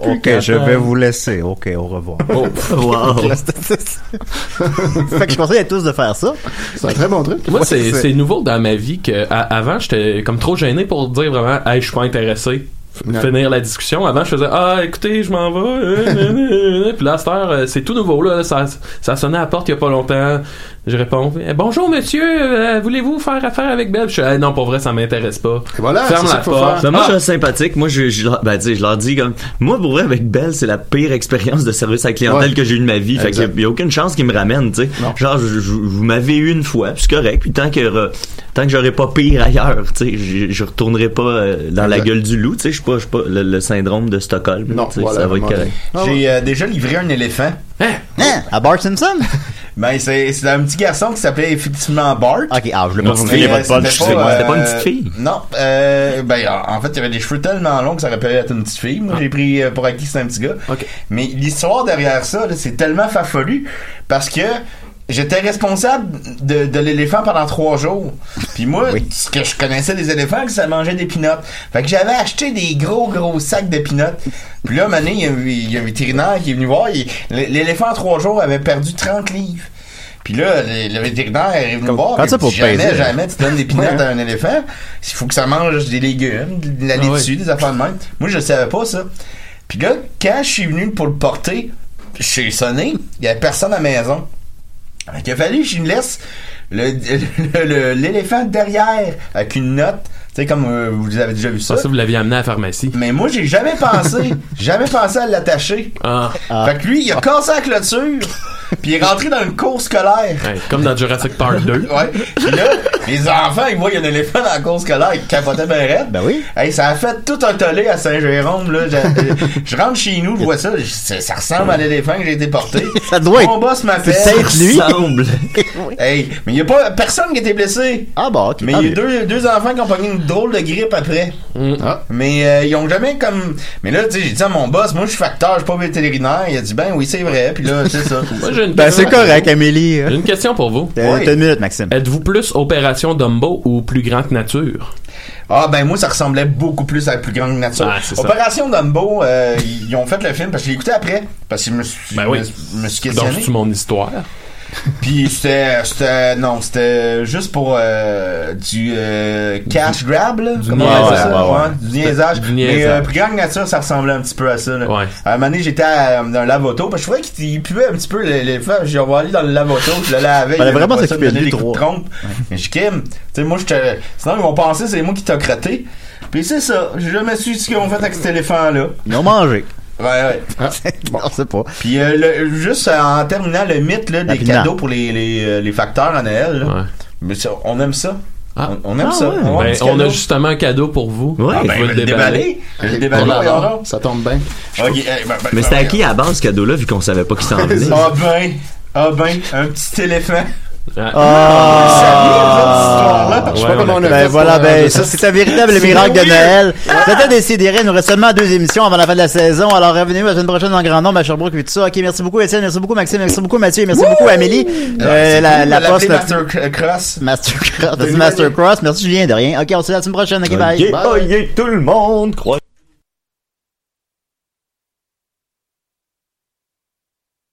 Speaker 2: ok, je vais vous laisser. Ok, au revoir.
Speaker 5: Oh.
Speaker 9: Wow.
Speaker 2: fait que je conseille à tous de faire ça.
Speaker 7: C'est un très bon truc.
Speaker 5: Moi, c'est-
Speaker 2: c'est-
Speaker 5: c'est nouveau dans ma vie que à- avant, j'étais comme trop gêné pour dire vraiment, hey, je suis pas intéressé. F-
Speaker 7: Non.
Speaker 5: Finir la discussion. Avant, je faisais, ah, écoutez, je m'en vais. euh, nan, nan, nan, nan. Puis là, à cette heure, euh, c'est tout nouveau. Là, ça, ça sonnait à la porte il y a pas longtemps. Je réponds, Eh, bonjour monsieur, euh, voulez-vous faire affaire avec Belle? Je suis, Eh, non, pour vrai, ça m'intéresse pas.
Speaker 7: Et voilà,
Speaker 5: Ferme
Speaker 7: c'est ça
Speaker 5: la
Speaker 7: qu'il faut
Speaker 5: porte.
Speaker 7: faire.
Speaker 9: Ben, moi,
Speaker 5: Ah!
Speaker 9: je suis sympathique. Moi, je, je, leur- ben, tu sais, je leur dis comme. Moi, pour vrai, avec Belle, c'est la pire expérience de service à la clientèle
Speaker 7: Ouais.
Speaker 9: que j'ai eu de ma vie. Fait
Speaker 7: Exact.
Speaker 9: qu'il n'y a, aucune chance qu'ils me ramènent, tu sais.
Speaker 7: Non.
Speaker 9: Genre, je- je- vous m'avez eu une fois, puis c'est correct. Puis tant que, re- tant que j'aurai pas pire ailleurs, tu sais, je- je retournerai pas euh, dans la
Speaker 7: Exact.
Speaker 9: gueule du loup, tu sais. Je suis pas, je suis pas le, le syndrome de Stockholm. là,
Speaker 7: Non,
Speaker 9: tu sais,
Speaker 7: voilà,
Speaker 9: ça va être
Speaker 7: vraiment.
Speaker 9: correct.
Speaker 7: Ah ouais.
Speaker 4: J'ai euh, déjà livré un éléphant.
Speaker 2: Hein? À Bart Simpson?
Speaker 4: Ben, c'est c'est un petit garçon qui s'appelait effectivement Bart.
Speaker 2: Ok, ah, je l'ai
Speaker 9: Non,
Speaker 2: pas
Speaker 9: vous voulez
Speaker 4: Mais,
Speaker 2: trouvé.
Speaker 9: Il y a pas de
Speaker 4: euh,
Speaker 9: punch,
Speaker 4: c'était
Speaker 9: excusez-moi. C'était pas une
Speaker 4: euh,
Speaker 9: petite fille?
Speaker 4: Non, euh, ben, en en fait, il avait des cheveux tellement longs que ça aurait pu être une petite fille. Moi, j'ai pris euh, pour acquis que c'était un petit gars.
Speaker 5: Ok.
Speaker 4: Mais l'histoire derrière ça, là, c'est tellement farfelu parce que j'étais responsable de, de l'éléphant pendant trois jours. Puis moi,
Speaker 2: Oui.
Speaker 4: ce que je connaissais des éléphants, c'est que ça mangeait des pinottes. Fait que j'avais acheté des gros, gros sacs de pinottes. Puis là, maintenant, il y a eu- il y a un vétérinaire qui est venu voir. il- L'éléphant en trois jours avait perdu 30 livres. Puis là, le, le vétérinaire est venu me
Speaker 2: Comme-
Speaker 4: voir.
Speaker 2: quand
Speaker 4: puis
Speaker 2: ça
Speaker 4: il dit,
Speaker 2: pour
Speaker 4: jamais,
Speaker 2: peser, là.
Speaker 4: jamais, tu donnes des pinottes à un éléphant. Il faut que ça mange des légumes, de la
Speaker 5: Ah
Speaker 4: laitue,
Speaker 5: ouais.
Speaker 4: des affaires de même. Moi, je savais pas ça. Puis là, quand je suis venu pour le porter, je suis sonné, il y avait personne à la maison. Fait qu'il a fallu que je me laisse le- le- le- l'éléphant derrière avec une note. Tu sais, comme euh, vous avez déjà vu ça.
Speaker 5: Ça, ça, vous l'aviez amené à la pharmacie.
Speaker 4: Mais moi, j'ai jamais pensé, jamais pensé à l'attacher.
Speaker 5: Ah,
Speaker 4: Fait que lui, il a cassé la clôture, puis il est rentré dans le cours scolaire.
Speaker 5: hey, comme dans Jurassic Park 2.
Speaker 4: Ouais. Puis là, les enfants, ils voient un éléphant dans la cour scolaire, ils capotaient ben raide.
Speaker 2: Ben oui.
Speaker 4: Hey, ça a fait tout un tollé à Saint-Jérôme, là. Je, euh, je rentre chez nous, je vois ça, je- ça ça ressemble à l'éléphant que j'ai été porté.
Speaker 2: Ça doit
Speaker 4: Mon
Speaker 2: être.
Speaker 4: boss m'appelle.
Speaker 2: C'est Saint- Lui?
Speaker 9: Semble.
Speaker 4: Hey, mais il y a pas personne qui a été blessé.
Speaker 2: Ah, Mm. bah, ok.
Speaker 4: Mais
Speaker 2: tant
Speaker 4: il y a
Speaker 2: mieux.
Speaker 4: deux, deux enfants qui ont pogné une drôle de grippe après.
Speaker 7: Ah.
Speaker 4: Mais euh, ils ont jamais comme. Mais là, tu sais, j'ai dit à mon boss, moi je suis facteur, je suis pas vétérinaire. Il a dit, ben oui, c'est vrai. Puis là, c'est ça.
Speaker 5: Moi, j'ai une
Speaker 2: Ben,
Speaker 5: question-
Speaker 2: c'est correct, Amélie.
Speaker 5: J'ai une question pour vous.
Speaker 2: T'as
Speaker 4: Ouais.
Speaker 2: t'as une minute, Maxime.
Speaker 5: Êtes-vous plus opération Dumbo ou plus grand que nature?
Speaker 4: Ah ben moi ça ressemblait beaucoup plus à la plus grande nature.
Speaker 5: Ouais, c'est ça.
Speaker 4: Opération Dumbo, euh, ils ils ont fait le film parce que je l'ai écouté après parce que je me suis,
Speaker 5: Ben
Speaker 4: je
Speaker 5: oui.
Speaker 4: me suis- je me suis
Speaker 5: Donc,
Speaker 4: questionné.
Speaker 5: c'est mon histoire.
Speaker 4: Puis c'était, c'était, non, c'était juste pour euh, du euh, cash grab, là. Comment on
Speaker 5: niaisage.
Speaker 4: appelle ça?
Speaker 5: Ouais, ouais.
Speaker 4: Ouais, Du niaisage.
Speaker 5: Du
Speaker 4: Mais
Speaker 5: niaisage.
Speaker 4: euh, Prix Gang Nature, ça ressemblait un petit peu à ça, là.
Speaker 5: Ouais.
Speaker 4: À un moment donné, j'étais à- dans un lavoto, parce que je trouvais qu'il il puait un petit peu les, les feuilles. J'ai envoyé dans le lavoto, je le
Speaker 5: Ben,
Speaker 4: lavais.
Speaker 2: Fallait
Speaker 4: il
Speaker 2: vraiment
Speaker 4: avait pas ça,
Speaker 2: s'occuper
Speaker 4: il me
Speaker 2: de lui,
Speaker 4: donnait des coups
Speaker 2: trois.
Speaker 4: trompe. Mais je Kim, tu sais, moi, je te. Sinon, ils vont penser, c'est moi qui t'ai crotté. Puis c'est ça, j'ai jamais su ce qu'ils ont fait avec cet éléphant-là.
Speaker 2: Ils ont mangé.
Speaker 4: Ouais, ouais.
Speaker 2: on sait pas.
Speaker 4: Puis euh, le- juste euh, en terminant le mythe là, des
Speaker 2: Rapidement.
Speaker 4: cadeaux pour les, les, euh, les facteurs en Noël, là.
Speaker 5: Ouais.
Speaker 4: Mais ça, on aime ça.
Speaker 5: Ah.
Speaker 4: On, on aime
Speaker 10: Ah
Speaker 4: ça.
Speaker 10: ouais.
Speaker 4: On,
Speaker 5: Ben,
Speaker 4: aime ce
Speaker 5: on a
Speaker 4: cadeau.
Speaker 5: justement un cadeau pour vous.
Speaker 10: Ouais.
Speaker 4: Ah, ben,
Speaker 5: Je
Speaker 4: je
Speaker 5: vais
Speaker 4: vais
Speaker 5: le
Speaker 4: le
Speaker 5: déballer.
Speaker 4: déballer. Je vais le déballer,
Speaker 11: On en
Speaker 4: voyons
Speaker 11: vend.
Speaker 4: donc.
Speaker 11: Ça tombe bien.
Speaker 4: Ok, eh, ben, ben,
Speaker 10: Mais c'était
Speaker 4: ben,
Speaker 10: à qui à base ce cadeau-là, vu qu'on savait pas qu'il s'en venait?
Speaker 4: Ah ben, ah ben, un petit éléphant.
Speaker 2: Ah!
Speaker 4: Ah,
Speaker 11: Je sais
Speaker 5: ouais,
Speaker 11: pas comment
Speaker 5: on
Speaker 11: on a fait
Speaker 2: Ben
Speaker 11: pour,
Speaker 2: voilà,
Speaker 11: euh,
Speaker 2: ben
Speaker 11: de-
Speaker 2: ça c'est un véritable miracle de Noël. C'était décidé, il nous reste seulement deux émissions avant la fin de la saison. Alors revenez-vous la semaine prochaine en grand nombre à Sherbrooke et tout ça. Ok, merci beaucoup Étienne, merci beaucoup Maxime, merci beaucoup Mathieu, et merci beaucoup Amélie.
Speaker 11: Ah,
Speaker 2: Euh, la, la poste.
Speaker 4: Mastercross.
Speaker 2: Mastercross, Mastercross, merci Julien de rien. Ok, on se dit à la semaine prochaine, ok bye.
Speaker 10: tout le monde!